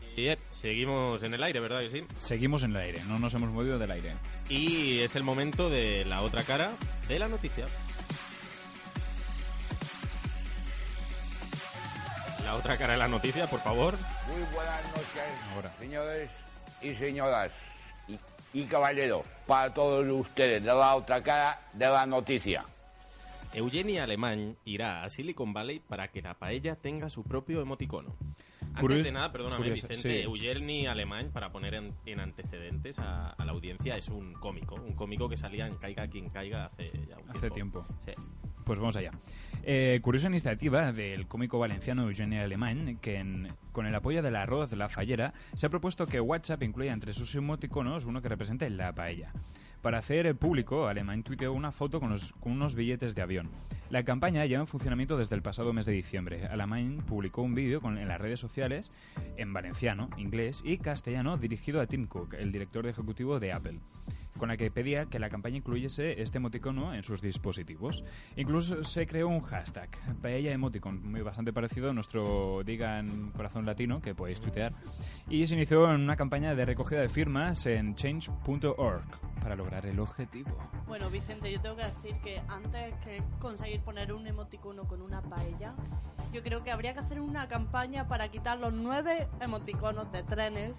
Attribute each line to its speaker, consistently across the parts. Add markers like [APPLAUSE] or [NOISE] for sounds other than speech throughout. Speaker 1: Castiller. Seguimos en el aire, ¿verdad? que sí?
Speaker 2: Seguimos en el aire, no nos hemos movido del aire.
Speaker 1: Y es el momento de la otra cara de la noticia. La otra cara de la noticia, por favor.
Speaker 3: Muy buenas noches,
Speaker 2: Ahora.
Speaker 3: señores y señoras y, y caballeros, para todos ustedes de la otra cara de la noticia.
Speaker 1: Eugenia Alemán irá a Silicon Valley para que la paella tenga su propio emoticono. Antes
Speaker 2: Curios-
Speaker 1: de nada, perdóname,
Speaker 2: curiosa,
Speaker 1: Vicente,
Speaker 2: sí.
Speaker 1: Eugenia Alemán, para poner en, en antecedentes a, a la audiencia, es un cómico. Un cómico que salía en Caiga quien caiga hace ya un
Speaker 2: Hace tiempo.
Speaker 1: Sí.
Speaker 2: Pues vamos allá. Eh, curiosa iniciativa del cómico valenciano Eugenio Alemán, que en- con el apoyo del arroz La Fallera, se ha propuesto que WhatsApp incluya entre sus emoticonos uno que represente la paella. Para hacer eh, público, Alemán tuiteó una foto con, los- con unos billetes de avión. La campaña lleva en funcionamiento desde el pasado mes de diciembre. Alemán publicó un vídeo con- en las redes sociales en valenciano, inglés y castellano dirigido a Tim Cook, el director ejecutivo de Apple con la que pedía que la campaña incluyese este emoticono en sus dispositivos. Incluso se creó un hashtag, paella emoticon, muy bastante parecido a nuestro digan corazón latino, que podéis tuitear, y se inició en una campaña de recogida de firmas en change.org para lograr el objetivo.
Speaker 4: Bueno, Vicente, yo tengo que decir que antes que conseguir poner un emoticono con una paella, yo creo que habría que hacer una campaña para quitar los nueve emoticonos
Speaker 2: [LAUGHS]
Speaker 4: de trenes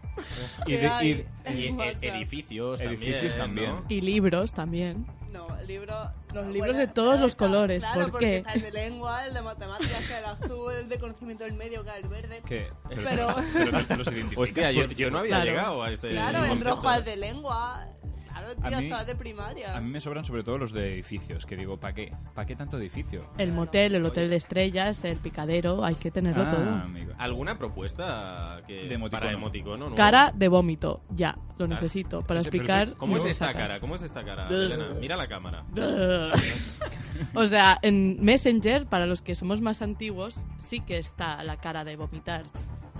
Speaker 2: Y
Speaker 4: que
Speaker 2: de- y-
Speaker 4: hay en
Speaker 1: Y e-
Speaker 4: WhatsApp.
Speaker 1: edificios,
Speaker 2: Edificios
Speaker 1: también. ¿no?
Speaker 2: también.
Speaker 5: Y libros también.
Speaker 4: No, el libro...
Speaker 5: Los libros de todos los
Speaker 4: está-
Speaker 5: colores,
Speaker 4: claro,
Speaker 5: ¿por
Speaker 4: porque
Speaker 5: qué?
Speaker 4: está el de lengua, el de matemáticas, que el azul, el de conocimiento del medio, que el verde.
Speaker 2: Que,
Speaker 4: Pero-
Speaker 2: pero te-
Speaker 1: [LAUGHS]
Speaker 2: te los identificas
Speaker 1: Hostia, yo,
Speaker 2: por-
Speaker 1: yo no había
Speaker 5: Claro.
Speaker 1: llegado a este.
Speaker 4: [LAUGHS] Claro, en
Speaker 1: concepto.
Speaker 4: rojo al de lengua. Claro,
Speaker 2: A
Speaker 4: tío,
Speaker 2: mí-
Speaker 4: estás de primaria.
Speaker 2: A mí me sobran sobre todo los de edificios, que digo, ¿para qué? ¿Para qué tanto edificio?
Speaker 5: El motel, el hotel de estrellas, el picadero, hay que tenerlo
Speaker 2: Ah,
Speaker 5: todo.
Speaker 2: amigo.
Speaker 1: ¿Alguna propuesta que
Speaker 2: De emoticono.
Speaker 1: para emoticono? nuevo?
Speaker 5: Cara de vómito, ya, lo
Speaker 1: Cara.
Speaker 5: necesito para
Speaker 2: Ese- pero ese-
Speaker 5: explicar.
Speaker 1: ¿Cómo es
Speaker 5: lo
Speaker 1: esta
Speaker 5: sacas.
Speaker 1: cara? ¿Cómo es esta cara?
Speaker 5: Bleh.
Speaker 1: Elena, mira la cámara.
Speaker 5: [LAUGHS] o sea, en Messenger, para los que somos más antiguos, sí que está la cara de vomitar.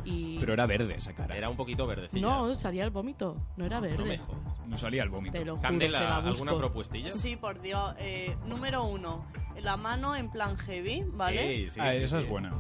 Speaker 5: Y
Speaker 2: Pero era verde esa cara.
Speaker 1: Era un poquito verdecilla.
Speaker 5: no, salía el vómito, no era
Speaker 1: No
Speaker 5: verde.
Speaker 1: me jodas.
Speaker 2: No salía el vómito.
Speaker 5: Te lo juro, te
Speaker 1: Candela,
Speaker 5: la busco.
Speaker 1: ¿alguna propuestilla?
Speaker 4: Sí, por Dios. Eh, número uno, la mano en plan heavy, ¿vale?
Speaker 1: Ey, sí,
Speaker 2: ah,
Speaker 1: sí,
Speaker 2: esa
Speaker 1: sí.
Speaker 2: es buena.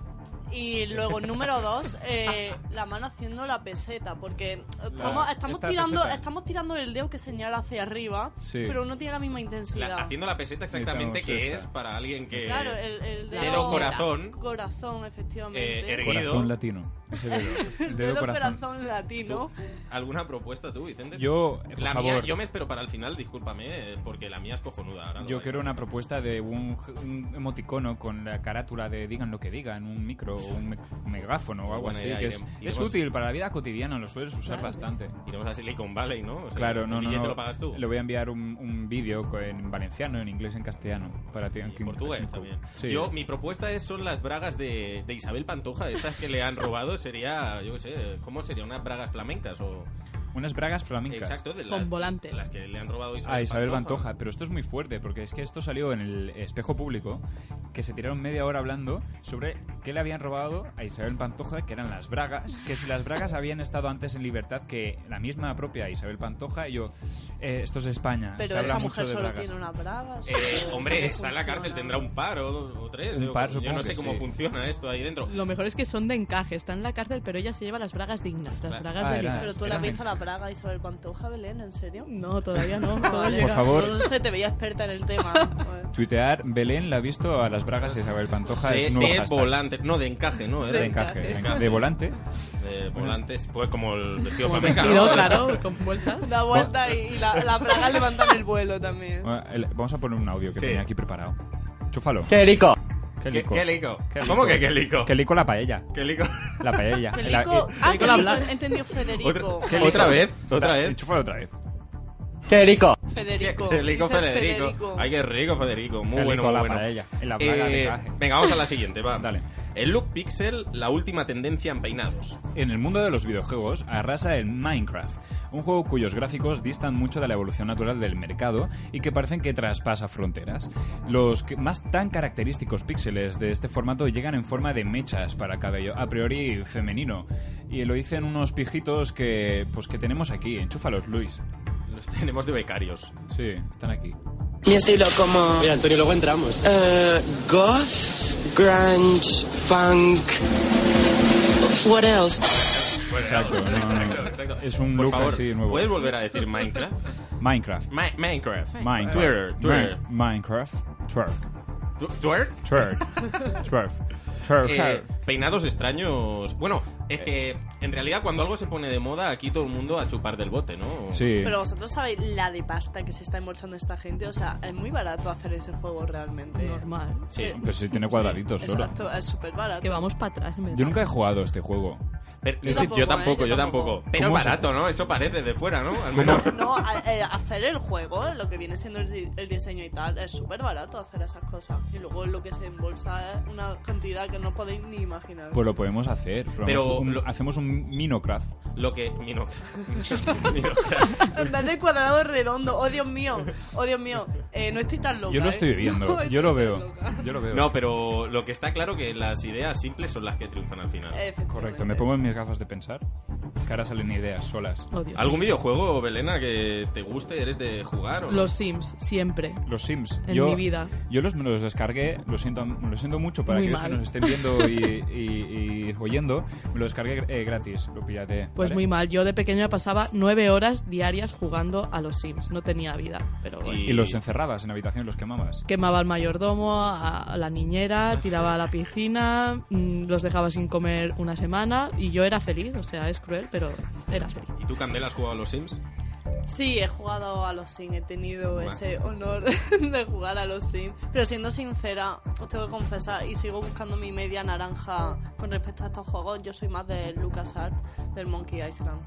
Speaker 4: Y luego, número dos, eh, la mano haciendo la peseta, porque estamos, estamos,
Speaker 2: esta
Speaker 4: tirando,
Speaker 2: peseta.
Speaker 4: estamos tirando el dedo que señala hacia arriba,
Speaker 2: Sí.
Speaker 4: pero no tiene la misma intensidad.
Speaker 1: La- haciendo la peseta exactamente
Speaker 2: Necesitamos
Speaker 1: que
Speaker 2: esta.
Speaker 1: es para alguien que
Speaker 4: Pues Claro, el, el
Speaker 5: La
Speaker 4: dedo,
Speaker 1: dedo corazón.
Speaker 4: Corazón, efectivamente.
Speaker 1: Eh, erguido.
Speaker 2: Corazón latino. Ese
Speaker 4: [LAUGHS]
Speaker 2: dedo.
Speaker 4: el dedo corazón, latino.
Speaker 1: ¿Alguna propuesta tú, Vicente?
Speaker 2: Yo, eh, por
Speaker 1: la
Speaker 2: favor,
Speaker 1: mía, yo me espero para el final, discúlpame, eh, porque la mía es cojonuda. Ahora lo
Speaker 2: yo
Speaker 1: vais a
Speaker 2: quiero
Speaker 1: ver.
Speaker 2: una propuesta de un, un emoticono con la carátula de digan lo que digan, un micro o un, me- un megáfono o algo
Speaker 1: Buena
Speaker 2: así.
Speaker 1: idea,
Speaker 2: que es,
Speaker 1: iremos-
Speaker 2: es
Speaker 1: iremos-
Speaker 2: útil para la vida cotidiana, lo sueles usar
Speaker 5: Claro.
Speaker 2: bastante.
Speaker 1: Iremos a Silicon Valley, ¿no? O sea,
Speaker 2: Claro,
Speaker 1: el
Speaker 2: no, no,
Speaker 1: billete
Speaker 2: no.
Speaker 1: lo pagas tú.
Speaker 2: Le voy a enviar un, un vídeo co- en valenciano, en inglés, en castellano. Para ti,
Speaker 1: Y en portugués también.
Speaker 2: Sí.
Speaker 1: Yo, mi propuesta es son las bragas de, de Isabel Pantoja, estas que le han robado, sería, yo qué sé, ¿cómo sería? ¿Unas bragas flamencas o...?
Speaker 2: Unas bragas flamencas.
Speaker 1: Exacto, de las,
Speaker 5: Con volantes.
Speaker 1: Las que le han robado a Isabel,
Speaker 2: A Isabel Pantoja, pero esto es muy fuerte porque es que esto salió en el espejo público que se tiraron media hora hablando sobre qué le habían robado a Isabel Pantoja, que eran las bragas, que si las bragas habían estado antes en libertad que la misma propia Isabel Pantoja, y yo, eh, esto es España, se
Speaker 4: Pero
Speaker 2: habla
Speaker 4: esa
Speaker 2: mucho
Speaker 4: mujer
Speaker 2: de
Speaker 4: solo
Speaker 2: bragas.
Speaker 4: tiene una brava.
Speaker 1: Eh,
Speaker 4: solo-
Speaker 5: [LAUGHS]
Speaker 1: hombre,
Speaker 4: no
Speaker 1: está en la
Speaker 4: funciona.
Speaker 1: cárcel, tendrá un par o, dos- o tres.
Speaker 2: Un
Speaker 1: yo-
Speaker 2: par,
Speaker 1: yo
Speaker 2: supongo
Speaker 1: no
Speaker 2: que
Speaker 1: sé cómo
Speaker 2: sí.
Speaker 1: funciona esto ahí dentro.
Speaker 5: Lo mejor es que son de encaje, está en la cárcel, pero ella se lleva las bragas dignas, las
Speaker 1: Claro.
Speaker 5: bragas
Speaker 2: Ah,
Speaker 5: de
Speaker 2: era-
Speaker 5: ligar.
Speaker 4: Pero tú le has
Speaker 2: Era
Speaker 4: visto la braga a Isabel Pantoja, Belén, ¿en serio?
Speaker 5: No, todavía no. todo
Speaker 4: Vale.
Speaker 5: llega.
Speaker 2: Por favor.
Speaker 4: No sé, te veía experta en
Speaker 2: [LAUGHS]
Speaker 4: el tema. Vale.
Speaker 2: Tuitear, Belén la ha visto a las bragas de Isabel Pantoja,
Speaker 1: De,
Speaker 2: es un nuevo
Speaker 1: de
Speaker 2: hashtag.
Speaker 1: volante, no, de encaje, ¿no? Era
Speaker 2: De encaje,
Speaker 4: encaje.
Speaker 2: venga, de volante.
Speaker 1: De volantes, pues como el vestido
Speaker 5: Como
Speaker 1: flamenca,
Speaker 5: vestido,
Speaker 1: ¿no?
Speaker 5: claro, con vueltas.
Speaker 4: Da vuelta y, y la, la braga levanta en el vuelo también.
Speaker 2: Bueno, el- Vamos a poner un audio que
Speaker 1: Sí.
Speaker 2: tenía aquí preparado. Chúfalo.
Speaker 3: ¡Qué rico!
Speaker 2: Qué
Speaker 1: ¿Qué,
Speaker 2: lico.
Speaker 1: qué lico?
Speaker 2: Qué
Speaker 1: ¿Cómo
Speaker 2: lico.
Speaker 1: que qué lico?
Speaker 2: Qué lico la paella.
Speaker 1: ¿Qué lico?
Speaker 2: La paella. La- eh,
Speaker 4: Federico, ah,
Speaker 5: Federico la
Speaker 4: Federico,
Speaker 5: Blanca.
Speaker 4: he entendido
Speaker 1: ¿Otra,
Speaker 4: Federico.
Speaker 1: [LAUGHS] qué
Speaker 4: Vale.
Speaker 1: otra vez? ¿Otra
Speaker 2: la-
Speaker 1: vez?
Speaker 2: Chúfalo otra vez.
Speaker 3: ¡Qué rico!
Speaker 4: Federico.
Speaker 1: Qué lico,
Speaker 4: Dice
Speaker 1: Federico. Ay, qué rico, Federico. Muy
Speaker 2: Qué
Speaker 1: bueno,
Speaker 2: rico
Speaker 1: muy
Speaker 2: la
Speaker 1: bueno. Eh,
Speaker 2: paella, en la braga de encaje.
Speaker 1: venga, vamos a la siguiente, va.
Speaker 2: Dale.
Speaker 1: El look pixel, la última tendencia en peinados.
Speaker 2: En el mundo de los videojuegos arrasa el Minecraft, un juego cuyos gráficos distan mucho de la evolución natural del mercado y que parecen que traspasa fronteras. Los que- más tan característicos píxeles de este formato llegan en forma de mechas para cabello, a priori femenino, y lo dicen unos pijitos que pues que tenemos aquí, enchúfalos Luis.
Speaker 1: Los [LAUGHS] tenemos de becarios.
Speaker 2: Sí, están aquí.
Speaker 6: Mi estilo como
Speaker 7: Mira, Antonio, luego entramos.
Speaker 6: eh, goth, grunge, punk. What else?
Speaker 1: [LAUGHS]
Speaker 2: Exacto, no, no, no. Es un
Speaker 1: Por
Speaker 2: look
Speaker 1: favor,
Speaker 2: así nuevo.
Speaker 1: ¿Puedes volver a decir
Speaker 2: [LAUGHS]
Speaker 1: Minecraft?
Speaker 2: Minecraft.
Speaker 1: Mi- Minecraft.
Speaker 2: Minecraft.
Speaker 1: Twitter, Twitter.
Speaker 2: Mi- Minecraft. Twerk.
Speaker 1: Tw- Twerk.
Speaker 5: [LAUGHS]
Speaker 2: Twerk. Twerk. Twerk.
Speaker 1: Eh, peinados extraños. Bueno, es que en realidad cuando algo se pone de moda, aquí todo el mundo a chupar del bote, ¿no?
Speaker 2: Sí.
Speaker 4: Pero vosotros sabéis la de pasta que se está embolsando esta gente. O sea, es muy barato hacer ese juego realmente.
Speaker 5: Normal.
Speaker 1: Sí.
Speaker 2: Pero sí tiene cuadraditos solo.
Speaker 4: Exacto, es súper barato.
Speaker 5: Que vamos para atrás. en vez
Speaker 2: Yo
Speaker 5: de-
Speaker 2: nunca he jugado este juego.
Speaker 1: Pero-
Speaker 2: Yo
Speaker 1: sí, yo tampoco,
Speaker 4: tampoco, ¿eh?
Speaker 1: yo
Speaker 4: Yo
Speaker 1: tampoco.
Speaker 4: tampoco.
Speaker 1: Pero
Speaker 2: ¿Cómo se-
Speaker 1: barato, ¿no? Eso parece de fuera, ¿no? Al menos.
Speaker 4: No, a- eh, hacer el juego, lo que viene siendo el, di- el diseño y tal, es súper barato hacer esas cosas. Y luego lo que se embolsa es una cantidad que no podéis ni imaginar.
Speaker 2: Pues lo podemos hacer. probamos
Speaker 1: Pero
Speaker 2: un-
Speaker 1: lo-
Speaker 2: hacemos un Minocraft.
Speaker 1: Lo que. mi
Speaker 4: [LAUGHS]
Speaker 1: no- mi no-
Speaker 4: En vez de cuadrado redondo, oh Dios mío, oh Dios mío, eh, no estoy tan loca.
Speaker 2: Yo lo
Speaker 4: ¿eh?
Speaker 2: estoy
Speaker 4: [LAUGHS] No
Speaker 5: [LAUGHS]
Speaker 2: viendo.
Speaker 4: estoy
Speaker 2: Yo lo
Speaker 4: tan
Speaker 2: veo.
Speaker 4: loca.
Speaker 2: Yo lo veo.
Speaker 1: No, pero lo que está claro que las ideas simples son las que triunfan al final.
Speaker 4: Efectivamente.
Speaker 2: Correcto. Me pongo en mis gafas de pensar. Que ahora salen ideas solas.
Speaker 5: Oh, Dios.
Speaker 1: ¿Algún videojuego, Belena, que te guste? ¿Eres de jugar o no?
Speaker 5: Los Sims, siempre.
Speaker 2: Los Sims.
Speaker 5: En
Speaker 2: yo,
Speaker 5: mi vida.
Speaker 2: Yo los, me los descargué, lo siento, lo siento mucho para
Speaker 5: Muy
Speaker 2: aquellos que
Speaker 5: mal.
Speaker 2: nos estén viendo
Speaker 5: [LAUGHS]
Speaker 2: y, y- y oyendo. Me lo descargué eh, gratis, lo pillate.
Speaker 5: Pues muy mal. Yo de pequeña pasaba nueve horas diarias jugando a los Sims. No tenía vida, pero bueno.
Speaker 1: Y-
Speaker 2: Y los encerrabas en la habitación, los quemabas.
Speaker 5: Quemaba al mayordomo, a la niñera, tiraba a la piscina, mm, los dejaba sin comer una semana y yo era feliz. O sea, es cruel, pero era feliz.
Speaker 1: ¿Y tú, Candela, has jugado a los Sims?
Speaker 4: Sí, he jugado a los Sims, he tenido
Speaker 1: Bueno.
Speaker 4: ese honor [LAUGHS] de jugar a los Sims. Pero siendo sincera, os tengo que confesar, y sigo buscando mi media naranja con respecto a estos juegos, yo soy más de LucasArts, del Monkey Island.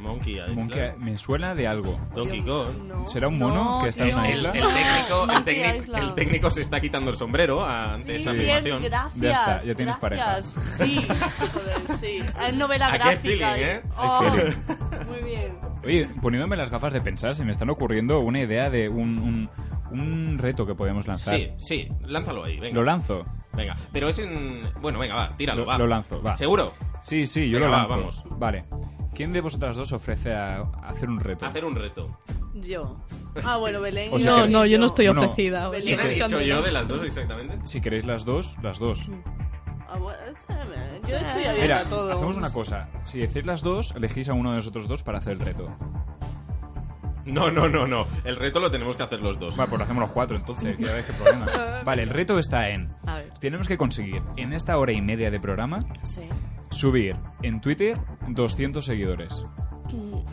Speaker 1: Monkey, ahí,
Speaker 2: Monkey-
Speaker 1: claro.
Speaker 2: Me suena de algo.
Speaker 1: Donkey
Speaker 4: Dios,
Speaker 1: Kong.
Speaker 4: no.
Speaker 2: ¿Será un mono
Speaker 5: No,
Speaker 2: que está en
Speaker 5: tío.
Speaker 2: una
Speaker 5: El-
Speaker 1: El,
Speaker 2: isla?
Speaker 1: el técnico, el,
Speaker 4: Monkey
Speaker 1: técnico-
Speaker 4: Island.
Speaker 1: el técnico se está quitando el sombrero a- ante
Speaker 4: Sí,
Speaker 1: esa
Speaker 4: bien,
Speaker 1: afirmación.
Speaker 4: gracias.
Speaker 2: Ya está, ya tienes
Speaker 4: gracias. Sí, joder, sí. Es novela
Speaker 1: Aquí hay
Speaker 4: gráfica.
Speaker 1: feeling, ¿eh?
Speaker 2: Hay
Speaker 4: Oh,
Speaker 2: feeling.
Speaker 4: Muy bien.
Speaker 2: Oye, poniéndome las gafas de pensar, se me están ocurriendo una idea de un, un- un reto que podemos lanzar.
Speaker 1: Sí, sí, lánzalo ahí, venga.
Speaker 2: Lo lanzo.
Speaker 1: Venga, pero es en... Bueno, venga, va, tíralo,
Speaker 2: Lo-
Speaker 1: va.
Speaker 2: lo lanzo, va.
Speaker 1: ¿Seguro?
Speaker 2: Sí, sí, yo
Speaker 1: Venga,
Speaker 2: lo
Speaker 1: va,
Speaker 2: lanzo.
Speaker 1: vamos.
Speaker 2: Vale. ¿Quién de vosotras dos ofrece a, a hacer un reto?
Speaker 1: Hacer un reto.
Speaker 4: Yo. Ah, bueno, Belén.
Speaker 2: O
Speaker 4: y
Speaker 2: sea
Speaker 5: no,
Speaker 2: que-
Speaker 5: no, yo no estoy
Speaker 2: Bueno,
Speaker 5: ofrecida.
Speaker 4: Belén
Speaker 1: ¿Quién
Speaker 4: Sí,
Speaker 1: he
Speaker 4: sí.
Speaker 1: dicho yo de las dos exactamente?
Speaker 2: Si queréis las dos, las dos.
Speaker 4: Ah, bueno, espérame, Yo estoy abierta
Speaker 2: Mira,
Speaker 4: a todo.
Speaker 2: hacemos una cosa. Si decís las dos, elegís a uno de nosotros dos para hacer el reto.
Speaker 1: No, no, no, no. El reto lo tenemos que hacer los dos.
Speaker 2: Vale, pues lo hacemos los cuatro entonces, que ya ves qué
Speaker 4: [LAUGHS]
Speaker 2: problema. Vale, el reto está en...
Speaker 5: A ver.
Speaker 2: Tenemos que conseguir, en esta hora y media de programa,
Speaker 4: Sí.
Speaker 2: subir en Twitter 200 seguidores.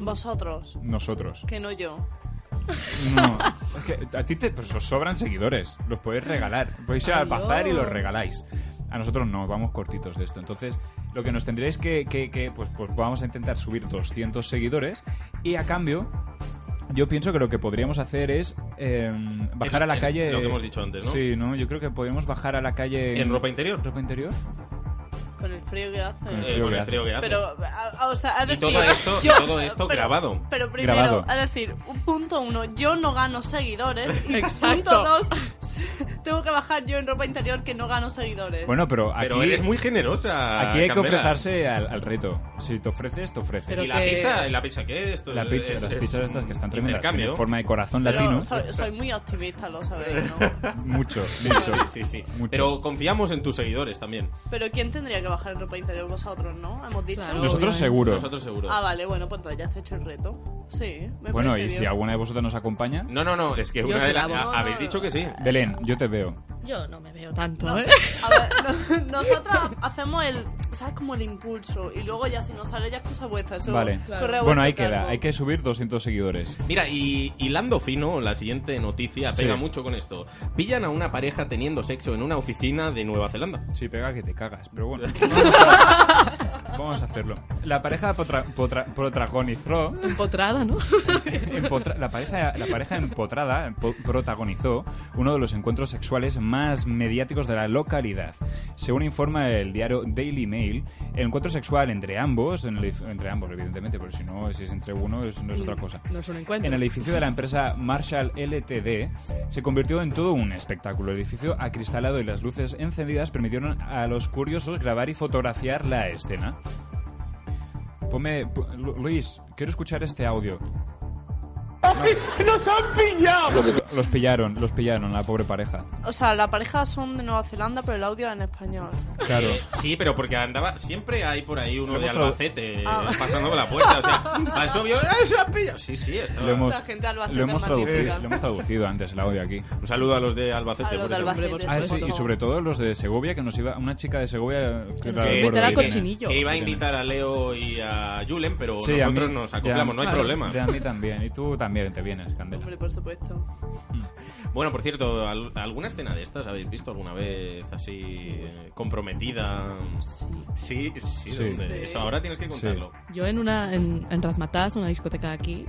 Speaker 4: Vosotros,
Speaker 2: Nosotros.
Speaker 4: que no yo.
Speaker 2: No. Es que a ti te pues os sobran seguidores. Los podéis regalar. Podéis ir al
Speaker 5: Adiós.
Speaker 2: bazar y los regaláis. A nosotros no, vamos cortitos de esto. Entonces, lo que nos tendréis que, que, que, pues, pues vamos a intentar subir 200 seguidores y a cambio, yo pienso que lo que podríamos hacer es eh, bajar
Speaker 1: Es
Speaker 2: a la
Speaker 1: el-
Speaker 2: calle...
Speaker 1: lo que hemos dicho antes, ¿no?
Speaker 2: Sí, ¿no? Yo creo que podríamos bajar a la calle...
Speaker 1: ¿En ropa interior?
Speaker 2: ¿Ropa interior?
Speaker 4: Con el frío que hace.
Speaker 2: Con el
Speaker 1: Eh,
Speaker 2: frío
Speaker 1: con
Speaker 2: que
Speaker 1: el
Speaker 2: hace.
Speaker 1: frío que hace.
Speaker 4: Pero, a- a- o sea, a
Speaker 1: Y
Speaker 4: decir,
Speaker 1: todo esto, y
Speaker 4: yo-
Speaker 1: todo esto
Speaker 4: pero-
Speaker 1: grabado.
Speaker 4: Pero primero,
Speaker 2: Grabado.
Speaker 4: a decir, un punto uno, yo no gano seguidores. Y
Speaker 5: Exacto.
Speaker 4: punto dos, [LAUGHS] tengo que bajar yo en ropa interior que no gano seguidores.
Speaker 2: Bueno, pero aquí,
Speaker 1: Pero eres muy generosa.
Speaker 2: aquí hay que
Speaker 1: Candela.
Speaker 2: ofrecerse al, al reto. Si te ofreces, te ofreces.
Speaker 5: Pero
Speaker 1: ¿Y la
Speaker 5: que-
Speaker 1: pizza? ¿Y la pizza qué? Esto
Speaker 2: La
Speaker 1: es-
Speaker 2: pizza,
Speaker 1: es-
Speaker 2: las
Speaker 1: es
Speaker 2: pizzas estas que están tremendas.
Speaker 1: intercambio.
Speaker 2: Tienen forma de corazón
Speaker 4: Pero
Speaker 2: latino.
Speaker 4: soy, soy muy optimista, lo sabéis,
Speaker 2: [LAUGHS]
Speaker 4: ¿no?
Speaker 2: Mucho,
Speaker 1: Sí,
Speaker 2: mucho.
Speaker 1: sí, sí, sí.
Speaker 2: Mucho.
Speaker 1: Pero confiamos en tus seguidores también.
Speaker 4: Pero ¿quién tendría que bajar en ropa interior? Vosotros, ¿no? Hemos dicho.
Speaker 5: Claro.
Speaker 2: Nosotros
Speaker 5: Obviamente.
Speaker 2: seguro.
Speaker 1: Nosotros seguro.
Speaker 4: Ah, vale, bueno, pues entonces ya has hecho el reto. Sí, me
Speaker 2: bueno,
Speaker 4: parece
Speaker 2: y si
Speaker 4: bien.
Speaker 2: alguna de vosotras nos acompaña,
Speaker 1: No, no, no. Es que
Speaker 5: Yo
Speaker 1: una
Speaker 5: se
Speaker 1: de
Speaker 5: la
Speaker 1: las-
Speaker 5: hago.
Speaker 1: a- Habéis dicho que sí.
Speaker 2: Belén, yo te veo.
Speaker 5: Yo no me veo tanto, ¿eh?
Speaker 4: A ver, no- [LAUGHS] nosotras hacemos el, ¿sabes? Como el impulso y luego ya si no sale ya es cosa vuestra. Eso
Speaker 2: vale.
Speaker 5: Claro.
Speaker 4: corre a
Speaker 2: Bueno,
Speaker 4: vuestro
Speaker 2: ahí queda.
Speaker 4: cargo.
Speaker 2: Hay que subir 200 seguidores.
Speaker 1: Mira, y hilando fino, la siguiente noticia pega
Speaker 2: Sí.
Speaker 1: mucho con esto. Pillan a una pareja teniendo sexo en una oficina de Nueva Zelanda.
Speaker 2: Sí, pega que te cagas, pero bueno. Vamos a hacerlo. La pareja potra- potra- protagonizó.
Speaker 5: Empotrada, ¿no?
Speaker 2: empotra- la, pareja, la pareja empotrada po- protagonizó uno de los encuentros sexuales más mediáticos de la localidad. Según informa el diario Daily Mail, el encuentro sexual entre ambos, en el edif- entre ambos, evidentemente, porque si no, si es entre uno, es- no es otra cosa.
Speaker 5: No es un encuentro.
Speaker 2: En el edificio de la empresa Marshall LTD se convirtió en todo un espectáculo. El edificio acristalado y las luces encendidas permitieron a los curiosos grabar y fotografiar la escena. Ponme, pu- Lu- Luis, quiero escuchar este audio.
Speaker 6: ¡Nos han pillado!
Speaker 2: Los pillaron, los pillaron, la pobre pareja.
Speaker 4: O sea, la pareja son de Nueva Zelanda, pero el audio es en español.
Speaker 2: Claro.
Speaker 1: Eh, Sí, pero porque andaba. Siempre hay por ahí uno
Speaker 2: Lo
Speaker 1: de
Speaker 2: hemos tradu-
Speaker 1: Albacete eh,
Speaker 4: Ah.
Speaker 1: pasando por la puerta.
Speaker 4: [LAUGHS]
Speaker 1: O sea, pasó, vio. ¡Eh, se han pillado! Sí, sí, estaba.
Speaker 2: Lo hemos,
Speaker 4: La gente de Albacete
Speaker 2: lo hemos
Speaker 4: es
Speaker 2: traducido,
Speaker 4: magnífica.
Speaker 2: lo hemos traducido antes el audio aquí.
Speaker 1: Un saludo a los de Albacete.
Speaker 4: A los
Speaker 1: por
Speaker 4: de
Speaker 1: eso.
Speaker 4: Albacete.
Speaker 5: hombre, por
Speaker 2: Ah,
Speaker 5: supuesto.
Speaker 2: sí, y sobre todo los de Segovia, que nos iba. Una chica de Segovia.
Speaker 5: Que
Speaker 2: la
Speaker 5: nos
Speaker 2: recuerdo
Speaker 5: invitará
Speaker 2: que
Speaker 5: con
Speaker 2: viene.
Speaker 5: chinillo.
Speaker 1: Que iba a
Speaker 2: Viene.
Speaker 1: invitar a Leo y a Julen, pero
Speaker 2: Sí, a
Speaker 1: nosotros
Speaker 2: mí-
Speaker 1: nos
Speaker 2: ya-
Speaker 1: acoplamos, no hay
Speaker 5: claro.
Speaker 1: problema.
Speaker 2: De a mí también, y tú también te vienes, Candela.
Speaker 4: Hombre, por supuesto.
Speaker 1: Bueno, por cierto, al- ¿alguna escena de estas habéis visto alguna vez así eh, comprometida? Sí, sí,
Speaker 2: Sí.
Speaker 1: ¿dónde?
Speaker 4: Sí.
Speaker 1: Eso ahora tienes que contarlo.
Speaker 5: Yo en una en, en Razmataz, una discoteca de aquí,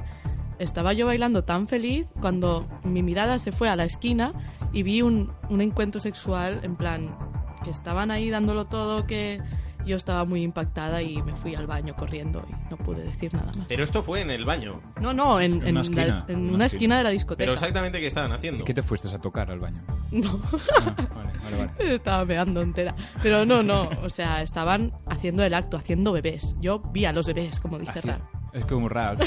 Speaker 5: estaba yo bailando tan feliz cuando mi mirada se fue a la esquina y vi un, un encuentro sexual en plan que estaban ahí dándolo todo, que yo estaba muy impactada y me fui al baño corriendo y no pude decir nada más.
Speaker 1: Pero esto fue en el baño.
Speaker 5: No, no, Eh, en,
Speaker 2: En
Speaker 5: en
Speaker 2: una
Speaker 5: la-
Speaker 2: esquina,
Speaker 5: en
Speaker 2: en
Speaker 5: una
Speaker 2: una
Speaker 5: esquina de la discoteca.
Speaker 1: Pero exactamente qué estaban haciendo.
Speaker 2: ¿Qué te fuiste a tocar al baño?
Speaker 5: [LAUGHS] No. [LAUGHS]
Speaker 2: Ah, vale, vale, vale.
Speaker 5: Estaba meando entera. Pero no, no. O sea, estaban haciendo el acto, haciendo bebés. Yo vi a los bebés, como dice
Speaker 2: Hacía-
Speaker 5: Ra.
Speaker 2: Es que un raro.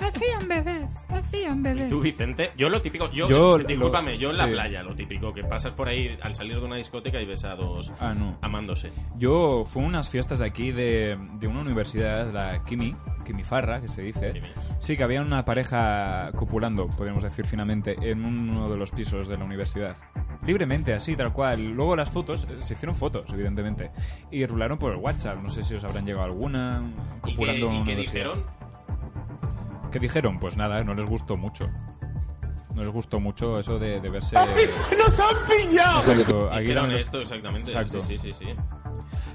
Speaker 7: Hacían bebés, hacían
Speaker 1: ¿Y
Speaker 7: bebés.
Speaker 1: tú, Vicente? Yo lo típico... Yo, eh,
Speaker 2: Yo lo-
Speaker 1: discúlpame, yo en la
Speaker 2: sí.
Speaker 1: playa, lo típico, que pasas por ahí al salir de una discoteca y ves a dos
Speaker 2: Ah, no.
Speaker 1: amándose.
Speaker 2: Yo fue a unas fiestas aquí de, de una universidad, la Kimi, Kimi Farra, que se dice.
Speaker 1: Kimi.
Speaker 2: Sí, que había una pareja copulando, podríamos decir finamente, en uno de los pisos de la universidad. Libremente, así, tal cual. Luego las fotos, eh, se hicieron fotos, evidentemente. Y rularon por el WhatsApp. No sé si os habrán llegado alguna.
Speaker 1: ¿Y qué,
Speaker 2: Copulando en
Speaker 1: y
Speaker 2: una
Speaker 1: qué
Speaker 2: universidad.
Speaker 1: dijeron?
Speaker 2: ¿Qué dijeron? Pues nada, no les gustó mucho. No les gustó mucho eso de, de verse.
Speaker 6: ¡Nos han pillado!
Speaker 2: Exacto, aquí
Speaker 1: Dijeron
Speaker 2: no les-
Speaker 1: esto, exactamente.
Speaker 2: Exacto.
Speaker 1: Sí, sí, sí, sí.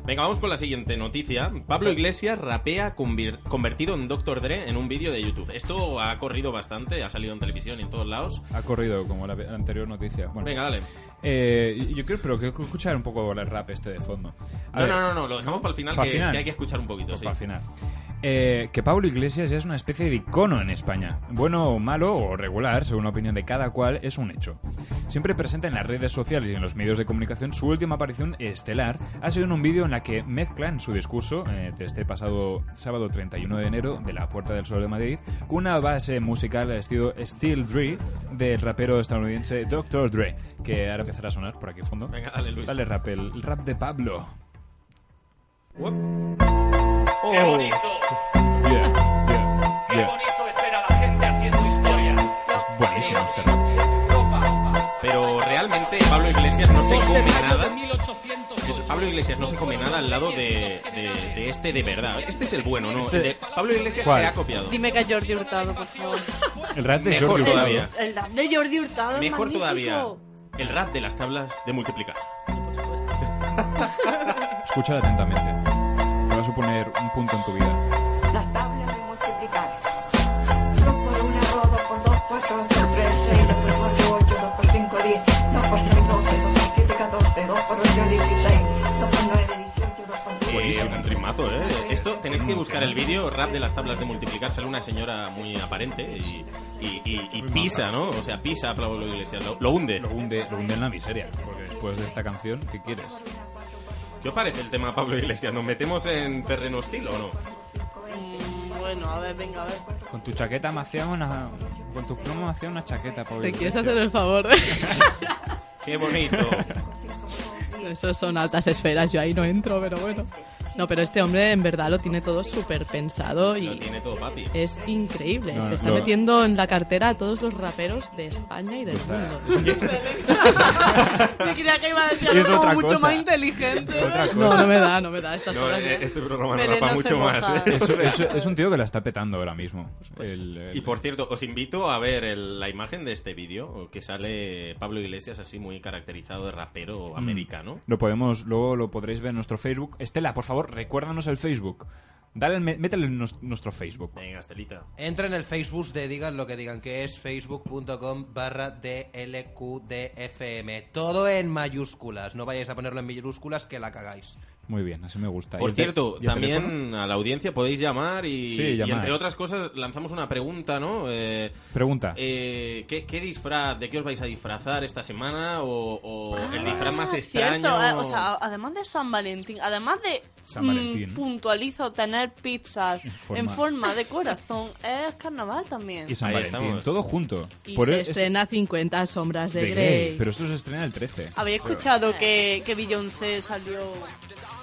Speaker 1: Venga, vamos con la siguiente noticia. Pablo Iglesias rapea convir- convertido en Dr. Dre en un vídeo de YouTube. Esto ha corrido bastante, ha salido en televisión y en todos lados.
Speaker 2: Ha corrido como la, la anterior noticia. Bueno,
Speaker 1: Venga, dale.
Speaker 2: Eh, yo creo, pero quiero escuchar un poco el rap este de fondo. A
Speaker 1: No,
Speaker 2: ver,
Speaker 1: no, no, no, lo dejamos para el final,
Speaker 2: ¿Para
Speaker 1: que,
Speaker 2: final?
Speaker 1: que hay que escuchar un poquito.
Speaker 2: pues
Speaker 1: sí.
Speaker 2: para el final. Eh, que Pablo Iglesias ya es una especie de icono en España. Bueno o malo o regular, según la opinión de cada cual, es un hecho. Siempre presente en las redes sociales y en los medios de comunicación, su última aparición estelar ha sido en un vídeo en la que mezcla en su discurso, eh, de este pasado sábado 31 de enero, de la Puerta del Sol de Madrid, con una base musical al estilo Steel Dre del rapero estadounidense Dr. Dre, que ahora empezará a sonar por aquí a fondo.
Speaker 1: Venga, dale, Luis.
Speaker 2: Dale rap, el rap de Pablo.
Speaker 1: Uop.
Speaker 8: Qué
Speaker 1: Oh.
Speaker 8: bonito,
Speaker 2: Yeah, yeah,
Speaker 8: qué
Speaker 2: yeah.
Speaker 8: bonito es ver a la gente haciendo historia.
Speaker 2: Es buenísimo este rap.
Speaker 1: Pero realmente Pablo Iglesias no se come nada.
Speaker 8: 1808.
Speaker 1: Pablo Iglesias no se come nada al lado de, de- de este de verdad. Este es el bueno, ¿no?
Speaker 2: Este-
Speaker 1: El de Pablo Iglesias
Speaker 2: ¿Cuál?
Speaker 1: se ha copiado.
Speaker 4: Dime que es Jordi Hurtado, por favor.
Speaker 2: El rap de
Speaker 1: Mejor
Speaker 2: Jordi Hurtado.
Speaker 1: todavía.
Speaker 4: [LAUGHS] El rap de Jordi Hurtado es
Speaker 1: Mejor
Speaker 4: magnífico.
Speaker 1: todavía, el rap de las tablas de multiplicar.
Speaker 2: Escúchala atentamente. Te va a suponer un punto en tu vida.
Speaker 9: La tabla de multiplicar. 2 por 1, 2 por 2, 4, 3, 6, 2 por 4, 8, 2 por 5, 10, 2 por 6, 12, 2 por 7, 14, 2 por 8, 16, 2 por 9, 18, 2 por 10.
Speaker 1: Buenísimo. un trimazo, ¿eh? Esto tenéis
Speaker 2: Mm.
Speaker 1: que buscar el vídeo rap de las tablas de multiplicar. Sale una señora muy aparente y, y, y- y pisa, ¿no? O sea, pisa a Pablo Iglesias, lo, lo hunde.
Speaker 2: Lo hunde, lo hunde en la miseria. Porque después de esta canción, ¿qué quieres?
Speaker 1: ¿Qué os parece el tema Pablo Iglesias? ¿Nos metemos en terreno hostil o no?
Speaker 4: Mm, bueno, a ver, venga, a
Speaker 2: [LAUGHS]
Speaker 4: ver. [LAUGHS]
Speaker 2: Con tu chaqueta me hacía una. Con tus plomos me hacía una chaqueta, Pablo.
Speaker 5: ¿Te quieres
Speaker 2: Iglesias.
Speaker 5: hacer el [LAUGHS] favor?
Speaker 1: ¡Qué
Speaker 2: [LAUGHS]
Speaker 1: bonito!
Speaker 5: Eso son altas esferas, yo ahí no entro, pero bueno. No, pero este hombre en verdad lo tiene todo súper pensado
Speaker 1: Lo
Speaker 5: y
Speaker 1: tiene todo papi.
Speaker 5: es increíble.
Speaker 2: No,
Speaker 5: Se
Speaker 2: no,
Speaker 5: está
Speaker 2: lo-
Speaker 5: metiendo en la cartera a todos los raperos de España y del
Speaker 1: [LAUGHS]
Speaker 5: mundo.
Speaker 4: Yo creía que iba a decir
Speaker 2: Es
Speaker 4: algo
Speaker 2: otra
Speaker 4: como mucho
Speaker 2: cosa.
Speaker 4: más inteligente.
Speaker 2: Otra cosa.
Speaker 5: No, no me da, no me da a estas
Speaker 1: No,
Speaker 5: horas.
Speaker 1: eh, este programa no
Speaker 4: Belén
Speaker 1: rapa
Speaker 4: no se
Speaker 1: mucho
Speaker 4: moja.
Speaker 1: más, ¿eh?
Speaker 2: Eso-
Speaker 5: [LAUGHS]
Speaker 2: eso- es un tío que la está petando ahora mismo. El- el-
Speaker 1: [LAUGHS] Y por cierto, os invito a ver el- la imagen de este vídeo, que sale Pablo Iglesias así muy caracterizado de rapero americano.
Speaker 2: Lo podemos, luego lo podréis ver en nuestro Facebook. Estela, por favor, recuérdanos el Facebook. Dale, el me- métele en nos- nuestro Facebook.
Speaker 1: Venga, Estelita.
Speaker 10: Entra en el Facebook de Digan lo que digan, que es facebook.com barra DLQDFM. Todo en mayúsculas. No vayáis a ponerlo en mayúsculas que la cagáis.
Speaker 2: Muy bien, así me gusta. ¿Y
Speaker 1: Por
Speaker 2: el te-
Speaker 1: cierto,
Speaker 2: y el teléfono?
Speaker 1: también a la audiencia podéis llamar y,
Speaker 2: Sí,
Speaker 1: y
Speaker 2: llamar.
Speaker 1: entre otras cosas lanzamos una pregunta, ¿no? Eh,
Speaker 2: Pregunta.
Speaker 1: eh, ¿qué, qué disfraz, de qué os vais a disfrazar esta semana? ¿O, o el disfraz más
Speaker 4: Ah, Cierto, ah,
Speaker 1: extraño?
Speaker 4: eh, o sea, además de San Valentín, además de
Speaker 2: San Valentín.
Speaker 4: puntualizo tener pizzas
Speaker 2: Forma.
Speaker 4: en forma de corazón [LAUGHS] es carnaval también.
Speaker 2: Y San
Speaker 1: Ahí
Speaker 2: Valentín,
Speaker 1: estamos.
Speaker 2: todo junto.
Speaker 5: Y
Speaker 2: Por
Speaker 5: se
Speaker 2: es-
Speaker 5: estrena 50 sombras de,
Speaker 2: de
Speaker 5: Grey.
Speaker 2: Grey, Pero esto se estrena el 13.
Speaker 4: Había escuchado que, que Beyoncé salió,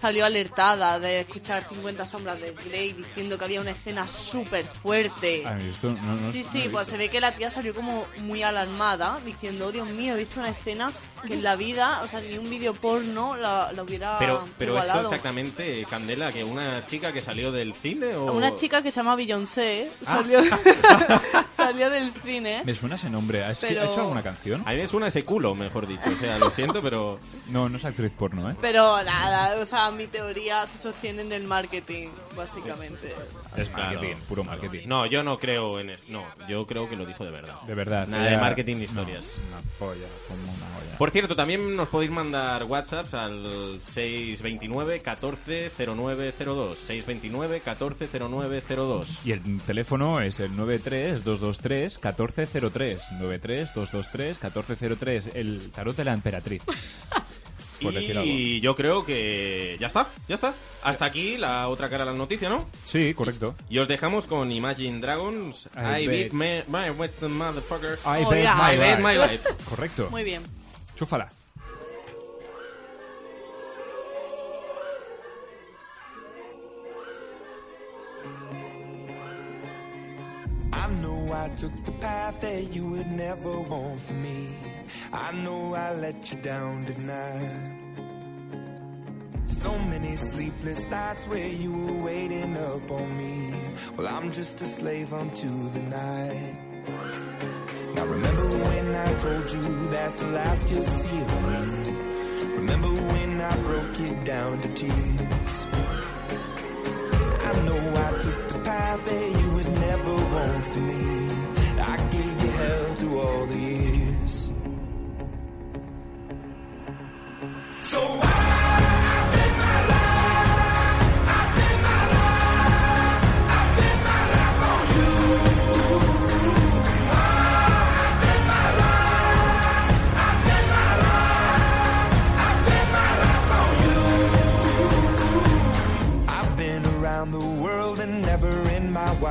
Speaker 4: salió alertada de escuchar 50 sombras de Grey diciendo que había una escena súper fuerte.
Speaker 2: Ah, esto no- no-
Speaker 4: Sí,
Speaker 2: no
Speaker 4: sí,
Speaker 2: lo
Speaker 4: pues se ve que la tía salió como muy alarmada diciendo, "Oh, Dios mío, he visto una escena que en la vida, o sea, ni un vídeo porno la, la hubiera
Speaker 1: Pero, pero esto
Speaker 4: igualado".
Speaker 1: exactamente, eh, Candela, que una chica que salió del cine o...
Speaker 4: Una chica que se llama Beyoncé
Speaker 1: Ah.
Speaker 4: salió, salió del cine.
Speaker 2: Me suena ese nombre. ¿Has
Speaker 4: Pero-
Speaker 2: ¿ha hecho alguna canción?
Speaker 1: A mí me suena ese culo, mejor dicho. O sea, lo siento, pero...
Speaker 2: No, no es actriz porno, ¿eh?
Speaker 4: Pero nada, o sea, mi teoría se sostiene en el marketing, básicamente.
Speaker 2: Es
Speaker 1: Claro.
Speaker 2: marketing, puro marketing.
Speaker 1: No, yo no creo en... es- No, yo creo que lo dijo de verdad.
Speaker 2: De verdad.
Speaker 1: Nada de marketing de historias.
Speaker 2: No, una polla, como una olla.
Speaker 1: Por cierto, también nos podéis mandar WhatsApps al 629 140902. 629 140902.
Speaker 2: Y el teléfono es el 93-223-1403. 93-223-1403. El tarot de
Speaker 1: [LAUGHS]
Speaker 2: la emperatriz. Por decir algo.
Speaker 1: Y yo creo que ya está, ya está. Hasta aquí la otra cara de la noticia, ¿no?
Speaker 2: Sí, correcto.
Speaker 1: Y os dejamos con Imagine Dragons.
Speaker 2: I
Speaker 1: I,
Speaker 2: bet.
Speaker 1: beat me- my Western motherfucker.
Speaker 2: I
Speaker 4: Oh,
Speaker 2: bet
Speaker 4: yeah.
Speaker 2: my
Speaker 1: I bet
Speaker 2: life.
Speaker 1: my life.
Speaker 2: Correcto.
Speaker 4: Muy bien.
Speaker 2: Chúfala.
Speaker 11: I know I took the path that you would never want for me. I know I let you down, didn't I? So many sleepless nights where you were waiting up on me. Well, I'm just a slave unto the night. Now remember when I told you that's the last you'll see of me. Remember when I broke you down to tears. I know I took the path that you would never want for me. I gave you hell through all the years. So I. I've been around the world and never in my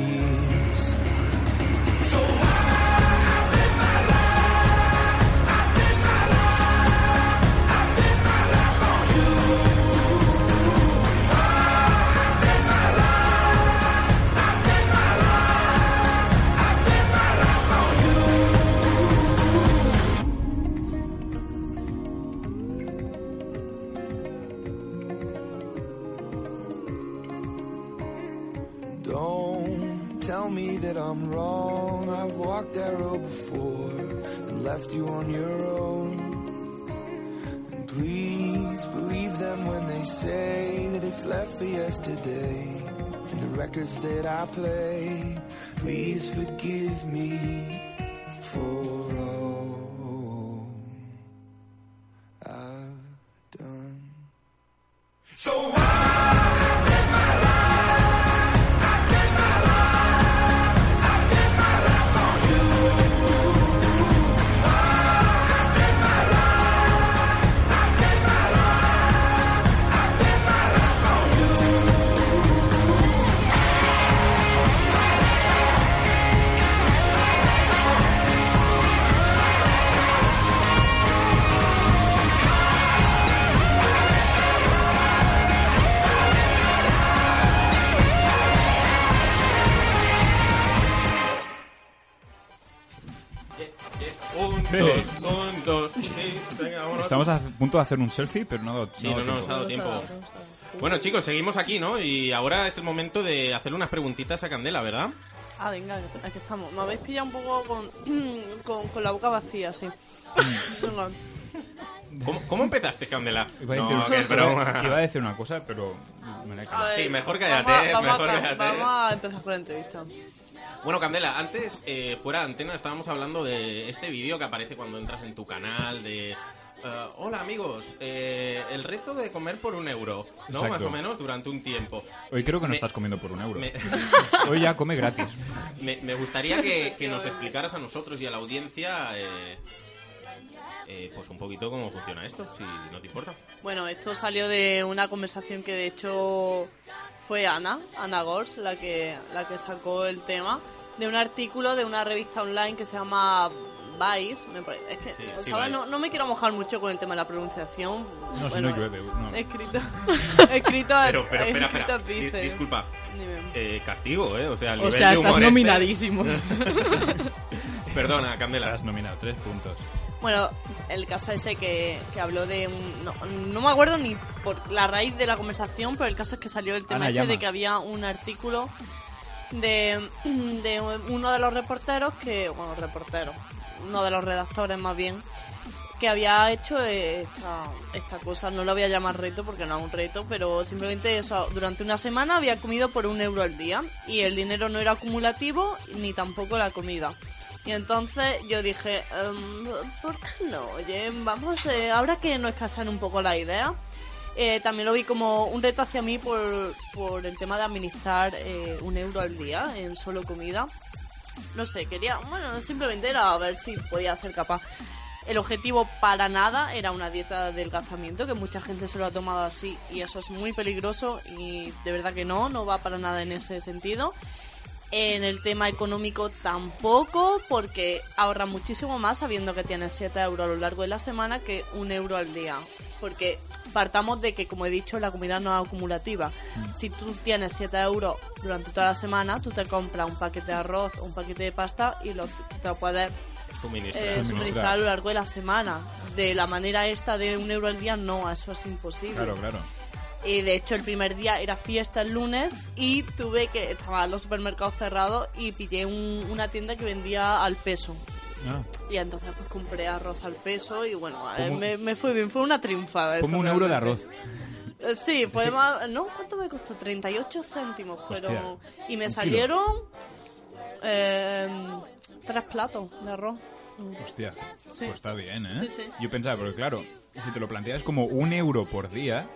Speaker 11: years. So I Don't tell me that I'm wrong. I've walked that road before and left you on your own. And please believe them when they say that it's left for yesterday and the records that I play. Please forgive me for all I've done. So
Speaker 1: Un, dos, un, dos. Sí, venga, vámonos.
Speaker 2: Estamos a punto de hacer un selfie, pero no ha dado-
Speaker 1: Sí,
Speaker 2: no ha
Speaker 1: no,
Speaker 2: dado
Speaker 1: nos
Speaker 2: tiempo.
Speaker 1: ha dado tiempo. Bueno, chicos, seguimos aquí, ¿no? Y ahora es el momento de hacerle unas preguntitas a Candela, ¿verdad?
Speaker 4: Ah, venga, aquí estamos. Me [CLEARS THROAT] habéis pillado un poco con, con, con la boca vacía, sí. Venga.
Speaker 1: ¿Cómo, cómo empezaste, Candela?
Speaker 2: Iba a
Speaker 1: no,
Speaker 2: decir-
Speaker 1: que es broma.
Speaker 2: que [LAUGHS] iba a decir una cosa, pero me la he
Speaker 4: A
Speaker 2: cagado.
Speaker 4: ver,
Speaker 1: Sí, mejor
Speaker 4: vamos a-
Speaker 1: cállate,
Speaker 4: vamos a
Speaker 1: mejor
Speaker 4: ca-
Speaker 1: cállate.
Speaker 4: Vamos a empezar con la entrevista.
Speaker 1: Bueno, Candela, antes, eh, fuera de antena, estábamos hablando de este vídeo que aparece cuando entras en tu canal de... eh, hola amigos, eh, el reto de comer por un euro, ¿no?
Speaker 2: Exacto.
Speaker 1: Más o menos durante un tiempo.
Speaker 2: Hoy creo que no
Speaker 1: Me-
Speaker 2: estás comiendo por un euro. [LAUGHS]
Speaker 1: me-
Speaker 2: Hoy ya come gratis.
Speaker 1: [LAUGHS] Me, me gustaría que, que nos explicaras a nosotros y a la audiencia eh, eh, pues un poquito cómo funciona esto, si no te importa.
Speaker 4: Bueno, esto salió de una conversación que de hecho fue Ana, Ana Gors, la que, la que sacó el tema, de un artículo de una revista online que se llama Vice. me pare- es que,
Speaker 2: Sí,
Speaker 4: pues,
Speaker 2: sí,
Speaker 4: ahora
Speaker 2: Vice.
Speaker 4: no, no me quiero mojar mucho con el tema de la pronunciación.
Speaker 2: No, si no llueve, no.
Speaker 4: Escrito, [LAUGHS] escrito,
Speaker 1: Pero,
Speaker 4: [LAUGHS]
Speaker 1: pero, espera,
Speaker 4: escrito
Speaker 1: espera. Di-
Speaker 4: dice.
Speaker 1: disculpa.
Speaker 4: Dime.
Speaker 1: Eh, castigo, ¿eh? O sea, el
Speaker 5: O
Speaker 1: nivel
Speaker 5: sea,
Speaker 1: de
Speaker 5: estás
Speaker 1: humor este- [LAUGHS]
Speaker 5: nominadísimos.
Speaker 1: Perdona, Candela.
Speaker 2: Estás nominado, tres puntos.
Speaker 4: Bueno, el caso ese que, que habló de... un- No, no me acuerdo ni por la raíz de la conversación, pero el caso es que salió el tema
Speaker 2: Ana,
Speaker 4: este
Speaker 2: llama.
Speaker 4: de que había un artículo de, de uno de los reporteros que... Bueno, reportero. Uno de los redactores más bien. Que había hecho eh, esta, esta cosa. No lo voy a llamar reto porque no es un reto, pero simplemente eso. Durante una semana había comido por un euro al día y el dinero no era acumulativo ni tampoco la comida. Y entonces yo dije, "Em, ¿por qué no? Oye, vamos, eh, ahora que no escasan un poco la idea, eh, también lo vi como un reto hacia mí por, por el tema de administrar eh, un euro al día en solo comida. No sé, quería, bueno, simplemente era a ver si podía ser capaz. El objetivo para nada era una dieta de adelgazamiento, que mucha gente se lo ha tomado así y eso es muy peligroso y de verdad que no, no va para nada en ese sentido. En el tema económico tampoco, porque ahorra muchísimo más sabiendo que tienes 7 euros a lo largo de la semana que un euro al día. Porque partamos de que, como he dicho, la comida no es acumulativa. Si tú tienes 7 euros durante toda la semana, tú te compras un paquete de arroz o un paquete de pasta y lo, te lo puedes
Speaker 1: Suministra.
Speaker 4: eh, suministrar a lo largo de la semana. De la manera esta de un euro al día, no, eso es imposible.
Speaker 2: Claro, claro.
Speaker 4: Y de hecho el primer día era fiesta el lunes y tuve que... Estaban los supermercados cerrados y pillé un- una tienda que vendía al peso.
Speaker 2: Ah.
Speaker 4: Y entonces pues compré arroz al peso y bueno, eh,
Speaker 2: Como-
Speaker 4: me, me fue bien, fue una triunfada. eso
Speaker 2: Como un euro de
Speaker 4: realmente.
Speaker 2: arroz.
Speaker 4: Eh, Sí, fue más... ¿No? ¿Cuánto me costó? 38 céntimos fueron.
Speaker 2: Hostia,
Speaker 4: Y me
Speaker 2: un
Speaker 4: salieron eh, tres platos de arroz.
Speaker 2: Hostia,
Speaker 4: Sí.
Speaker 2: pues está bien, ¿eh?
Speaker 4: Sí, sí.
Speaker 2: Yo pensaba, porque claro, si te lo planteas como un euro por día,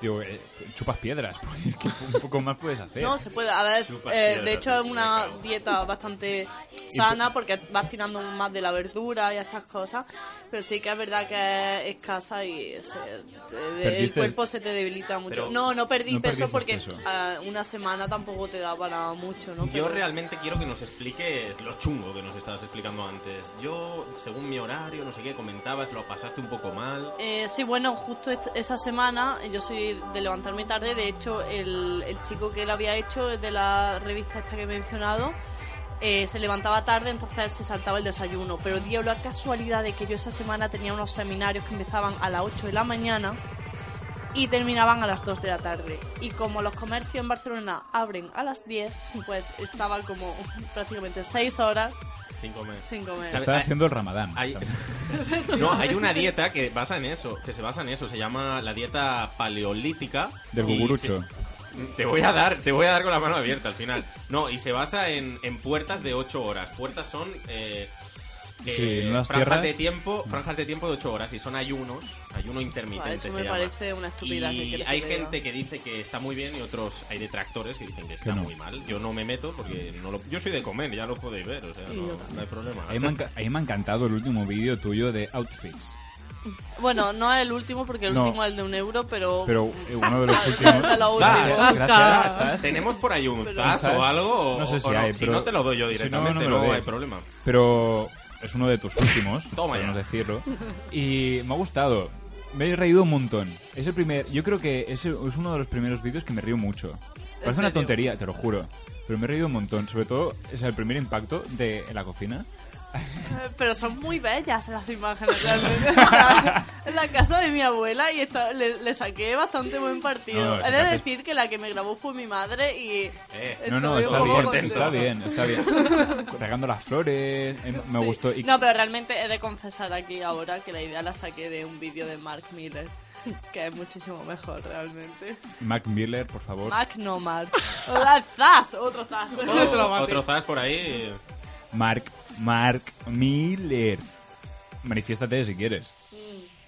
Speaker 2: digo, eh, chupas piedras, [LAUGHS] porque es que un poco más puedes hacer.
Speaker 4: No, se puede. A ver,
Speaker 2: Chupas
Speaker 4: eh,
Speaker 2: piedras,
Speaker 4: de hecho es una dieta bastante sana porque vas tirando más de la verdura y estas cosas, pero sí que es verdad que es escasa y se- te- de- el
Speaker 2: Perdiste-
Speaker 4: cuerpo se te debilita mucho.
Speaker 1: Pero
Speaker 4: no, no perdí
Speaker 1: no perdiste
Speaker 4: peso porque
Speaker 1: peso.
Speaker 4: ah, una semana tampoco te da para mucho, ¿no?
Speaker 1: Yo
Speaker 4: Pero-
Speaker 1: realmente quiero que nos expliques lo chungo que nos estabas explicando antes. Yo, según mi horario, no sé qué comentabas, lo pasaste un poco mal.
Speaker 4: Eh, sí, bueno, justo est- esa semana eh, yo soy de levantarme tarde. De hecho, el, el chico que lo había hecho es de la revista esta que he mencionado. eh, se levantaba tarde, entonces se saltaba el desayuno. Pero dio la casualidad de que yo esa semana tenía unos seminarios que empezaban a las 8 de la mañana y terminaban a las 2 de la tarde. Y como los comercios en Barcelona abren a las 10, pues estaba como prácticamente 6 horas
Speaker 1: Sin comer.
Speaker 4: sin comer.
Speaker 2: Estaba haciendo el ramadán. también.
Speaker 1: No, hay una dieta que basa en eso, que se basa en eso, se llama la dieta paleolítica. [LAUGHS]
Speaker 2: Del
Speaker 1: Y
Speaker 2: gugurucho.
Speaker 1: se- te voy a dar, te voy a dar con la mano abierta al final. No, y se basa en, en puertas de 8 horas. Puertas son eh,
Speaker 2: Sí,
Speaker 1: eh,
Speaker 2: en unas
Speaker 1: franjas
Speaker 2: tierras.
Speaker 1: de tiempo, franjas de tiempo de 8 horas y son ayunos, ayuno intermitente
Speaker 4: Ah, eso
Speaker 1: se
Speaker 4: me
Speaker 1: llama.
Speaker 4: parece una estupidez. ¿qué
Speaker 1: Y
Speaker 4: quieres
Speaker 1: hay
Speaker 4: que te diga?
Speaker 1: gente que dice que está muy bien y otros hay detractores que dicen que está
Speaker 2: no.
Speaker 1: muy mal. Yo no me meto porque no lo- yo soy de comer, ya lo podéis ver, o sea,
Speaker 4: Y
Speaker 1: no,
Speaker 4: yo también.
Speaker 1: no hay problema.
Speaker 2: A mí me ha enca- a mí me ha encantado el último vídeo tuyo de outfits.
Speaker 4: Bueno, no el último, porque el
Speaker 2: No.
Speaker 4: último es el de un euro, pero...
Speaker 2: Pero eh, uno de
Speaker 4: [LAUGHS]
Speaker 2: los
Speaker 4: Vale,
Speaker 2: últimos.
Speaker 4: de lo último.
Speaker 2: Gracias,
Speaker 4: Zasca.
Speaker 2: gracias, Zas.
Speaker 1: ¿Tenemos por ahí un
Speaker 2: Pero-
Speaker 1: zas o algo? O-
Speaker 2: No sé si
Speaker 1: o
Speaker 2: hay,
Speaker 1: Si
Speaker 2: pero-
Speaker 1: no, te lo doy yo
Speaker 2: si no,
Speaker 1: directamente,
Speaker 2: no me
Speaker 1: no,
Speaker 2: lo des.
Speaker 1: hay problema.
Speaker 2: Pero es uno de tus últimos,
Speaker 1: Toma
Speaker 2: podemos
Speaker 1: ya.
Speaker 4: [LAUGHS]
Speaker 2: decirlo. Y me ha gustado. Me he reído un montón. Es el primer, yo creo que ese es uno de los primeros vídeos que me río mucho. Parece una
Speaker 4: serio?
Speaker 2: tontería, te lo juro. Pero me he reído un montón. Sobre todo es el primer impacto de la cocina.
Speaker 4: Eh, Pero son muy bellas las imágenes realmente. [LAUGHS] O sea, en la casa de mi abuela y esta- le, le saqué bastante buen partido.
Speaker 2: No,
Speaker 4: He de
Speaker 2: sacaste-
Speaker 4: decir que la que me grabó fue mi madre y...
Speaker 1: Eh,
Speaker 2: No, no,
Speaker 4: estoy
Speaker 2: está
Speaker 4: un poco
Speaker 2: bien,
Speaker 4: contenta.
Speaker 2: está bien, está bien.
Speaker 4: [LAUGHS]
Speaker 2: Regando las flores, eh, me gustó. Y
Speaker 4: No, pero realmente he de confesar aquí ahora que la idea la saqué de un vídeo de Mark Miller, que es muchísimo mejor realmente.
Speaker 2: Mac Miller, por favor.
Speaker 4: Mark no Mark. Hola, ¡Zas! Otro zas.
Speaker 1: Otro, zas por ahí. eh.
Speaker 2: Mark, Mark Miller. Manifiéstate si quieres.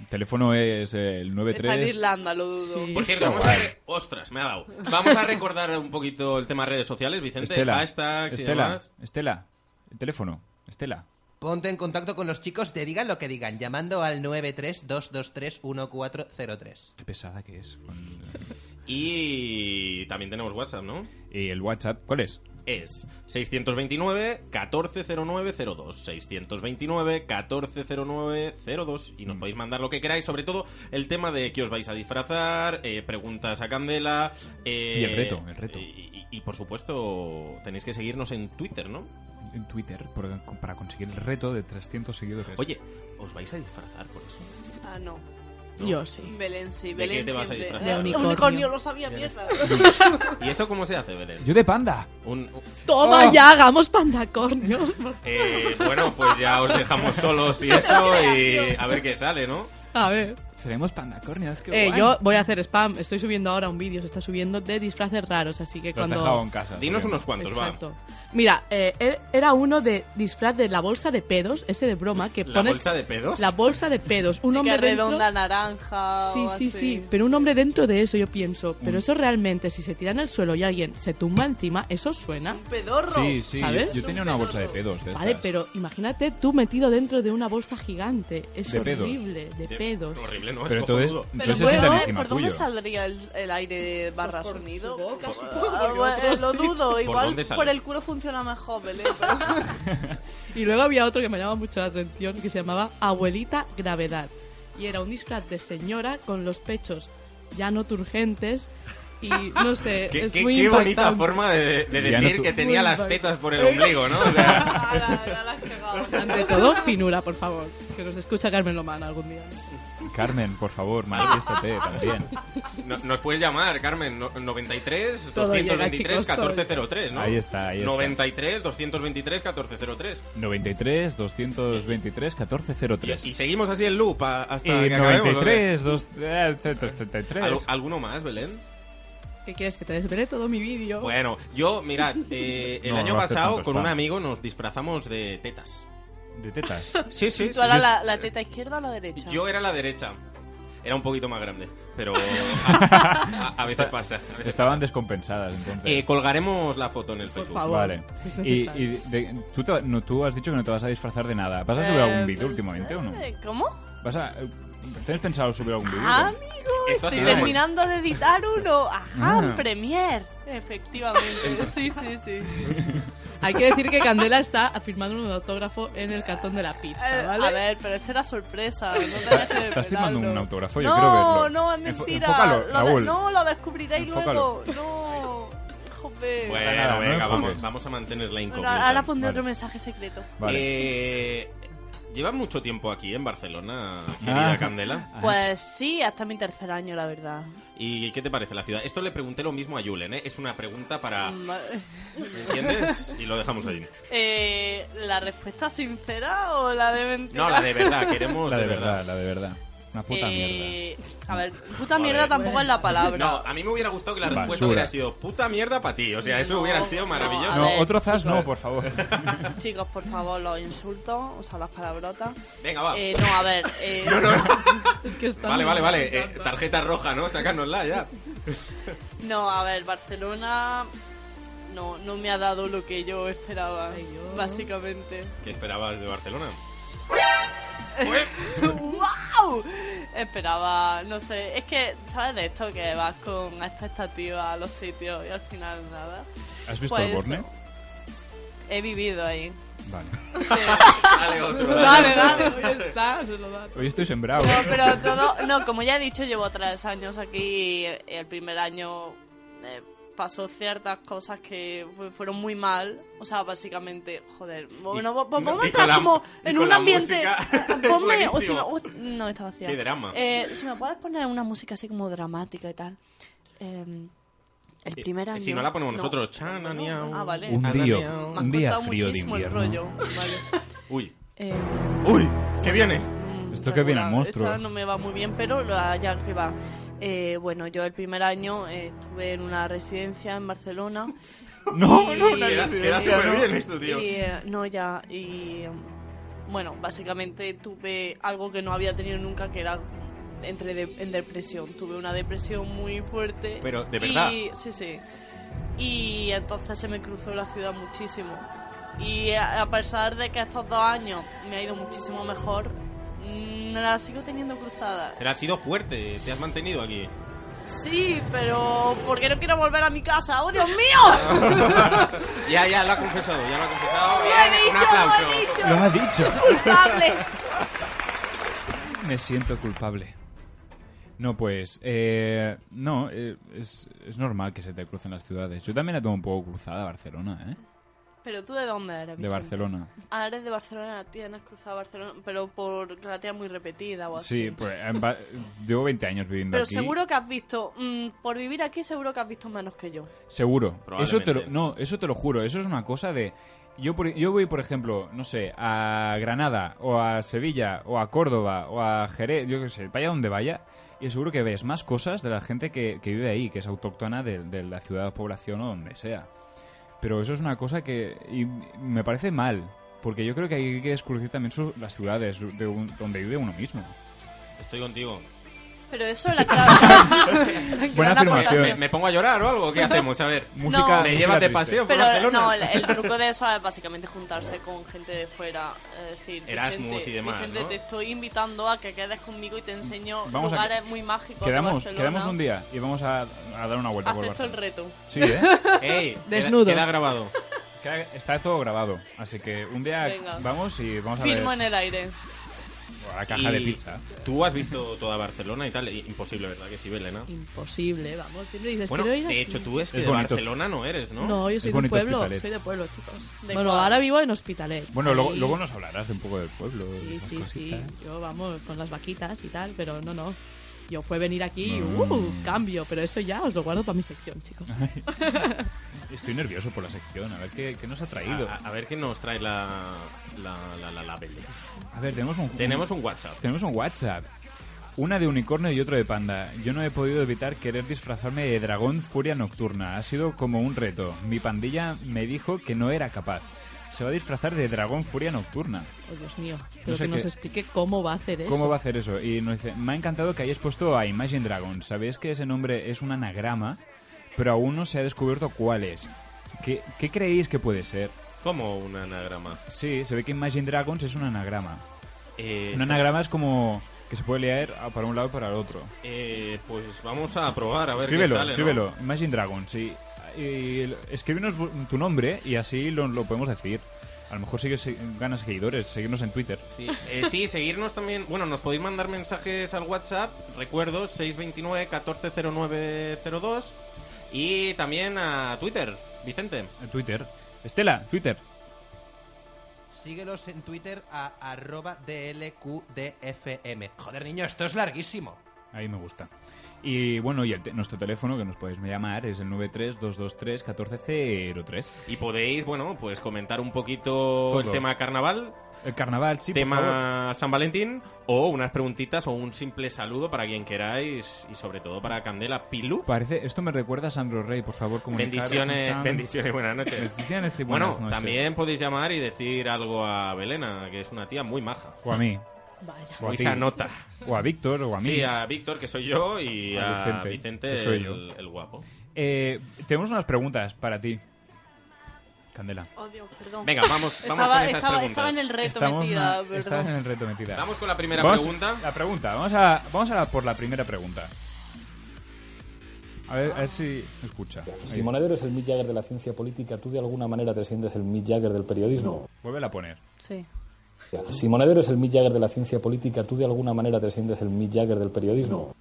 Speaker 2: El teléfono es el
Speaker 4: Está en
Speaker 2: 93.
Speaker 4: Irlanda, lo dudo.
Speaker 1: Por cierto, vamos a re- Ostras, me ha dado. Vamos a recordar un poquito el tema redes sociales, Vicente,
Speaker 2: Estela,
Speaker 1: hashtags y
Speaker 2: Estela,
Speaker 1: demás.
Speaker 2: Estela, el teléfono, Estela.
Speaker 10: Ponte en contacto con los chicos, te digan lo que digan, llamando al 932231403.
Speaker 2: Qué pesada que es.
Speaker 1: Y también tenemos WhatsApp, ¿no?
Speaker 2: ¿Y el WhatsApp cuál es?
Speaker 1: Es 629-140902. 629-140902. Y nos
Speaker 2: Mm.
Speaker 1: podéis mandar lo que queráis, sobre todo el tema de qué os vais a disfrazar, eh, preguntas a Candela. eh,
Speaker 2: Y el reto, el reto.
Speaker 1: Y, y- y, por supuesto, tenéis que seguirnos en Twitter, ¿no?
Speaker 2: En Twitter, por- para conseguir el reto de 300 seguidores.
Speaker 1: Oye, ¿os vais a disfrazar por eso?
Speaker 4: Ah, no.
Speaker 5: Yo sí.
Speaker 4: Belén sí,
Speaker 1: ¿De
Speaker 4: Belén
Speaker 1: qué te vas a
Speaker 4: siempre.
Speaker 1: disfrazar?
Speaker 4: Eh,
Speaker 1: De
Speaker 4: [LAUGHS] unicornio.
Speaker 1: unicornio.
Speaker 4: lo sabía, mierda.
Speaker 1: ¿Y eso cómo se hace, Belén?
Speaker 2: Yo de panda.
Speaker 1: Un-
Speaker 5: Toma
Speaker 2: Oh.
Speaker 5: ya, hagamos pandacornios.
Speaker 1: eh, bueno, pues ya os dejamos solos y
Speaker 5: [LAUGHS]
Speaker 1: eso, y a ver qué sale, ¿no?
Speaker 5: A ver.
Speaker 2: Seremos pandacornios, qué
Speaker 5: Eh,
Speaker 2: guay.
Speaker 5: yo voy a hacer spam. Estoy subiendo ahora un vídeo, se está subiendo de disfraces raros, así que
Speaker 2: Lo has
Speaker 5: cuando.
Speaker 2: dejado en casa.
Speaker 1: Dinos unos cuantos,
Speaker 5: Exacto. Mira, eh, er- era uno de disfraz de la bolsa de pedos, ese de broma que
Speaker 1: ¿La
Speaker 5: pones.
Speaker 1: bolsa de pedos?
Speaker 5: La bolsa de pedos. Un
Speaker 4: Un
Speaker 5: hombre dentro-
Speaker 4: redonda naranja.
Speaker 5: Sí,
Speaker 4: o
Speaker 5: sí,
Speaker 4: así.
Speaker 5: sí. Pero un hombre dentro de eso, yo pienso. Pero
Speaker 2: Mm.
Speaker 5: eso realmente, si se tira en el suelo y alguien se tumba encima, eso suena.
Speaker 4: Un pedorro.
Speaker 2: Sí, sí,
Speaker 5: ¿Sabes?
Speaker 2: yo, yo tenía una bolsa de pedos. de
Speaker 5: Vale,
Speaker 2: estas.
Speaker 5: pero imagínate tú metido dentro de una bolsa gigante. Es
Speaker 2: De pedos.
Speaker 5: horrible, de pedos.
Speaker 1: Horrible, ¿no? Es
Speaker 2: Pero entonces,
Speaker 1: cojonudo.
Speaker 4: Pero
Speaker 2: entonces se sientan
Speaker 4: bueno,
Speaker 2: encima
Speaker 4: ¿por dónde
Speaker 2: tuyo.
Speaker 4: saldría el, el aire barra
Speaker 5: Pues por
Speaker 4: sonido?
Speaker 5: su boca, supongo,
Speaker 4: Ah,
Speaker 5: porque
Speaker 4: bueno,
Speaker 5: otros
Speaker 4: lo
Speaker 5: sí.
Speaker 4: dudo,
Speaker 1: ¿Por
Speaker 4: igual
Speaker 1: dónde
Speaker 4: por,
Speaker 1: sale?
Speaker 4: el culo funciona mejor, Belén.
Speaker 2: [LAUGHS]
Speaker 5: Y luego había otro que me llamaba mucho la atención que se llamaba Abuelita Gravedad. Y era un disfraz de señora con los pechos ya no turgentes y no sé,
Speaker 1: [LAUGHS] Qué,
Speaker 5: es
Speaker 1: qué-
Speaker 5: muy
Speaker 1: qué bonita
Speaker 5: impactante.
Speaker 1: forma de, de
Speaker 2: Ya no
Speaker 1: decir
Speaker 2: tu-
Speaker 1: que tenía
Speaker 5: Muy
Speaker 1: las
Speaker 5: impactante.
Speaker 1: tetas por el ombligo, ¿no? O sea,
Speaker 5: [LAUGHS]
Speaker 4: Ah, la- la- la has cagado.
Speaker 5: Ante todo, finura, por favor. Que nos escucha Carmen Lomana algún día.
Speaker 2: Carmen, por favor, manifiéstate
Speaker 5: [LAUGHS]
Speaker 2: también.
Speaker 1: no- nos puedes llamar, Carmen, no- 93
Speaker 5: Todo llega,
Speaker 1: 223
Speaker 5: chicos, todo
Speaker 1: 1403, ¿no?
Speaker 2: Ahí está, ahí está.
Speaker 1: 93 223 1403.
Speaker 2: 93 223
Speaker 1: Y,
Speaker 2: 1403.
Speaker 1: y seguimos así el loop a- hasta
Speaker 2: Eh, Y
Speaker 1: que acabemos, ¿o qué?
Speaker 2: 93 2
Speaker 1: ¿Al- ¿Alguno más, Belén?
Speaker 5: ¿Qué quieres? ¿Que te desvele todo mi vídeo?
Speaker 1: Bueno, yo, mirad,
Speaker 2: [LAUGHS]
Speaker 1: eh, el
Speaker 2: No,
Speaker 1: año
Speaker 2: no hace
Speaker 1: pasado
Speaker 2: tanto
Speaker 1: con
Speaker 2: spam.
Speaker 1: un amigo nos disfrazamos de tetas.
Speaker 2: de tetas.
Speaker 1: Sí, sí.
Speaker 4: ¿Tú eras la, la teta izquierda o la derecha?
Speaker 1: Yo era la derecha. Era un poquito más grande,
Speaker 2: [LAUGHS]
Speaker 1: pero a, a- a veces pasa. a veces
Speaker 2: Estaban
Speaker 1: pasa.
Speaker 2: descompensadas entonces.
Speaker 1: Eh, colgaremos la foto en el Facebook.
Speaker 5: favor.
Speaker 2: Vale.
Speaker 5: Es
Speaker 2: Y,
Speaker 5: necesario.
Speaker 2: y de- tú, te- no, tú has dicho que no te vas a disfrazar de nada. ¿Vas a subir algún vídeo últimamente o no?
Speaker 4: Eh, ¿Cómo?
Speaker 2: ¿Vas a, eh, ¿Tienes pensado subir algún vídeo?
Speaker 4: Ah, amigo,
Speaker 1: Esto ha
Speaker 4: estoy
Speaker 1: sido-
Speaker 4: terminando de editar uno. Ajá,
Speaker 2: Ah.
Speaker 4: en Premiere.
Speaker 2: [LAUGHS]
Speaker 4: Efectivamente, sí, sí, sí.
Speaker 5: Hay que decir que Candela está firmando un autógrafo en el cartón de la pizza,
Speaker 4: Eh,
Speaker 5: ¿vale?
Speaker 4: A ver, pero esto era sorpresa. No tenías
Speaker 2: Está- [LAUGHS]
Speaker 4: que
Speaker 2: estás firmando un
Speaker 4: revelarlo.
Speaker 2: autógrafo, yo
Speaker 4: no,
Speaker 2: quiero verlo.
Speaker 4: No, es
Speaker 2: Enfo-
Speaker 4: mentira.
Speaker 2: enfócalo,
Speaker 4: Lo de-
Speaker 2: Raúl.
Speaker 4: no, lo descubriréis
Speaker 2: Enfócalo.
Speaker 4: luego. No, joder.
Speaker 1: Bueno,
Speaker 2: Nada, no
Speaker 1: venga,
Speaker 2: enfoques.
Speaker 1: vamos, vamos a mantener la
Speaker 4: Bueno,
Speaker 1: incógnita.
Speaker 4: ahora pondré
Speaker 2: Vale.
Speaker 4: otro mensaje secreto.
Speaker 2: Vale.
Speaker 1: Eh, ¿Llevas mucho tiempo aquí en Barcelona, querida
Speaker 2: Ah.
Speaker 1: Candela?
Speaker 4: Pues sí, hasta mi tercer año, la verdad.
Speaker 1: ¿Y qué te parece la ciudad? Esto le pregunté lo mismo a Julen, ¿eh? Es una pregunta para...
Speaker 4: Ma-
Speaker 1: ¿Me entiendes? Y lo dejamos
Speaker 2: [LAUGHS]
Speaker 1: ahí.
Speaker 4: Eh, ¿La respuesta sincera o la de mentira?
Speaker 1: No, la de verdad, queremos
Speaker 2: la de
Speaker 1: verdad.
Speaker 2: verdad, la de verdad. Una puta mierda.
Speaker 4: Eh, A ver, puta
Speaker 1: Joder.
Speaker 4: mierda tampoco es la palabra.
Speaker 1: No, a mí me hubiera gustado que la respuesta
Speaker 2: Basura.
Speaker 1: hubiera sido puta mierda para ti. O sea, eso
Speaker 4: No,
Speaker 1: hubiera sido
Speaker 4: no,
Speaker 1: maravilloso.
Speaker 4: a
Speaker 2: No,
Speaker 4: ver,
Speaker 2: otro zas no, por favor.
Speaker 4: Chicos, por favor, los insultos, o sea, las palabrotas.
Speaker 1: Venga, va.
Speaker 4: Eh, no, a ver.
Speaker 1: [LAUGHS]
Speaker 4: eh, [LAUGHS]
Speaker 5: Es que está
Speaker 1: Vale,
Speaker 5: muy-
Speaker 1: vale, vale. Eh, tarjeta roja, ¿no? Sácanosla ya.
Speaker 4: No, a ver, Barcelona no, no me ha dado lo que yo esperaba,
Speaker 5: Ay, yo.
Speaker 4: básicamente.
Speaker 1: ¿Qué esperabas de
Speaker 4: [LAUGHS]
Speaker 1: Barcelona?
Speaker 4: ¡Wow! Esperaba, no sé, es que, ¿sabes de esto? Que vas con expectativas a los sitios y al final nada.
Speaker 2: ¿Has visto
Speaker 4: Pues
Speaker 2: el Borne?
Speaker 4: eso. He vivido ahí.
Speaker 2: Vale.
Speaker 4: Sí.
Speaker 1: Dale otro.
Speaker 5: Dale, dale, hoy está, se lo da.
Speaker 2: Hoy estoy sembrado.
Speaker 4: No,
Speaker 2: ¿eh?
Speaker 4: pero todo, no, como ya he dicho, llevo tres años aquí y el primer año eh, pasó ciertas cosas que fu- fueron muy mal. O sea, básicamente, joder, bueno, vos- vos- pues vamos a
Speaker 1: y con
Speaker 4: entrar
Speaker 1: la-
Speaker 4: como
Speaker 1: y
Speaker 4: en
Speaker 1: con
Speaker 4: un
Speaker 1: la
Speaker 4: ambiente. [LAUGHS]
Speaker 1: música,
Speaker 4: Ponme, o
Speaker 1: buenísimo.
Speaker 4: si me- o- no, está vacía.
Speaker 1: Qué drama.
Speaker 4: Eh, si me puedes poner una música así como dramática y tal. Eh, el primer año.
Speaker 1: Eh, Si no la ponemos
Speaker 4: no.
Speaker 1: nosotros, chana, niau.
Speaker 4: Ah, vale.
Speaker 2: Un
Speaker 1: Ana,
Speaker 2: día-
Speaker 1: niau.
Speaker 4: Me has
Speaker 2: un día
Speaker 4: cortado
Speaker 2: frío de
Speaker 4: muchísimo el
Speaker 2: invierno.
Speaker 4: rollo. Vale.
Speaker 2: [LAUGHS]
Speaker 1: Uy.
Speaker 4: Eh,
Speaker 1: ¡Uy! ¿Qué viene?
Speaker 4: Mm,
Speaker 2: Esto que viene al
Speaker 4: regular.
Speaker 2: monstruo.
Speaker 4: Esta no me va muy bien, pero la- ya que va. Eh, bueno, yo el primer año eh, estuve en una residencia en Barcelona.
Speaker 2: No, Oh, no, una
Speaker 1: Queda-
Speaker 2: residencia,
Speaker 1: Queda súper bien
Speaker 2: no.
Speaker 1: esto, tío.
Speaker 4: Y, eh, no, ya. Y eh, bueno, básicamente tuve algo que no había tenido nunca, que era entre de- en depresión. Tuve una depresión muy fuerte.
Speaker 1: Pero, ¿de
Speaker 4: y-
Speaker 1: verdad?
Speaker 4: sí, sí. Y entonces se me cruzó la ciudad muchísimo. Y a a pesar de que estos dos años me ha ido muchísimo mejor, mm, la sigo teniendo cruzada.
Speaker 1: Pero has sido fuerte, te has mantenido aquí.
Speaker 4: Sí, pero ¿por qué no quiero volver a mi casa? ¡Oh,
Speaker 1: [LAUGHS]
Speaker 4: Dios mío!
Speaker 1: Ya, ya, lo ha confesado, ya lo ha confesado.
Speaker 4: Lo he
Speaker 1: Un
Speaker 4: dicho,
Speaker 1: aplauso.
Speaker 4: lo he dicho.
Speaker 2: Lo ha dicho.
Speaker 4: Culpable.
Speaker 2: Me siento culpable. No, pues, eh, no, eh, es, es normal que se te crucen las ciudades. Yo también la tengo un poco cruzada Barcelona, ¿eh?
Speaker 4: ¿Pero tú de dónde eres?
Speaker 2: De
Speaker 4: Vicente?
Speaker 2: Barcelona.
Speaker 4: Ah, eres de Barcelona, tienes cruzado Barcelona, pero por la tía muy repetida o así.
Speaker 2: Sí, pues en Ba- llevo 20 años viviendo
Speaker 4: Pero
Speaker 2: aquí.
Speaker 4: seguro que has visto, mm, por vivir aquí seguro que has visto menos que yo.
Speaker 2: Seguro. Eso te lo,
Speaker 1: Probablemente.
Speaker 2: no, eso te lo juro. Eso es una cosa de... Yo, por- yo voy, por ejemplo, no sé, a Granada o a Sevilla o a Córdoba o a Jerez, yo qué sé, vaya donde vaya, y seguro que ves más cosas de la gente que, que vive ahí, que es autóctona de, de la ciudad, población o donde sea. Pero eso es una cosa que y me parece mal, porque yo creo que hay que descubrir también su- las ciudades de un- donde vive uno mismo.
Speaker 1: Estoy contigo.
Speaker 4: Pero eso es la clave.
Speaker 2: [LAUGHS]
Speaker 4: [LAUGHS]
Speaker 2: Buena
Speaker 4: Gran
Speaker 2: afirmación.
Speaker 4: aportación.
Speaker 1: Eh, ¿Me, me pongo a llorar o algo? ¿Qué hacemos? A
Speaker 4: [LAUGHS]
Speaker 1: ver.
Speaker 2: Música-
Speaker 1: ¿Me llevas de
Speaker 2: música
Speaker 1: paseo por
Speaker 4: Pero
Speaker 1: Barcelona?
Speaker 4: no, el, el truco de eso es básicamente juntarse con gente de fuera. Es decir,
Speaker 1: Erasmus
Speaker 4: Vicente,
Speaker 1: y demás,
Speaker 4: Vicente,
Speaker 1: ¿no?
Speaker 4: te estoy invitando a que quedes conmigo y te enseño
Speaker 2: Vamos a-
Speaker 4: lugares muy mágicos. de
Speaker 2: Quedamos,
Speaker 4: Barcelona.
Speaker 2: quedamos un día y vamos a, a dar una vuelta por
Speaker 4: Acepto el
Speaker 2: Barcelona.
Speaker 4: reto.
Speaker 2: Sí, ¿eh?
Speaker 1: Ey, queda-
Speaker 5: Desnudos.
Speaker 1: Queda grabado.
Speaker 2: Queda- Está todo grabado, así que un día
Speaker 4: Venga.
Speaker 2: vamos y vamos a
Speaker 4: Firmo
Speaker 2: ver
Speaker 4: en el aire.
Speaker 2: la caja de
Speaker 1: Y
Speaker 2: pizza.
Speaker 1: Tú has visto toda Barcelona y tal. I- Imposible, ¿verdad? Que sí, Belén. ¿no?
Speaker 5: Imposible, vamos. Siempre dices,
Speaker 1: Bueno,
Speaker 5: quiero ir
Speaker 1: de
Speaker 5: aquí.
Speaker 1: hecho, tú es que
Speaker 2: Es
Speaker 1: de
Speaker 2: bonito.
Speaker 1: Barcelona no eres, ¿no?
Speaker 5: ¿no? yo soy
Speaker 2: Es
Speaker 5: de un
Speaker 2: bonito
Speaker 5: pueblo,
Speaker 2: Hospitalet.
Speaker 5: soy de pueblo, chicos.
Speaker 4: ¿De
Speaker 5: bueno,
Speaker 4: cuál?
Speaker 5: ahora vivo en Hospitalet.
Speaker 2: Bueno, luego,
Speaker 5: Ahí-
Speaker 2: luego nos hablarás de un poco del pueblo. de
Speaker 5: Sí,
Speaker 2: esas
Speaker 5: sí, sí.
Speaker 2: cositas. ¿eh?
Speaker 5: Yo, vamos, con las vaquitas y tal, pero no, no. Yo fue venir aquí y,
Speaker 2: No.
Speaker 5: uh, cambio, pero eso ya os lo guardo para mi sección, chicos.
Speaker 2: Estoy nervioso por la sección, a ver qué, qué nos ha traído.
Speaker 1: A, a ver qué nos trae la, la, la, la, la Belén.
Speaker 2: A ver, tenemos un,
Speaker 1: Tenemos un WhatsApp.
Speaker 2: tenemos un WhatsApp. Una de unicornio y otro de panda. Yo no he podido evitar querer disfrazarme de dragón furia nocturna. Ha sido como un reto. Mi pandilla me dijo que no era capaz. Se va a disfrazar de dragón furia nocturna.
Speaker 5: Oh, Dios mío. Pero
Speaker 2: No sé
Speaker 5: que nos
Speaker 2: qué-
Speaker 5: explique cómo va a hacer eso.
Speaker 2: ¿Cómo va a hacer eso? Y nos dice, me ha encantado que hayáis puesto a Imagine Dragons. Sabéis que ese nombre es un anagrama, pero aún no se ha descubierto cuál es. ¿Qué, qué creéis que puede ser?
Speaker 1: Como un anagrama.
Speaker 2: Sí, se ve que Imagine Dragons es un anagrama.
Speaker 1: Eh,
Speaker 2: Un anagrama es como que se puede leer a- para un lado y para el otro.
Speaker 1: eh, pues vamos a probar, a ver
Speaker 2: escríbelo,
Speaker 1: qué sale. ¿no?
Speaker 2: escríbelo. Imagine Dragons. Y, y el- escríbenos vu- tu nombre y así lo, lo podemos decir. A lo mejor sigues, eh, ganas seguidores, seguirnos en Twitter.
Speaker 1: Sí, eh, sí, seguirnos también. Bueno, nos podéis mandar mensajes al WhatsApp, recuerdo, 629-140902. Y también a Twitter, Vicente.
Speaker 2: En Twitter. Estela, Twitter.
Speaker 10: Síguelos en Twitter a arroba DLQDFM. Joder, niño, esto es larguísimo.
Speaker 2: Ahí me gusta. Y bueno, y el te- nuestro teléfono que nos podéis llamar es el 932231403.
Speaker 1: Y podéis, bueno, pues comentar un poquito el
Speaker 2: Todo.
Speaker 1: tema carnaval,
Speaker 2: El carnaval, sí, por favor.
Speaker 1: tema San Valentín, o unas preguntitas o un simple saludo para quien queráis, y sobre todo para Candela Pilu.
Speaker 2: Parece, esto me recuerda a Sandro Rey, por favor, comunicaros.
Speaker 1: Bendiciones,
Speaker 2: Sam.
Speaker 1: bendiciones, buenas
Speaker 2: [LAUGHS]
Speaker 1: noches.
Speaker 2: Bendiciones y buenas
Speaker 1: Bueno,
Speaker 2: noches.
Speaker 1: también podéis llamar y decir algo a Belena, que es una tía muy maja.
Speaker 2: O a mí,
Speaker 5: Vaya.
Speaker 2: O a
Speaker 1: Muy
Speaker 2: ti.
Speaker 1: sanota.
Speaker 2: o a Víctor, o a mí.
Speaker 1: Sí, a Víctor, que soy yo, y
Speaker 2: A
Speaker 1: a,
Speaker 2: Vicente,
Speaker 1: Vicente,
Speaker 2: que soy
Speaker 1: el,
Speaker 2: yo.
Speaker 1: el guapo.
Speaker 2: Eh, tenemos unas preguntas para ti, Candela.
Speaker 4: Oh, Dios, perdón.
Speaker 1: Venga, vamos, vamos
Speaker 4: estaba,
Speaker 1: con esas
Speaker 4: estaba,
Speaker 1: preguntas.
Speaker 4: estaba en el reto metida,
Speaker 2: na- estás en
Speaker 4: perdón.
Speaker 2: el reto metida.
Speaker 1: Vamos con la primera
Speaker 2: Vamos-
Speaker 1: pregunta.
Speaker 2: La pregunta, vamos a, vamos a por la primera pregunta. A ver, a ver si me escucha.
Speaker 12: Si
Speaker 2: Ahí.
Speaker 12: Monedero es el Mick Jagger de la ciencia política, ¿tú de alguna manera te sientes el Mick Jagger del periodismo?
Speaker 2: Vuelve a poner.
Speaker 4: Sí.
Speaker 12: Si Monedero es el Mick Jagger de la ciencia política, ¿tú de alguna manera te sientes el Mick Jagger del periodismo?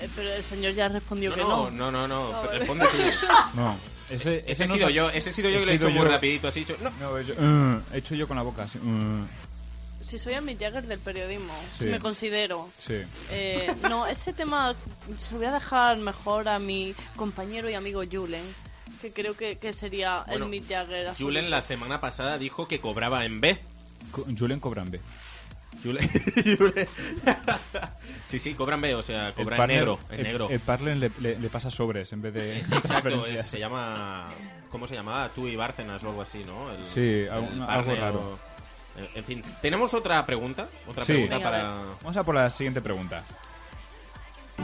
Speaker 4: Eh, pero el señor ya respondió
Speaker 1: No,
Speaker 4: que
Speaker 1: no,
Speaker 4: no.
Speaker 1: no, no, no,
Speaker 4: Ah, vale.
Speaker 1: responde tú.
Speaker 4: [LAUGHS]
Speaker 2: No. Ese,
Speaker 1: Ese he sido yo, eh. ese he sido yo que lo he hecho
Speaker 2: sido
Speaker 1: muy rapidito, así he dicho, no.
Speaker 2: yo- Mm, he hecho yo con la boca así. mm.
Speaker 4: Si soy a Mick Jagger del periodismo,
Speaker 2: Sí.
Speaker 4: me considero.
Speaker 2: Sí.
Speaker 4: Eh, no, ese tema se lo voy a dejar mejor a mi compañero y amigo Julen, que creo que, que sería
Speaker 1: Bueno,
Speaker 4: el Mick Jagger. absoluto.
Speaker 1: Julen la semana pasada dijo que cobraba en B.
Speaker 2: Co- Julen cobran B.
Speaker 1: [LAUGHS] Julen. Julen- sí, sí, cobran B, o sea, cobra en
Speaker 2: partner-
Speaker 1: negro. En
Speaker 2: el-
Speaker 1: negro.
Speaker 2: El, partner le, le- le pasa sobres en vez
Speaker 1: [LAUGHS]
Speaker 2: de. [LAUGHS]
Speaker 1: Exacto,
Speaker 2: transferencias.
Speaker 1: es- se llama. ¿Cómo se llamaba? Tú y Bárcenas o algo así, ¿no? El-
Speaker 2: Sí,
Speaker 1: el
Speaker 2: algo- algo
Speaker 1: partner
Speaker 2: raro.
Speaker 1: o- en- En fin, tenemos otra pregunta. Otra
Speaker 2: Sí.
Speaker 1: pregunta
Speaker 2: Venga,
Speaker 1: para.
Speaker 2: Vamos a por la siguiente pregunta.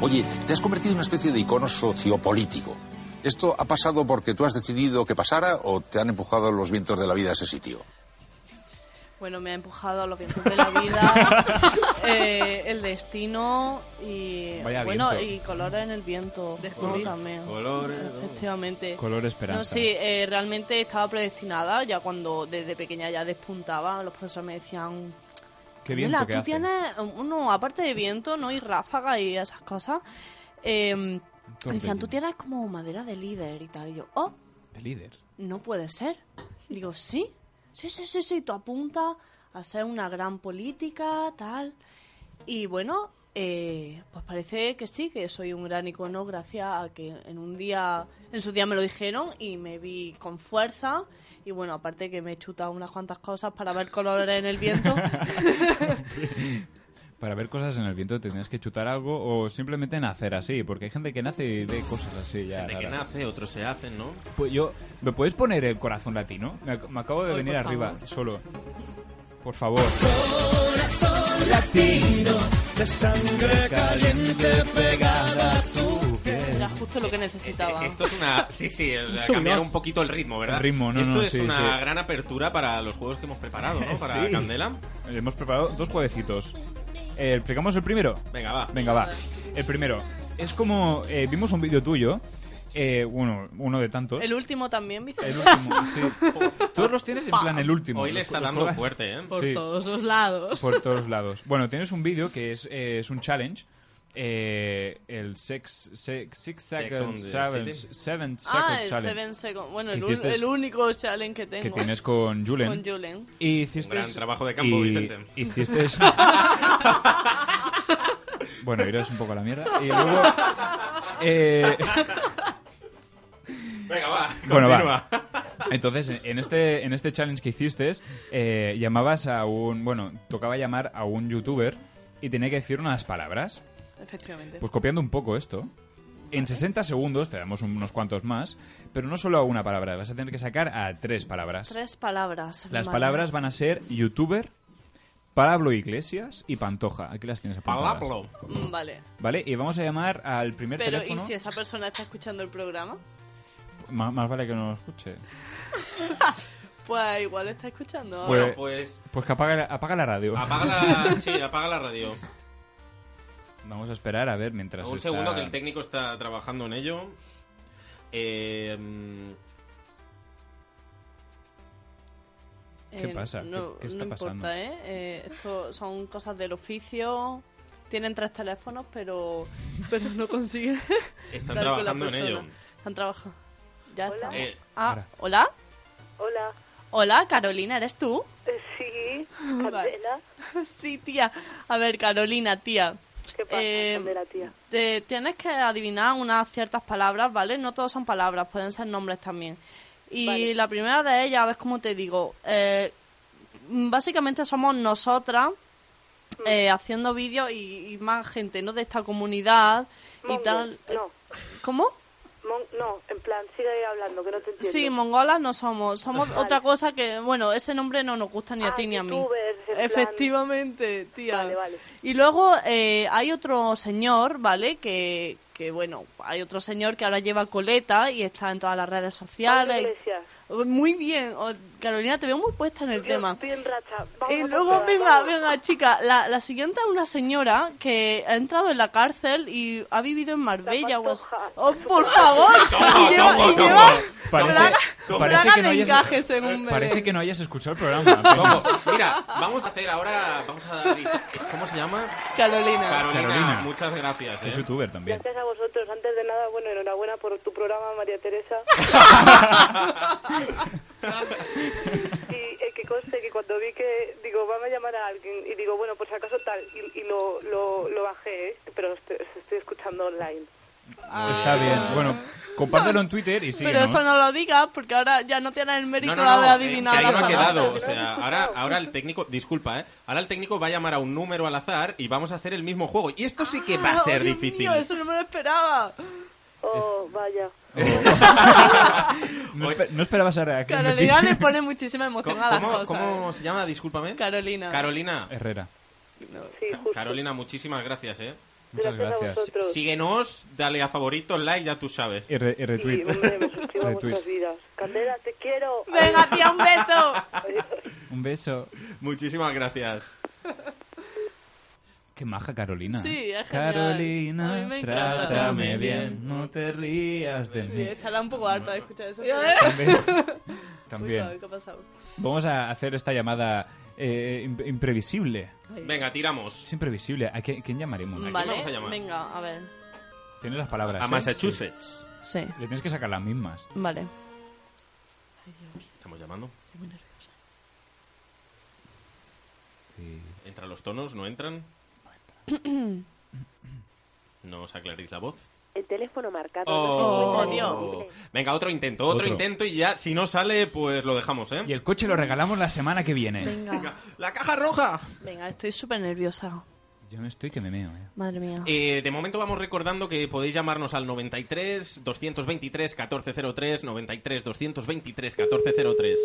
Speaker 13: Oye, te has convertido en una especie de icono sociopolítico. ¿Esto ha pasado porque tú has decidido que pasara o te han empujado los vientos de la vida a ese sitio?
Speaker 4: Bueno, me ha empujado a los vientos de la vida, eh, el destino y
Speaker 2: Vaya
Speaker 4: bueno
Speaker 2: viento.
Speaker 4: y colores en el viento.
Speaker 5: Descubrir.
Speaker 4: ¿no? también.
Speaker 1: Colores, ¿no?
Speaker 4: Efectivamente.
Speaker 2: Color esperanza.
Speaker 4: No, sí, eh, realmente estaba predestinada ya cuando desde pequeña ya despuntaba. Los profesores me decían,
Speaker 2: Qué
Speaker 4: Mira,
Speaker 2: viento que
Speaker 4: tú
Speaker 2: hace.
Speaker 4: tienes, uno, aparte de viento, ¿no? Y ráfaga y esas cosas. eh, me
Speaker 2: torbellino.
Speaker 4: decían, tú tienes como madera de líder y tal. Y yo, oh,
Speaker 2: De líder.
Speaker 4: no puede ser. Digo, sí, sí, sí, sí, sí, tú apuntas a ser una gran política, tal. Y bueno, eh, pues parece que sí, que soy un gran icono gracias a que en un día, en su día me lo dijeron y me vi con fuerza. Y bueno, aparte que me he chutado unas cuantas cosas para ver colores en
Speaker 2: [LAUGHS]
Speaker 4: el viento.
Speaker 2: Para ver cosas en el viento te tienes que chutar algo o simplemente nacer así, porque hay gente que nace y ve cosas así ya.
Speaker 1: Gente que
Speaker 2: raras.
Speaker 1: nace, otros se hacen, ¿no?
Speaker 2: Pues yo, ¿me puedes poner el corazón latino? Me, ac- me acabo de
Speaker 1: Ay,
Speaker 2: venir
Speaker 1: por
Speaker 2: arriba
Speaker 1: favor.
Speaker 2: solo. Por favor.
Speaker 6: Latino de sangre caliente pegada a tu piel.
Speaker 4: Era justo lo que necesitaba.
Speaker 1: Eh, Esto es una. Sí, sí,
Speaker 4: [LAUGHS]
Speaker 1: o sea,
Speaker 2: Subidón.
Speaker 1: cambiar un poquito el ritmo, ¿verdad?
Speaker 2: El ritmo, no,
Speaker 1: Esto
Speaker 2: no,
Speaker 1: es
Speaker 2: sí,
Speaker 1: una
Speaker 2: sí.
Speaker 1: gran apertura para los juegos que hemos preparado,
Speaker 2: [LAUGHS]
Speaker 1: ¿no? Para
Speaker 2: Sí.
Speaker 1: Candela.
Speaker 2: Hemos preparado dos jueguecitos. Eh, ¿Explicamos el primero?
Speaker 1: Venga, va.
Speaker 2: Venga, va. El primero. Es como... eh, vimos un vídeo tuyo. eh, uno, uno de tantos.
Speaker 4: El último también, Vicente.
Speaker 2: El último, sí. Todos los tienes en
Speaker 4: Pa.
Speaker 2: plan el último.
Speaker 1: Hoy le
Speaker 2: Los-
Speaker 1: está
Speaker 2: los
Speaker 1: dando
Speaker 2: juegas-
Speaker 1: fuerte, ¿eh?
Speaker 5: Por
Speaker 2: Sí.
Speaker 5: todos los lados.
Speaker 2: Por todos lados. Bueno, tienes un vídeo que es, eh, es un challenge. eh, el sex, sex, Six Second
Speaker 1: on the
Speaker 2: Seven,
Speaker 1: City.
Speaker 2: seven
Speaker 4: Ah,
Speaker 2: Second
Speaker 4: el
Speaker 2: Challenge.
Speaker 4: Seven Second. Bueno,
Speaker 2: Que
Speaker 4: el,
Speaker 2: hiciste-
Speaker 4: ul- el único challenge que tengo.
Speaker 2: que tienes con Julen.
Speaker 4: Con Julen.
Speaker 2: Y hiciste
Speaker 1: Un gran trabajo de campo, Vicente.
Speaker 2: Hiciste bueno, iros un poco a la mierda. Y luego. eh,
Speaker 1: Venga,
Speaker 2: [LAUGHS]
Speaker 1: va.
Speaker 2: bueno,
Speaker 1: continúa.
Speaker 2: va. Entonces, en- en este, en este challenge que hiciste, eh, llamabas a un. Bueno, tocaba llamar a un youtuber y tenía que decir unas palabras.
Speaker 4: Efectivamente.
Speaker 2: Pues copiando un poco esto. En 60 segundos, te damos unos cuantos más, pero no solo a una palabra, vas a tener que sacar a tres palabras.
Speaker 4: Tres palabras.
Speaker 2: Las
Speaker 4: vale.
Speaker 2: palabras van a ser youtuber, Pablo Iglesias y Pantoja. Aquí las tienes apuntadas.
Speaker 1: Palablo.
Speaker 4: Mm, Vale.
Speaker 2: Vale, y vamos a llamar al primer
Speaker 4: Pero, ¿y
Speaker 2: teléfono.
Speaker 4: si esa persona está escuchando el programa?
Speaker 2: Ma- Más vale que no lo escuche.
Speaker 4: Pues igual está escuchando.
Speaker 1: Bueno,
Speaker 2: [LAUGHS]
Speaker 1: pues.
Speaker 2: Pues que apaga, la- apaga la radio.
Speaker 1: Apaga la, sí, apaga la radio.
Speaker 2: Vamos a esperar a ver mientras.
Speaker 1: Un
Speaker 2: Pues está-
Speaker 1: segundo que el técnico está trabajando en ello. Eh, mm,
Speaker 2: ¿Qué pasa?
Speaker 4: Eh, No,
Speaker 2: ¿Qué- qué está
Speaker 4: no
Speaker 2: pasando?
Speaker 4: importa, ¿eh? Eh, Esto son cosas del oficio. Tienen tres teléfonos, pero, pero no consiguen.
Speaker 1: [LAUGHS] Están
Speaker 4: dar con la
Speaker 1: trabajando en
Speaker 4: persona.
Speaker 1: ello.
Speaker 4: Están trabajando. Ya está. [LAUGHS]
Speaker 1: Eh,
Speaker 4: Ah, ¿hola?
Speaker 14: Hola.
Speaker 4: Hola, Carolina, ¿eres tú?
Speaker 14: Eh, Sí,
Speaker 4: Mm,
Speaker 14: eh,
Speaker 4: Vale. [LAUGHS] Sí, tía. A ver, Carolina, tía. ¿Qué pasa,
Speaker 14: tía?
Speaker 4: Te, tienes que adivinar unas ciertas palabras, ¿vale? No todos son palabras, pueden ser nombres también. Y
Speaker 14: Vale.
Speaker 4: la primera de ellas, a ver cómo te digo. eh, básicamente somos nosotras
Speaker 14: Mm.
Speaker 4: eh, haciendo vídeos y, y más gente, ¿no? De esta comunidad y
Speaker 14: Mongol,
Speaker 4: tal. eh.
Speaker 14: no.
Speaker 4: ¿Cómo?
Speaker 14: Mon- no, en plan, sigue hablando, que no te entiendo.
Speaker 4: Sí, mongolas no somos. Somos
Speaker 14: Vale.
Speaker 4: otra cosa que, bueno, ese nombre no nos gusta ni a
Speaker 14: Ah,
Speaker 4: ti ni a mí.
Speaker 14: youtubers, en plan-
Speaker 4: Efectivamente, tía.
Speaker 14: Vale, vale.
Speaker 4: Y luego eh, hay otro señor, ¿vale? Que, que, bueno, hay otro señor que ahora lleva coleta y está en todas las redes
Speaker 14: Pablo
Speaker 4: sociales.
Speaker 14: Iglesias.
Speaker 4: Muy bien, o- Carolina, te veo muy puesta en el tema.
Speaker 14: Estoy en racha.
Speaker 4: Y luego, venga, venga, chica, la, la siguiente es una señora que ha entrado en la cárcel y ha vivido en Marbella. o así. ¡Oh, por
Speaker 2: [LAUGHS]
Speaker 4: favor! y lleva, y lleva plaga, plaga de encaje, según me
Speaker 2: parece
Speaker 4: ven.
Speaker 2: que no hayas escuchado el programa. apenas.
Speaker 1: Vamos, mira, vamos a hacer ahora. Vamos a dar. ¿Cómo se llama?
Speaker 4: Carolina.
Speaker 1: Carolina,
Speaker 2: Carolina.
Speaker 1: muchas gracias.
Speaker 2: Es
Speaker 1: ¿eh?
Speaker 2: youtuber también.
Speaker 14: Gracias a vosotros. Antes de nada, bueno, enhorabuena por tu programa, María Teresa. y eh, que conste que cuando vi que, digo, van a llamar a alguien y digo, bueno, por si acaso tal, y, y lo, lo, lo bajé, ¿eh? pero os te- os estoy, escuchando online.
Speaker 2: Está bien. Bueno, compártelo en Twitter y síguenos.
Speaker 4: Ah. Pero eso no lo digas porque ahora ya no tienes el mérito
Speaker 1: No, no, no,
Speaker 4: de
Speaker 1: eh,
Speaker 4: adivinar.
Speaker 1: que ahí no
Speaker 4: la
Speaker 1: ha
Speaker 4: palabra.
Speaker 1: quedado. O sea, ahora, ahora el técnico, disculpa, ¿eh? Ahora el técnico va a llamar a un número al azar y vamos a hacer el mismo juego. Y esto sí que va a
Speaker 4: Ah,
Speaker 1: ser
Speaker 4: oh, Dios
Speaker 1: difícil.
Speaker 4: mío, eso no me
Speaker 1: [LAUGHS]
Speaker 4: lo esperaba.
Speaker 14: Oh, vaya.
Speaker 2: No, espe- no esperabas a reacción. de ti.
Speaker 4: Carolina le pone muchísima emoción
Speaker 1: ¿Cómo,
Speaker 4: a las
Speaker 1: cómo-
Speaker 4: cosas.
Speaker 1: cómo se llama? Discúlpame.
Speaker 4: eh. Carolina.
Speaker 1: Carolina. [LAUGHS]
Speaker 2: Herrera.
Speaker 1: Carolina, muchísimas gracias, ¿eh?
Speaker 2: Muchas Gracias a gracias. vosotros.
Speaker 1: Síguenos, dale a favoritos, like, ya tú sabes.
Speaker 2: Y, re- y retweet. [LAUGHS] retweet.
Speaker 14: Candela, te quiero.
Speaker 4: Venga, tía,
Speaker 1: [LAUGHS]
Speaker 4: un beso.
Speaker 2: Un beso.
Speaker 1: Muchísimas gracias.
Speaker 2: Qué maja Carolina.
Speaker 4: Sí, es genial. A mí
Speaker 2: Carolina,
Speaker 4: me encanta.
Speaker 2: trátame bien, no te rías de
Speaker 4: Sí,
Speaker 2: mí.
Speaker 4: estará un poco harta de escuchar eso. [LAUGHS]
Speaker 2: También.
Speaker 4: Uy,
Speaker 2: También.
Speaker 4: ¿qué ha pasado?
Speaker 2: Vamos a hacer esta llamada eh, imp- imprevisible.
Speaker 1: Venga, tiramos.
Speaker 2: Es imprevisible. ¿A quién, quién llamaremos?
Speaker 4: Vale, venga, a ver.
Speaker 2: Tiene las palabras.
Speaker 1: A
Speaker 2: ¿eh?
Speaker 1: Massachusetts.
Speaker 4: Sí.
Speaker 2: Le tienes que sacar las mismas.
Speaker 4: Vale.
Speaker 1: Estamos llamando. ¿Entran los tonos? ¿No entran? ¿No os aclaréis la voz? Oh.
Speaker 14: El teléfono marcado.
Speaker 2: Oh.
Speaker 1: Venga, otro intento, otro,
Speaker 2: Otro.
Speaker 1: intento y ya, si no sale, pues lo dejamos, ¿eh?
Speaker 2: Y el coche lo regalamos la semana que viene.
Speaker 4: Venga.
Speaker 1: La caja roja.
Speaker 4: Venga, estoy súper nerviosa.
Speaker 2: Yo me estoy que me meo, ¿eh?
Speaker 4: Madre mía.
Speaker 1: Eh, de momento vamos recordando que podéis llamarnos al 93 223 1403 93 223 1403.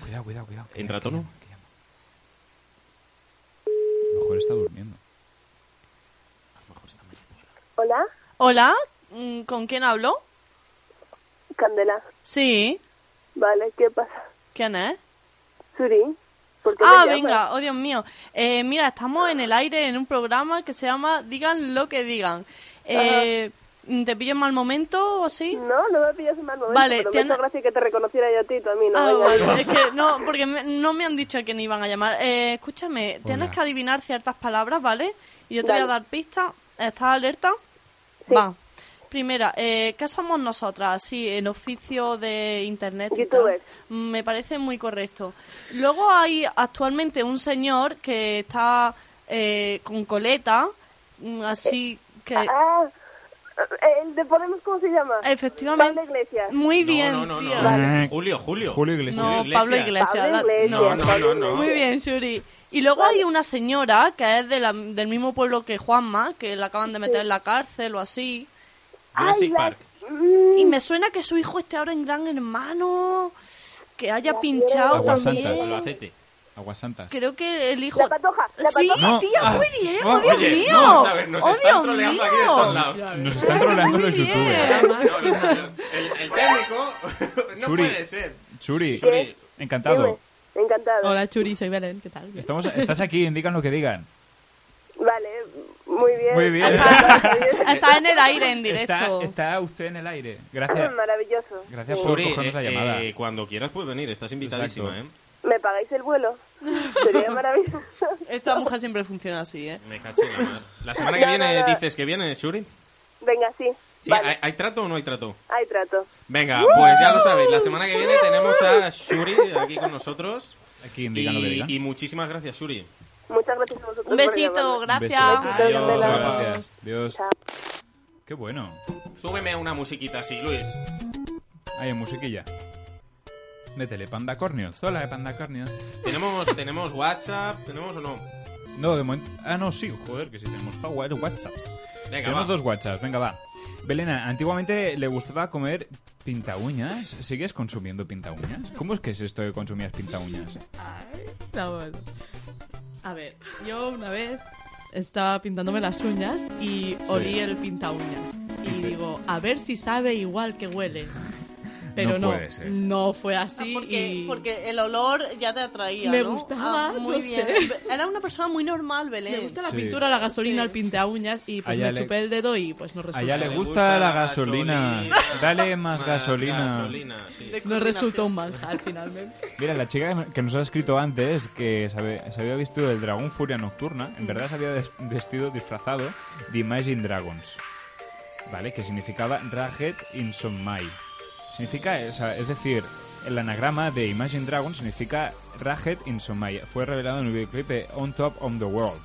Speaker 2: Cuidado, cuidado, cuidado.
Speaker 1: ¿Entra tono?
Speaker 2: A lo mejor está durmiendo.
Speaker 14: Hola,
Speaker 4: Hola, mm, ¿con quién hablo?
Speaker 14: Candela.
Speaker 4: Sí.
Speaker 14: Vale, ¿qué pasa?
Speaker 4: ¿Quién es?
Speaker 14: Suri. ¿por qué me
Speaker 4: Ah,
Speaker 14: llamas?
Speaker 4: venga, oh Dios mío. Eh, mira, estamos en el aire en un programa que se llama Digan lo que digan. Eh, ¿Te pillo en mal momento o así?
Speaker 14: No, no me pillas en mal momento,
Speaker 4: Vale,
Speaker 14: pero
Speaker 4: te
Speaker 14: me
Speaker 4: han-
Speaker 14: hizo gracia que te reconociera yo a ti, tú a mí, no
Speaker 4: Ah,
Speaker 14: vaya.
Speaker 4: vale. Es que no, porque me- no me han dicho que ni iban a llamar. Eh, escúchame, tienes
Speaker 14: Hola.
Speaker 4: que adivinar ciertas palabras, ¿vale? Y yo te voy a
Speaker 14: Vale.
Speaker 4: dar pistas. ¿Estás alerta? Va. Primera, eh, ¿qué somos nosotras? Sí, en oficio de internet. y tal.
Speaker 14: Youtuber.
Speaker 4: Mm, Me parece muy correcto. Luego hay actualmente un señor que está eh, con coleta, mm, así que...
Speaker 14: [LAUGHS] Ah, el de Podemos, ¿cómo se llama?
Speaker 4: Efectivamente.
Speaker 14: Pablo Iglesias.
Speaker 4: Muy bien,
Speaker 1: No, no, no.
Speaker 4: tía.
Speaker 1: Julio, Julio.
Speaker 2: Julio Iglesias.
Speaker 4: No, Pablo Iglesias.
Speaker 14: Pablo
Speaker 4: la-
Speaker 14: Iglesias,
Speaker 1: No, no, Pablo no, no. Iglesias.
Speaker 4: Muy bien, Shuri. Y luego hay una señora que es de la- del mismo pueblo que Juanma, que la acaban de meter en la cárcel o así.
Speaker 1: Jurassic Park.
Speaker 4: Y me suena que su hijo esté ahora en Gran Hermano, que haya pinchado
Speaker 2: Aguasantas.
Speaker 4: también.
Speaker 2: Aguasantas.
Speaker 4: Creo que el hijo... La
Speaker 14: patoja,
Speaker 4: la sí,
Speaker 2: patoja. No,
Speaker 4: tía,
Speaker 2: ah,
Speaker 4: muy bien,
Speaker 2: no,
Speaker 4: oh Dios
Speaker 2: oye,
Speaker 4: mío.
Speaker 2: no, ¿sabes? Nos
Speaker 4: oh
Speaker 2: están
Speaker 4: Dios
Speaker 2: troleando
Speaker 4: mío.
Speaker 2: aquí de todos lados. Nos están troleando los youtubers.
Speaker 1: El técnico no
Speaker 2: Churi.
Speaker 1: puede ser.
Speaker 2: Churi,
Speaker 1: Churi.
Speaker 2: encantado.
Speaker 14: Encantado.
Speaker 5: Hola, Churi, soy Belén, ¿qué tal?
Speaker 2: Estamos, estás aquí, indican lo que digan.
Speaker 14: Vale, muy bien.
Speaker 2: Muy bien.
Speaker 4: [LAUGHS] Está en el aire,
Speaker 2: [LAUGHS]
Speaker 4: en
Speaker 2: Está,
Speaker 4: directo.
Speaker 2: está usted en el aire. Gracias.
Speaker 14: Maravilloso.
Speaker 2: Gracias por
Speaker 1: Suri,
Speaker 2: cogernos la
Speaker 1: eh,
Speaker 2: llamada.
Speaker 1: eh, cuando quieras puedes venir, estás invitadísima, ¿eh?
Speaker 14: ¿Me pagáis el vuelo?
Speaker 4: [LAUGHS]
Speaker 14: Sería maravilloso. [LAUGHS]
Speaker 4: Esta mujer siempre funciona así, ¿eh?
Speaker 1: Me caché la mar. La semana que
Speaker 14: No, no,
Speaker 1: viene
Speaker 14: no.
Speaker 1: dices que viene, Churi.
Speaker 14: Venga, sí.
Speaker 1: Sí, ¿hay, hay trato o no hay trato?
Speaker 14: Ahí trato.
Speaker 1: Venga, pues
Speaker 4: ¡Uh!
Speaker 1: ya lo sabéis. La semana que viene tenemos a Shuri aquí con nosotros.
Speaker 2: Aquí
Speaker 1: y,
Speaker 2: indican lo que digan.
Speaker 1: y muchísimas gracias, Shuri.
Speaker 14: Muchas gracias a vosotros.
Speaker 4: Un besito,
Speaker 14: por
Speaker 4: gracias.
Speaker 14: llamarme.
Speaker 1: Adiós.
Speaker 2: Muchas gracias. Dios.
Speaker 14: Chao.
Speaker 2: Qué bueno.
Speaker 1: Súbeme una musiquita así, Luis.
Speaker 2: Hay musiquilla. Métele panda cornios. Hola, panda cornios.
Speaker 4: [LAUGHS]
Speaker 1: ¿Tenemos, ¿Tenemos WhatsApp? ¿Tenemos o no?
Speaker 2: No, de momento. Ah, no, sí, joder, que sí tenemos Power WhatsApps.
Speaker 1: Venga,
Speaker 2: tenemos
Speaker 1: va.
Speaker 2: dos WhatsApps, venga, va. Belena, antiguamente le gustaba comer pinta uñas. ¿Sigues consumiendo pinta uñas? ¿Cómo es que es esto de consumías pinta uñas?
Speaker 5: No, bueno. A ver, yo una vez estaba pintándome las uñas y olí el pinta uñas. Y digo, a ver si sabe igual que huele. Pero no,
Speaker 2: puede ser.
Speaker 5: no fue así.
Speaker 4: Ah, Porque,
Speaker 5: y-
Speaker 4: porque el olor ya te atraía.
Speaker 5: Me
Speaker 4: ¿no? Ah,
Speaker 5: gustaba,
Speaker 4: muy
Speaker 5: no
Speaker 4: bien.
Speaker 5: sé.
Speaker 4: Era una persona muy normal, Belén.
Speaker 5: Le gusta la
Speaker 2: Sí.
Speaker 5: pintura, la gasolina, el pinta uñas y pues
Speaker 2: Allá
Speaker 5: me
Speaker 2: le-
Speaker 5: chupé el dedo y pues no resultó.
Speaker 2: Allá le gusta, la gasolina. Dale más, gasolina.
Speaker 1: gasolina, sí.
Speaker 5: No resultó un manjar finalmente.
Speaker 2: Mira, la chica que nos ha escrito antes que se habe- se había vestido del dragón Furia Nocturna, en
Speaker 5: Mm.
Speaker 2: verdad se había des- vestido disfrazado de Imagine Dragons, ¿vale? Que significaba Rajet Insomai. Significa, o sea, es decir, el anagrama de Imagine Dragons significa Rajet Insomai. Fue revelado en el videoclip eh, On Top of the World.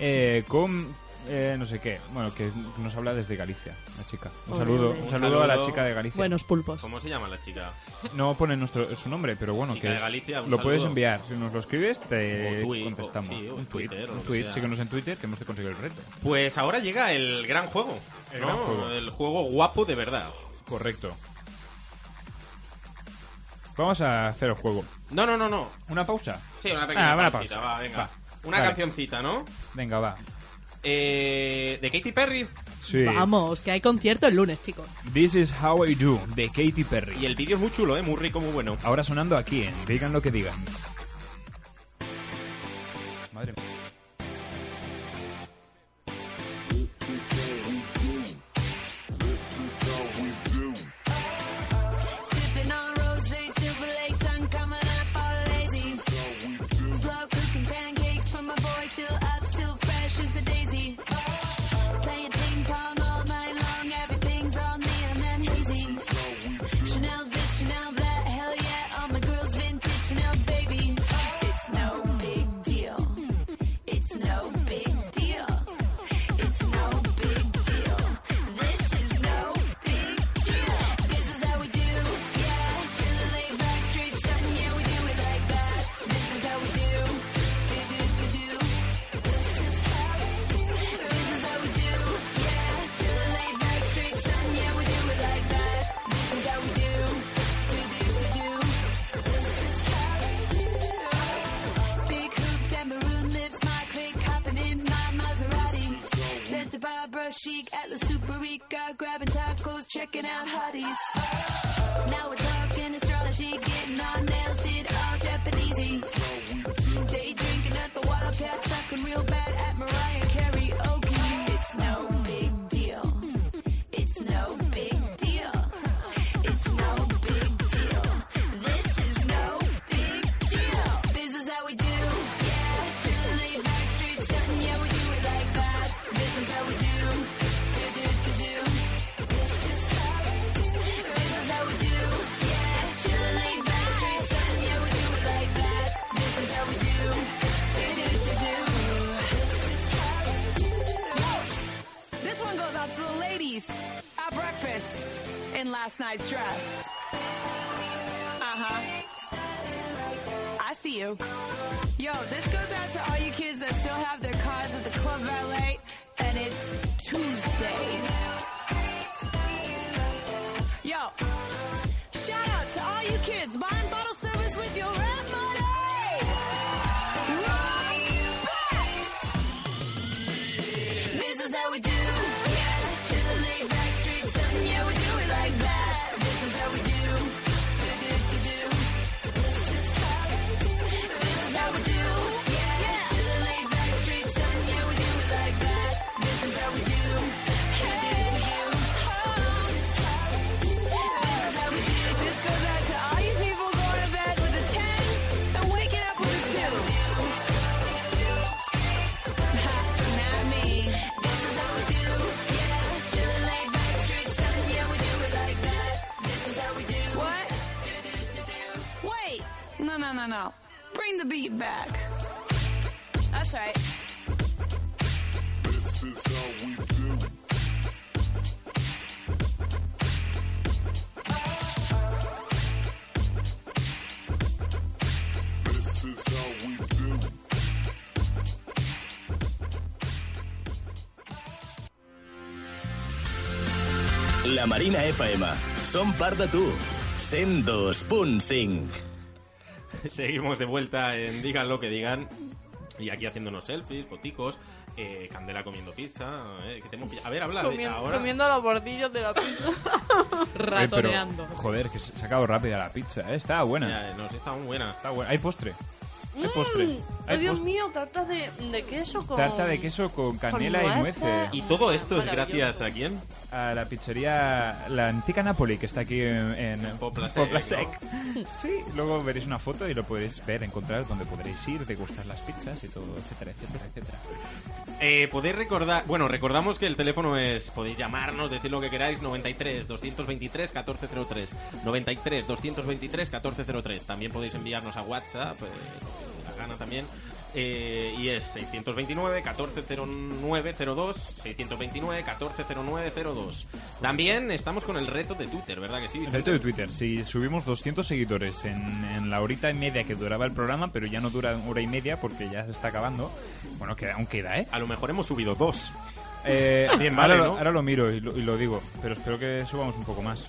Speaker 2: Eh, con eh, no sé qué, bueno, que nos habla desde Galicia, la chica. Un
Speaker 5: Ole,
Speaker 2: saludo,
Speaker 5: ole.
Speaker 2: un saludo a la chica de Galicia.
Speaker 5: Buenos pulpos.
Speaker 1: ¿Cómo se llama la chica?
Speaker 2: No pone nuestro, su nombre, pero bueno,
Speaker 1: Chica
Speaker 2: que
Speaker 1: de
Speaker 2: es-
Speaker 1: Galicia, un
Speaker 2: lo puedes
Speaker 1: saludo.
Speaker 2: enviar. Si nos lo escribes, te
Speaker 1: O tuit,
Speaker 2: contestamos.
Speaker 1: o- sí, o
Speaker 2: un tweet,
Speaker 1: Twitter, o
Speaker 2: un
Speaker 1: lo que
Speaker 2: tweet,
Speaker 1: sea.
Speaker 2: síguenos en Twitter que hemos conseguido el reto.
Speaker 1: Pues ahora llega el gran juego.
Speaker 2: El
Speaker 1: ¿no?
Speaker 2: gran juego.
Speaker 1: El juego guapo de verdad.
Speaker 2: Correcto. Vamos a hacer el juego.
Speaker 1: No, no, no, no.
Speaker 2: ¿Una pausa?
Speaker 1: Sí, una pequeña
Speaker 2: Ah, una
Speaker 1: pausita,
Speaker 2: pausa.
Speaker 1: va, venga.
Speaker 2: Va,
Speaker 1: Una
Speaker 2: vale.
Speaker 1: cancioncita, ¿no?
Speaker 2: Venga, va.
Speaker 1: Eh, de Katy Perry.
Speaker 2: Sí.
Speaker 5: Vamos, que hay concierto el lunes, chicos.
Speaker 2: This is how I do, de Katy Perry.
Speaker 1: Y el vídeo es muy chulo, ¿eh? Muy rico, muy bueno. [LAUGHS]
Speaker 2: Ahora sonando aquí, en digan lo que digan. Madre mía.
Speaker 15: Sipping on rosé, silver lake, sun coming up all lazy. Slow cooking pancakes for my boy, still up, still fresh as a daisy. Playing ping pong all night long, everything's all neon and hazy. Chanel this, Chanel that, hell yeah, all my girls vintage Chanel, baby. It's no big deal. It's no big deal. It's no big deal. This is no big deal. This is how we do, yeah. Chillin', laid back, straight stuntin', yeah, we do it like that. This is how we do, do do do do. This is how we do. This is how we do, yeah. Chillin', laid back, straight stuntin', yeah, we do it like that. This is how we do, do do do do. This is how we do. Big hoops and maroon lips, my clique hopping in my Maserati. Santa Barbara chic at La Superica, grabbing tacos, checking out hotties. Now we're talking astrology, getting our nails did all Japanesey. Day drinking at the Wildcat, sucking real bad at Mariah Carey. Okay, it's no big deal. It's no big deal. It's no big deal. This is no big deal. This is how we do. Yeah, chillin', laid back, straight stuntin'. Yeah, we do it like that. This is how we do. Do do do do. This is how we do. This is how we do. Yeah, chillin', laid back, straight stuntin'. Yeah, we do it like that. This is how we do. Do do do do. This is how we do.
Speaker 16: This one goes out to the ladies at breakfast in last night's dress. Uh huh. I see you.
Speaker 15: Yo, this goes out to all you kids that still have their cars at the club valet, and it's Tuesday.
Speaker 16: Yo, shout out to all you kids buying bottle service with your rent money. Respect!
Speaker 15: This is how we do. Yeah, chillin', laid back, straight stuntin'. Yeah, we do it like that. This is how we do. Do do do do. This is how we do. This is how we do. Yeah, yeah. chillin', laid back, straight stuntin'. Yeah, we do it like that. This is how we do. Do do do do. This is how we do. This is how we do. This goes out to all you people going to bed with a 10 and waking up with a 2. Not me. This is how we do. Yeah, chillin', laid back, straight stuntin'. Yeah, we do it like that. This is how we do.
Speaker 16: What?
Speaker 15: Do do do do.
Speaker 16: Wait! No, no, no, no. Bring the beat back. That's right.
Speaker 15: This is how we do. This is how we do.
Speaker 17: La Marina FM. Som part de tu. 102.5.
Speaker 1: Seguimos de vuelta en Digan lo que digan. Y aquí haciendo unos selfies, foticos, eh, Candela comiendo pizza. eh, que te hemos pillado. A ver, habla de-
Speaker 4: Comien-
Speaker 1: ahora.
Speaker 4: Comiendo los bordillos de [LAUGHS] la pizza.
Speaker 5: Eh,
Speaker 2: Oye, pero,
Speaker 4: Ratoneando.
Speaker 2: joder, que se se ha acabado rápida la pizza, ¿eh? Está buena.
Speaker 1: Ya, no, sí, está muy buena.
Speaker 2: Está buena. Hay postre. Hay
Speaker 4: Mm,
Speaker 2: postre.
Speaker 4: oh,
Speaker 2: Hay
Speaker 4: Dios
Speaker 2: postre.
Speaker 4: mío, tartas de, de queso con...
Speaker 2: Tarta de queso con canela
Speaker 4: con
Speaker 2: y
Speaker 4: nueces.
Speaker 2: nueces.
Speaker 1: ¿Y todo esto es Maravilloso. gracias a quién?
Speaker 2: A la pizzería La Antica Napoli, que está aquí en, en
Speaker 1: Poplasec,
Speaker 2: Poplasec. Sí, luego veréis una foto y lo podéis ver, encontrar donde podréis ir, degustar las pizzas y todo, etcétera, etcétera, etcétera.
Speaker 1: Eh, podéis recordar, bueno, recordamos que el teléfono es, podéis llamarnos, decir lo que queráis, 93 223 1403, 93 223 1403. También podéis enviarnos a WhatsApp, eh, lo que os dé la gana también, eh, y es 629 1409 02, 629 1409 02. También estamos con el reto de Twitter, ¿verdad que sí?
Speaker 2: El
Speaker 1: Vicente?
Speaker 2: reto de Twitter, si subimos 200 seguidores en, en la horita y media que duraba el programa, pero ya no dura hora y media porque ya se está acabando, bueno, queda, aún queda, ¿eh?
Speaker 1: A lo mejor hemos subido dos.
Speaker 2: [LAUGHS] Eh,
Speaker 1: Bien,
Speaker 2: ahora,
Speaker 1: vale,
Speaker 2: lo-
Speaker 1: ¿no?
Speaker 2: ahora lo miro y lo, y lo digo, pero espero que subamos un poco más.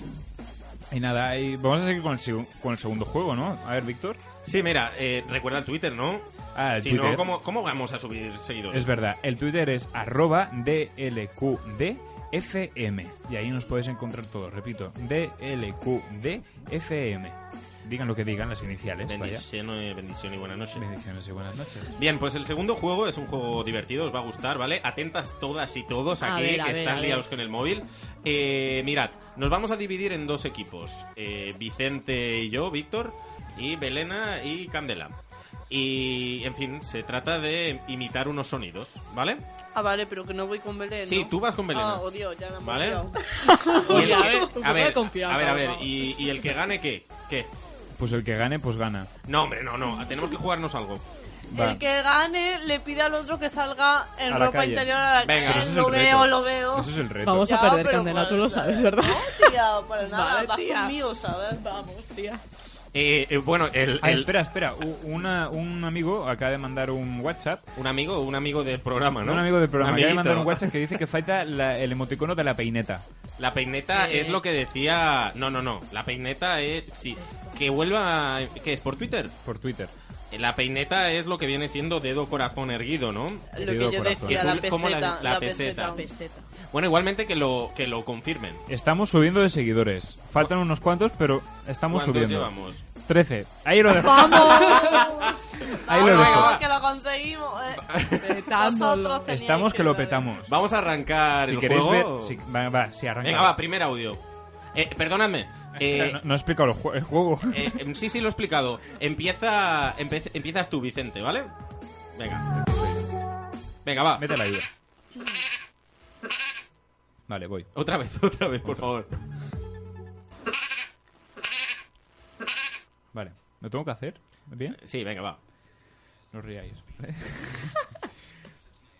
Speaker 2: Y nada, y vamos a seguir con el, segu- con el segundo juego, ¿no? A ver, Víctor.
Speaker 1: Sí, mira, eh, recuerda el Twitter, ¿no?
Speaker 2: Ah, el
Speaker 1: si
Speaker 2: Twitter.
Speaker 1: no, ¿cómo, ¿cómo vamos a subir seguidores?
Speaker 2: Es verdad, el Twitter es arroba DLQDFM. Y ahí nos podéis encontrar todos, repito, DLQDFM. Digan lo que digan las iniciales, vaya.
Speaker 1: Bendición, eh, bendición y buenas noches.
Speaker 2: Bendiciones y buenas noches.
Speaker 1: Bien, pues el segundo juego es un juego divertido, os va a gustar, ¿vale? Atentas todas y todos
Speaker 2: A
Speaker 1: aquí
Speaker 2: ver, a
Speaker 1: que
Speaker 2: ver, a
Speaker 1: están
Speaker 2: ver.
Speaker 1: liados con el móvil. Eh, mirad, nos vamos a dividir en dos equipos. Eh, Vicente y yo, Víctor, y Belena y Candela. Y, en fin, se trata de imitar unos sonidos,
Speaker 2: [LAUGHS]
Speaker 1: ¿vale?
Speaker 4: Ah, vale, pero que no voy con Belén,
Speaker 1: Sí,
Speaker 4: ¿no?
Speaker 1: tú vas con Belén.
Speaker 4: Ah, oh, Dios, ya me hemos
Speaker 1: ¿Vale?
Speaker 4: liado.
Speaker 1: Y el-
Speaker 4: Oye, a ver,
Speaker 1: a ver,
Speaker 4: confío,
Speaker 1: a ver, a ver,
Speaker 4: cabrón.
Speaker 1: y, y el que gane, ¿qué? ¿Qué?
Speaker 2: Pues el que gane, pues gana.
Speaker 1: No, hombre, no, no, tenemos que jugarnos algo.
Speaker 2: Va.
Speaker 4: El que gane le pide al otro que salga en
Speaker 2: A la
Speaker 4: ropa
Speaker 2: calle.
Speaker 4: interior a la
Speaker 2: Venga,
Speaker 4: calle.
Speaker 2: ese es el
Speaker 4: lo
Speaker 2: reto.
Speaker 4: veo, lo veo.
Speaker 2: Ese es el reto.
Speaker 5: Vamos a
Speaker 4: Ya,
Speaker 5: perder,
Speaker 4: pero
Speaker 5: Candela, tú
Speaker 4: bueno,
Speaker 5: lo sabes, ¿verdad?
Speaker 4: No, [LAUGHS] tía, para nada,
Speaker 5: Vale,
Speaker 4: vas
Speaker 5: tía.
Speaker 4: conmigo, ¿sabes? Vamos, tía.
Speaker 1: Eh, eh, bueno, el,
Speaker 2: Ah,
Speaker 1: el-
Speaker 2: espera, espera. u- una- un amigo acaba de mandar un WhatsApp.
Speaker 1: Un amigo, un amigo del programa, ¿no?
Speaker 2: Un amigo del programa. Acaba de
Speaker 1: Amiguito.
Speaker 2: mandar un WhatsApp que dice que falta la- el emoticono de la peineta.
Speaker 1: La peineta
Speaker 2: Eh.
Speaker 1: es lo que decía. No, no, no. La peineta es. Sí. Que vuelva. a- ¿Qué es? ¿Por Twitter? Eh,
Speaker 2: Por Twitter.
Speaker 1: La peineta es lo que viene siendo dedo corazón erguido, ¿no?
Speaker 4: Lo que yo decía, la peseta, la, peseta.
Speaker 1: Bueno, igualmente que lo, que lo confirmen.
Speaker 2: Estamos subiendo de seguidores. Faltan unos cuantos, pero estamos
Speaker 1: ¿Cuántos
Speaker 2: subiendo.
Speaker 1: llevamos?
Speaker 2: 13. Ahí lo
Speaker 5: [LAUGHS]
Speaker 2: dejo.
Speaker 4: ¡Vamos!
Speaker 2: Ahí lo
Speaker 4: Vamos,
Speaker 2: dejo.
Speaker 4: que lo conseguimos.
Speaker 1: [LAUGHS]
Speaker 4: eh. Nosotros
Speaker 5: Eh,
Speaker 4: teníamos
Speaker 2: Estamos que lo petamos.
Speaker 1: Vamos a arrancar
Speaker 2: Si
Speaker 1: el
Speaker 2: queréis
Speaker 1: juego.
Speaker 2: ver... si- va, va, sí, arranca. [LAUGHS]
Speaker 1: Venga, va, primer audio. Eh, perdonadme.
Speaker 2: Espera,
Speaker 1: eh,
Speaker 2: [LAUGHS] no, no he explicado el, jue- el juego.
Speaker 1: eh, em, sí, sí, lo he explicado. Empieza, empe- empiezas tú, Vicente, ¿vale? Venga. Venga, va.
Speaker 2: Mete la idea. Vale, voy.
Speaker 1: Otra vez, [LAUGHS] otra vez, por favor.
Speaker 2: Vale. ¿Lo tengo que hacer? ¿Bien?
Speaker 1: Sí, venga, va.
Speaker 2: No os riáis. ¿vale?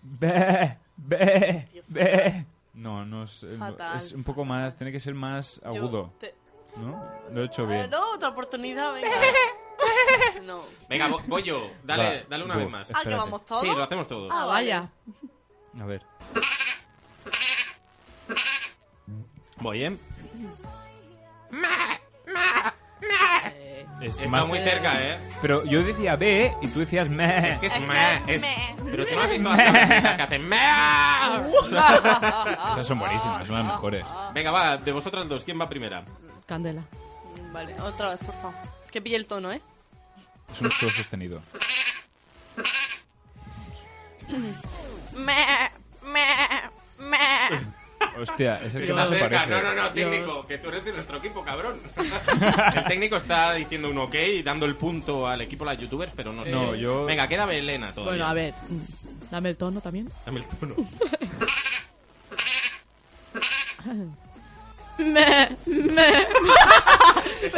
Speaker 2: Ve, ve, ve. No, no es, eh, no,
Speaker 4: Fatal.
Speaker 2: es un poco más, tiene que ser más agudo.
Speaker 4: te-
Speaker 2: ¿No? Lo he hecho
Speaker 4: Eh,
Speaker 2: bien.
Speaker 4: no, otra oportunidad, [LAUGHS] venga. no.
Speaker 1: Venga, vo- voy yo. Dale,
Speaker 2: Va,
Speaker 1: dale una
Speaker 2: voy,
Speaker 1: vez más.
Speaker 4: Ah, que Ah, vamos todos.
Speaker 1: Sí, lo hacemos todos.
Speaker 5: Ah, vaya.
Speaker 2: A ver.
Speaker 1: Voy, ¿eh?
Speaker 2: Es
Speaker 1: Está muy cerca, ¿eh?
Speaker 2: Pero yo decía B y tú decías me.
Speaker 1: Es que es meh, es- Pero tú no has visto
Speaker 2: Meh.
Speaker 1: las frases que hacen meh.
Speaker 2: Esas son buenísimas,
Speaker 4: Ah,
Speaker 2: son las mejores.
Speaker 1: Venga, va, de vosotras dos, ¿quién va primera?
Speaker 5: Candela.
Speaker 4: Mm, Vale, otra vez, por favor. Que pille el tono, ¿eh?
Speaker 2: Es un show sostenido.
Speaker 4: me, me, me.
Speaker 2: Hostia, es el que
Speaker 1: Yo-
Speaker 2: más se
Speaker 1: Venga,
Speaker 2: parece.
Speaker 1: No, no, no, técnico, que tú eres de nuestro equipo, cabrón. el técnico está diciendo un ok, dando el punto al equipo de las youtubers, pero no sé.
Speaker 2: No, yo-
Speaker 1: Venga, queda Belena todavía.
Speaker 5: Bueno, a ver, mm, dame el tono también.
Speaker 1: Dame el tono.
Speaker 5: me,
Speaker 4: [LAUGHS]
Speaker 5: me.
Speaker 4: Es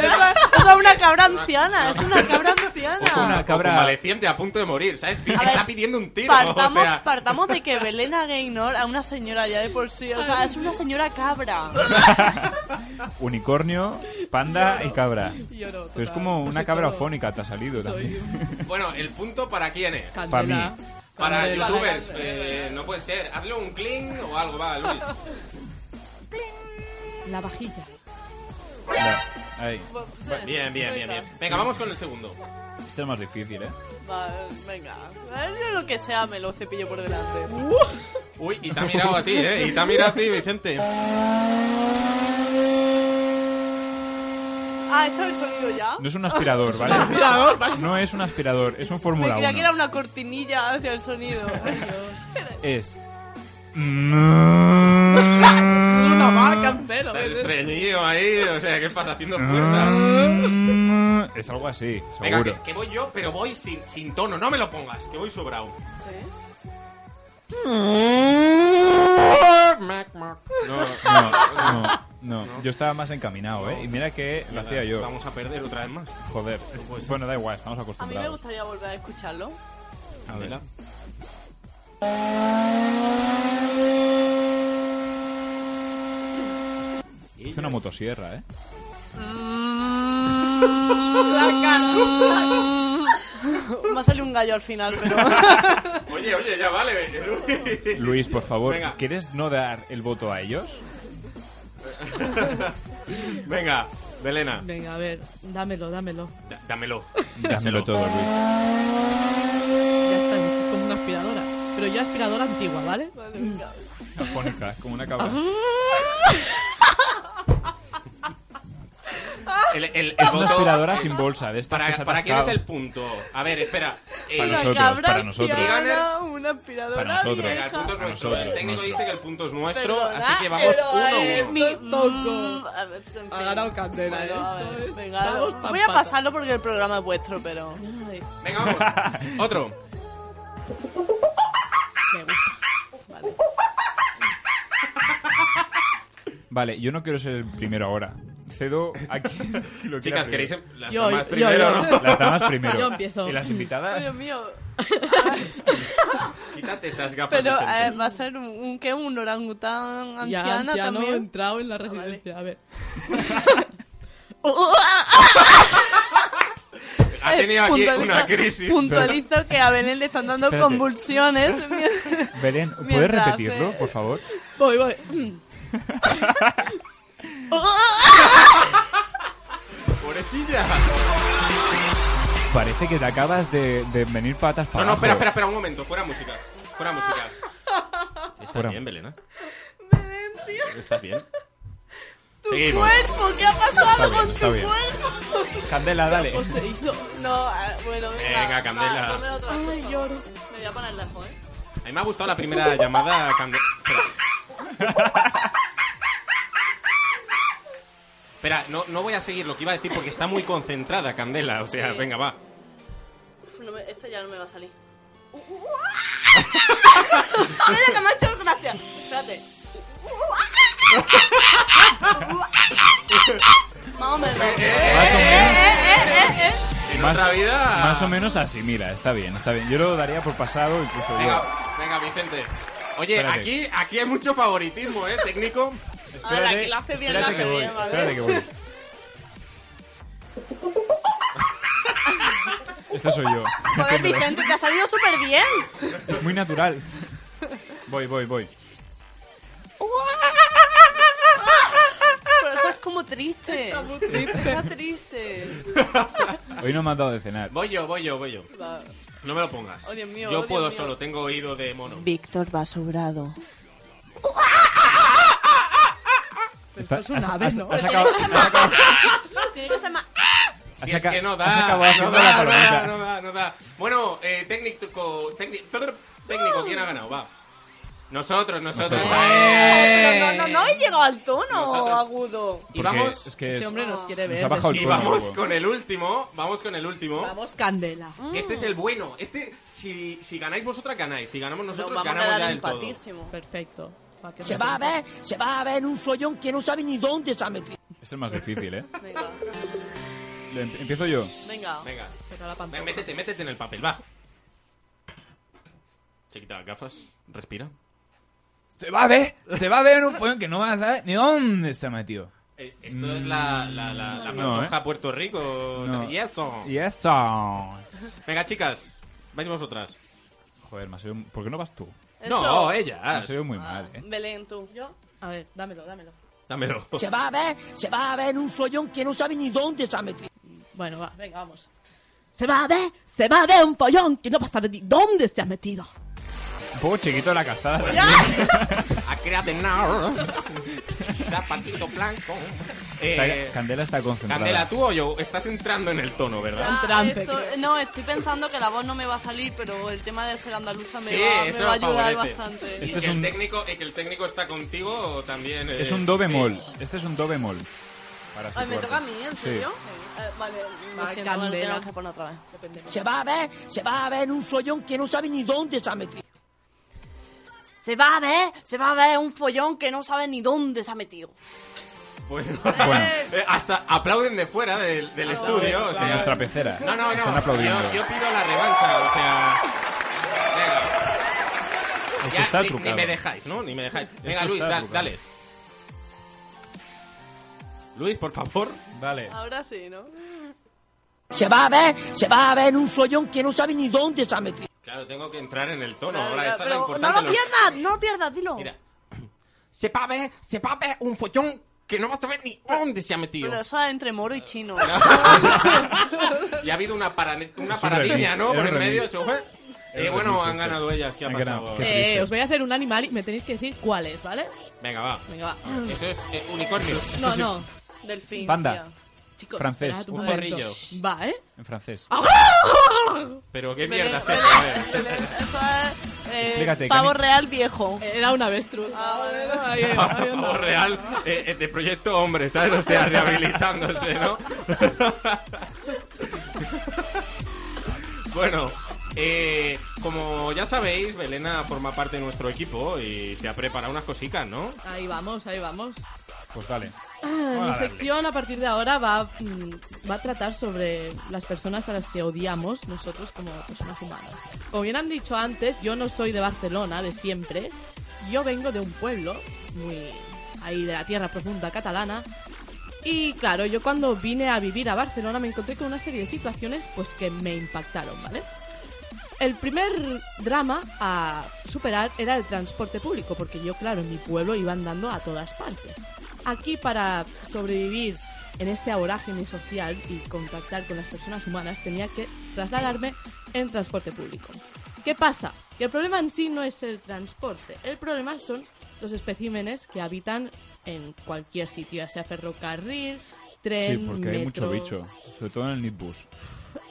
Speaker 4: una cabra anciana, es una cabra anciana.
Speaker 1: Una cabra. Convaleciente a punto de morir, ¿sabes? Pi- Está pidiendo un tiro.
Speaker 4: Partamos,
Speaker 1: O sea,
Speaker 4: partamos de que Belena Gaynor a una señora ya de por sí, o sea, es una señora cabra.
Speaker 2: Unicornio, panda y cabra.
Speaker 4: Yo no,
Speaker 2: Pero es
Speaker 4: total.
Speaker 2: como
Speaker 4: Yo
Speaker 2: una
Speaker 4: soy
Speaker 2: cabra
Speaker 4: todo.
Speaker 2: fónica, te ha salido también. [LAUGHS]
Speaker 1: bueno, el punto para quién es.
Speaker 2: Para mí.
Speaker 1: Para
Speaker 2: Candela.
Speaker 1: youtubers, eh, no puede ser. Hazle un cling o algo, va, Luis.
Speaker 5: La vajilla.
Speaker 2: Ahí.
Speaker 1: Bueno, [LAUGHS] Bien, bien, bien, bien. Venga, vamos con el segundo.
Speaker 2: Este es más difícil, ¿eh?
Speaker 4: Va, venga. Yo lo que sea me lo cepillo por delante.
Speaker 1: Uy, y te ha mirado a ti, ¿eh? Y te ha mirado [LAUGHS] a ti, Vicente.
Speaker 4: Ah, esto lo he sonido ya.
Speaker 2: No es un
Speaker 4: [LAUGHS]
Speaker 2: aspirador,
Speaker 4: Es
Speaker 2: ¿vale?
Speaker 4: Un aspirador, vale.
Speaker 2: No es un aspirador, es un Fórmula
Speaker 4: Me creía que
Speaker 2: 1.
Speaker 4: era una cortinilla hacia el sonido. [LAUGHS]
Speaker 2: Es.
Speaker 4: una marca en cero.
Speaker 1: Está estreñido ahí, o sea, ¿qué pasa? Haciendo
Speaker 2: Ah,
Speaker 1: fuerza.
Speaker 2: Es algo así,
Speaker 1: Venga,
Speaker 2: seguro.
Speaker 1: que, que voy yo, pero voy sin, sin tono. No me lo pongas, que voy sobrado. Mac, mac.
Speaker 2: No, no, no, Yo estaba más encaminado, ¿eh? Y mira que lo hacía yo.
Speaker 1: Vamos Pues, a perder otra vez más.
Speaker 2: Joder. Bueno, da igual, estamos
Speaker 4: A mí me
Speaker 2: acostumbrados.
Speaker 4: gustaría volver a escucharlo.
Speaker 2: A ver. Es una motosierra, ¿eh?
Speaker 4: Me ha salido un gallo al final, pero. [LAUGHS]
Speaker 1: Oye, oye, ya vale.
Speaker 2: Luis, por favor,
Speaker 1: Venga.
Speaker 2: ¿quieres no dar el voto a ellos?
Speaker 1: Venga, Belena.
Speaker 5: Venga, a ver, dámelo, dámelo.
Speaker 1: da- Dámelo.
Speaker 2: Dámelo todo, Luis.
Speaker 5: Ya está, es como una aspiradora. Pero yo aspiradora antigua, ¿vale? Mm.
Speaker 2: Afónica, como una cabra.
Speaker 1: El, el, el
Speaker 2: Es una
Speaker 1: voto-
Speaker 2: aspiradora sin bolsa, de estas que se
Speaker 1: Para,
Speaker 2: ha
Speaker 1: para quién es
Speaker 2: atascado.
Speaker 1: el punto. A ver, espera. Eh,
Speaker 2: Para nosotros, para nosotros.
Speaker 4: Ahora una aspiradora.
Speaker 2: Para nosotros,
Speaker 1: Venga, el punto es
Speaker 2: para
Speaker 1: nuestro.
Speaker 2: nosotros,
Speaker 1: el técnico
Speaker 2: nuestro.
Speaker 1: dice que el punto es nuestro,
Speaker 4: Perdona,
Speaker 1: así que vamos
Speaker 4: pero,
Speaker 1: uno
Speaker 4: eh,
Speaker 1: a uno.
Speaker 4: mi-
Speaker 5: toco.
Speaker 4: A ver, pues, en
Speaker 5: Ha
Speaker 4: fin.
Speaker 5: ganado candela ¿eh?
Speaker 4: Bueno,
Speaker 5: esto,
Speaker 4: a ver,
Speaker 5: es-
Speaker 4: venga,
Speaker 5: vamos
Speaker 4: lo-
Speaker 5: pa'
Speaker 4: voy a
Speaker 5: pata.
Speaker 4: pasarlo porque el programa es vuestro, pero.
Speaker 5: [LAUGHS] Ay,
Speaker 1: Venga,
Speaker 2: [LAUGHS]
Speaker 1: vamos. Otro.
Speaker 5: me gusta.
Speaker 2: Vale, yo no quiero ser el primero ahora. Cedo
Speaker 1: [LAUGHS]
Speaker 2: a quien lo quiera
Speaker 1: Chicas,
Speaker 2: primero.
Speaker 1: ¿queréis em- las
Speaker 5: Yo,
Speaker 1: damas
Speaker 5: yo,
Speaker 1: primero,
Speaker 5: yo.
Speaker 1: no?
Speaker 2: Las damas primero.
Speaker 5: Yo empiezo.
Speaker 2: Y las
Speaker 4: Ay,
Speaker 2: invitadas.
Speaker 4: Dios mío.
Speaker 1: [LAUGHS] Quítate esas gafas.
Speaker 4: Pero
Speaker 1: Vicente.
Speaker 4: eh, va a ser un, un que un orangután
Speaker 5: Ya, Ah,
Speaker 4: anciana
Speaker 5: anciano
Speaker 4: también.
Speaker 5: entrado en la residencia. A ver.
Speaker 4: ¡Oh, eh,
Speaker 1: ha tenido aquí
Speaker 4: Puntualizo-
Speaker 1: una crisis.
Speaker 4: Puntualizo que a Belén le están dando
Speaker 2: Espérate. [LAUGHS]
Speaker 4: convulsiones.
Speaker 2: Belén, ¿puedes
Speaker 4: Mientras,
Speaker 2: repetirlo,
Speaker 4: eh,
Speaker 2: por favor?
Speaker 5: Voy, voy.
Speaker 4: ¡Ah!
Speaker 1: Pobrecilla.
Speaker 2: Parece que te acabas de, de venir patas
Speaker 1: No,
Speaker 2: para
Speaker 1: no, espera,
Speaker 2: abajo.
Speaker 1: espera, espera, un momento. Fuera música. Fuera
Speaker 4: [LAUGHS]
Speaker 1: música. ¿Estás
Speaker 2: Fuera.
Speaker 1: bien, Belena? ¿Estás bien?
Speaker 4: ¡Tu
Speaker 1: Seguimos.
Speaker 4: cuerpo! ¿Qué ha pasado
Speaker 2: Está bien,
Speaker 4: con
Speaker 2: está
Speaker 4: tu
Speaker 2: bien.
Speaker 4: cuerpo?
Speaker 2: Candela, dale.
Speaker 5: O se hizo.
Speaker 4: No, eh, bueno, venga.
Speaker 1: Venga, Candela.
Speaker 4: Va, ponme otra vez,
Speaker 5: Ay,
Speaker 4: por favor.
Speaker 5: lloro.
Speaker 4: Me voy a poner lejos, ¿eh?
Speaker 1: A mí me ha gustado la primera llamada. Cande- Espera. Espera, no, no voy a seguir lo que iba a decir porque está muy concentrada Candela. O sea,
Speaker 4: Sí.
Speaker 1: venga, va.
Speaker 4: Uf, no me- esta ya no me va a salir. [LAUGHS] Mira que me ha hecho gracia.
Speaker 2: [LAUGHS]
Speaker 4: Espérate. Más o menos. Eh,
Speaker 2: Más o menos,
Speaker 1: En
Speaker 2: más-
Speaker 1: otra vida.
Speaker 2: más o menos así, mira, está bien, está bien. Yo lo daría por pasado, incluso
Speaker 1: Venga, venga, Vicente. Oye,
Speaker 2: Espérate.
Speaker 1: aquí, aquí hay mucho favoritismo, ¿eh? Técnico.
Speaker 2: yo.
Speaker 4: Ahora, que lo hace bien, lo
Speaker 2: espérate
Speaker 4: hace
Speaker 2: que voy,
Speaker 4: bien, ¿vale?
Speaker 2: espérate que voy. Este soy yo.
Speaker 4: Joder, Vicente, te ha salido súper bien.
Speaker 2: Es muy natural. Voy, voy, voy.
Speaker 4: Pero eso es como triste. Está triste.
Speaker 2: Hoy no me han dado de cenar.
Speaker 1: Voy yo, voy yo, voy yo.
Speaker 4: Va.
Speaker 1: No me lo pongas.
Speaker 4: Oh, Dios mío,
Speaker 1: Yo
Speaker 4: oh, Dios
Speaker 1: puedo
Speaker 4: mío.
Speaker 1: solo, tengo oído de mono.
Speaker 4: Víctor va sobrado.
Speaker 2: Está-
Speaker 5: es un
Speaker 2: has-
Speaker 5: ave,
Speaker 2: has-
Speaker 5: ¿no?
Speaker 2: has acabado-
Speaker 4: Tiene que ser más.
Speaker 1: Si
Speaker 2: Has
Speaker 1: es
Speaker 2: aca-
Speaker 1: que no
Speaker 2: has
Speaker 1: da,
Speaker 2: acabado
Speaker 1: no
Speaker 2: haciendo la
Speaker 1: da, no
Speaker 2: palomita.
Speaker 1: da, no da, no da. Bueno, eh, técnico, técnico, técnico, ¿quién ha ganado? Va. Nosotros, nosotros.
Speaker 2: Nosotros.
Speaker 1: ¡Eh!
Speaker 4: Pero no, no, no he llegado al tono
Speaker 1: Nosotros-
Speaker 4: agudo.
Speaker 1: Y
Speaker 2: Porque
Speaker 1: vamos,
Speaker 2: es que
Speaker 5: Ese
Speaker 2: es-
Speaker 5: hombre nos quiere
Speaker 2: nos
Speaker 5: ver.
Speaker 2: ha bajado el
Speaker 1: y
Speaker 2: tono.
Speaker 1: vamos
Speaker 2: luego.
Speaker 1: con el último, vamos con el último.
Speaker 5: Vamos, Candela.
Speaker 1: Este es el bueno. Este, si, si ganáis vosotras, ganáis. Si ganamos nosotros,
Speaker 4: Nos vamos a
Speaker 1: ganamos
Speaker 4: dar
Speaker 1: ya del todo.
Speaker 4: empatísimo.
Speaker 5: Perfecto. Va, que
Speaker 18: Se
Speaker 5: me
Speaker 18: va a
Speaker 5: salga.
Speaker 18: ver, se va a ver un follón que no sabe ni dónde se ha metido.
Speaker 2: Es el más difícil, ¿eh?
Speaker 4: Venga,
Speaker 2: Le- em- Empiezo yo.
Speaker 4: venga.
Speaker 1: Venga,
Speaker 5: Saca la
Speaker 1: ven,
Speaker 5: pantoja.
Speaker 1: métete, métete en el papel, va. Se quita las gafas, respira.
Speaker 2: Se va a ver, se va a ver un follón que no va a saber ni dónde se ha metido.
Speaker 1: Eh, Esto es la, la, la, la
Speaker 2: No,
Speaker 1: pantoja
Speaker 2: ¿eh?
Speaker 1: Puerto Rico. o sea,
Speaker 2: No.
Speaker 1: Y eso.
Speaker 2: Y eso.
Speaker 1: Venga, chicas, vais vosotras.
Speaker 2: Joder, me ha salido- ¿por qué no vas tú?
Speaker 1: No, ellas.
Speaker 2: Me ha salido muy mal, ¿eh?
Speaker 4: Belén, tú. Yo.
Speaker 5: A ver, dámelo, dámelo.
Speaker 4: [LAUGHS]
Speaker 1: Dámelo.
Speaker 18: Se va a ver, se va a ver en un follón que no sabe ni dónde se ha metido.
Speaker 5: Bueno, va, venga, vamos. Se va a ver, se va a ver un follón que no vas a ver ni dónde se ha metido.
Speaker 2: Un poco chiquito la cazada.
Speaker 1: Acréate now. [LAUGHS] Zapatito blanco. Eh,
Speaker 2: Está- Candela está concentrada.
Speaker 1: Candela, tú o yo, estás entrando en el tono, ¿verdad?
Speaker 4: Ah, eso- no, estoy pensando que la voz no me va a salir, pero el tema de ser andaluza me,
Speaker 1: Sí,
Speaker 4: va, me
Speaker 1: eso
Speaker 4: va a
Speaker 1: me
Speaker 4: ayudar
Speaker 1: favorece.
Speaker 4: bastante.
Speaker 1: Y
Speaker 2: Este es
Speaker 1: que, el
Speaker 2: un-
Speaker 1: técnico, y que el técnico está contigo también. eh,
Speaker 2: Es un do bemol. Este es un do bemol. Para
Speaker 4: Ay, me
Speaker 2: situarte.
Speaker 4: toca a mí, ¿en
Speaker 2: Sí.
Speaker 4: serio? Eh, vale, lo
Speaker 5: Va,
Speaker 4: siento, vale,
Speaker 5: Candela.
Speaker 4: tenemos que poner otra vez.
Speaker 18: Se va a ver, se va a ver en un follón que no sabe ni dónde se ha metido.
Speaker 4: Se va a ver, se va a ver un follón que no sabe ni dónde se ha metido.
Speaker 1: [LAUGHS] Bueno, [LAUGHS] Eh, hasta aplauden de fuera del, del estudio. o sea-
Speaker 2: En nuestra pecera.
Speaker 1: No, no,
Speaker 2: ¿eh? Están
Speaker 1: no. Yo,
Speaker 2: aplaudiendo.
Speaker 1: yo pido la revancha, o sea. Venga.
Speaker 2: Esto
Speaker 1: Ya
Speaker 2: está
Speaker 1: ni,
Speaker 2: trucado.
Speaker 1: ni me dejáis, ¿no? Ni me dejáis. Venga,
Speaker 2: Esto
Speaker 1: Luis,
Speaker 2: está
Speaker 1: da-
Speaker 2: trucado.
Speaker 1: dale. Luis, por favor.
Speaker 2: Vale.
Speaker 4: Ahora sí, ¿no?
Speaker 18: Se va a ver, se va a ver en un follón que no sabe ni dónde se ha
Speaker 5: Eh,
Speaker 18: metido.
Speaker 1: Claro, tengo que entrar en el tono.
Speaker 4: Vale,
Speaker 1: Ahora
Speaker 4: ya,
Speaker 1: está lo
Speaker 4: pero
Speaker 1: importante.
Speaker 4: no lo
Speaker 1: los-
Speaker 4: pierdas, no lo pierdas, dilo.
Speaker 1: Mira. [CLEARS THROAT] Se va a ver, se va a ver un follón que no va a saber ni dónde se ha metido.
Speaker 4: Pero eso es entre moro y chino.
Speaker 1: Y ha habido una, para, una
Speaker 2: un
Speaker 1: paradiña,
Speaker 2: remix,
Speaker 1: ¿no?
Speaker 2: es
Speaker 1: Por
Speaker 2: un
Speaker 1: el medio.
Speaker 2: remix.
Speaker 1: eso, ¿eh?
Speaker 2: Es
Speaker 1: Eh,
Speaker 2: un
Speaker 1: bueno,
Speaker 2: remix
Speaker 1: han
Speaker 2: este.
Speaker 1: ganado ellas. ¿Qué ha
Speaker 2: Han ganado,
Speaker 1: pasado?
Speaker 2: qué
Speaker 5: Eh, os voy a hacer un animal y me tenéis que decir cuál es, ¿vale?
Speaker 1: Venga, va.
Speaker 5: Venga, va.
Speaker 1: Eso es eh, unicornio.
Speaker 5: No, no.
Speaker 4: [LAUGHS] Delfín.
Speaker 2: Panda.
Speaker 4: tía.
Speaker 5: Chicos,
Speaker 2: Francés.
Speaker 5: esperad
Speaker 1: Un
Speaker 5: momento.
Speaker 1: zorrillo.
Speaker 5: Va, ¿eh?
Speaker 2: En francés.
Speaker 1: Pero qué
Speaker 4: Belén,
Speaker 1: mierda es
Speaker 4: Belén,
Speaker 1: eso, eh. a ver.
Speaker 4: Belén, Eso es. eh,
Speaker 2: Explícate,
Speaker 4: pavo
Speaker 2: Cani.
Speaker 4: real viejo.
Speaker 5: Era una avestruz. Ahí, ahí
Speaker 1: [LAUGHS] Pavo
Speaker 5: andaba.
Speaker 1: real eh, eh, de proyecto hombre, ¿sabes? O sea, rehabilitándose, ¿no? [LAUGHS] bueno, eh, como ya sabéis, Belena forma parte de nuestro equipo y se ha preparado unas cositas, ¿no?
Speaker 5: Ahí vamos, ahí vamos.
Speaker 2: Pues dale.
Speaker 5: Ah, Mi
Speaker 2: Hola,
Speaker 5: sección a partir de ahora va, mm, va a tratar sobre las personas a las que odiamos nosotros como personas humanas. Como bien han dicho antes, yo no soy de Barcelona de siempre. Yo vengo de un pueblo muy ahí de la tierra profunda catalana. Y claro, yo cuando vine a vivir a Barcelona me encontré con una serie de situaciones pues que me impactaron, ¿vale? El primer drama a superar era el transporte público, porque yo, claro, en mi pueblo iba andando a todas partes. Aquí para sobrevivir en este vorágine social y contactar con las personas humanas tenía que trasladarme en transporte público. ¿Qué pasa? Que el problema en sí no es el transporte, el problema son los especímenes que habitan en cualquier sitio, ya sea ferrocarril, tren,
Speaker 2: Sí, porque hay mucho
Speaker 5: metro
Speaker 2: bicho. Sobre todo en el Nitbus.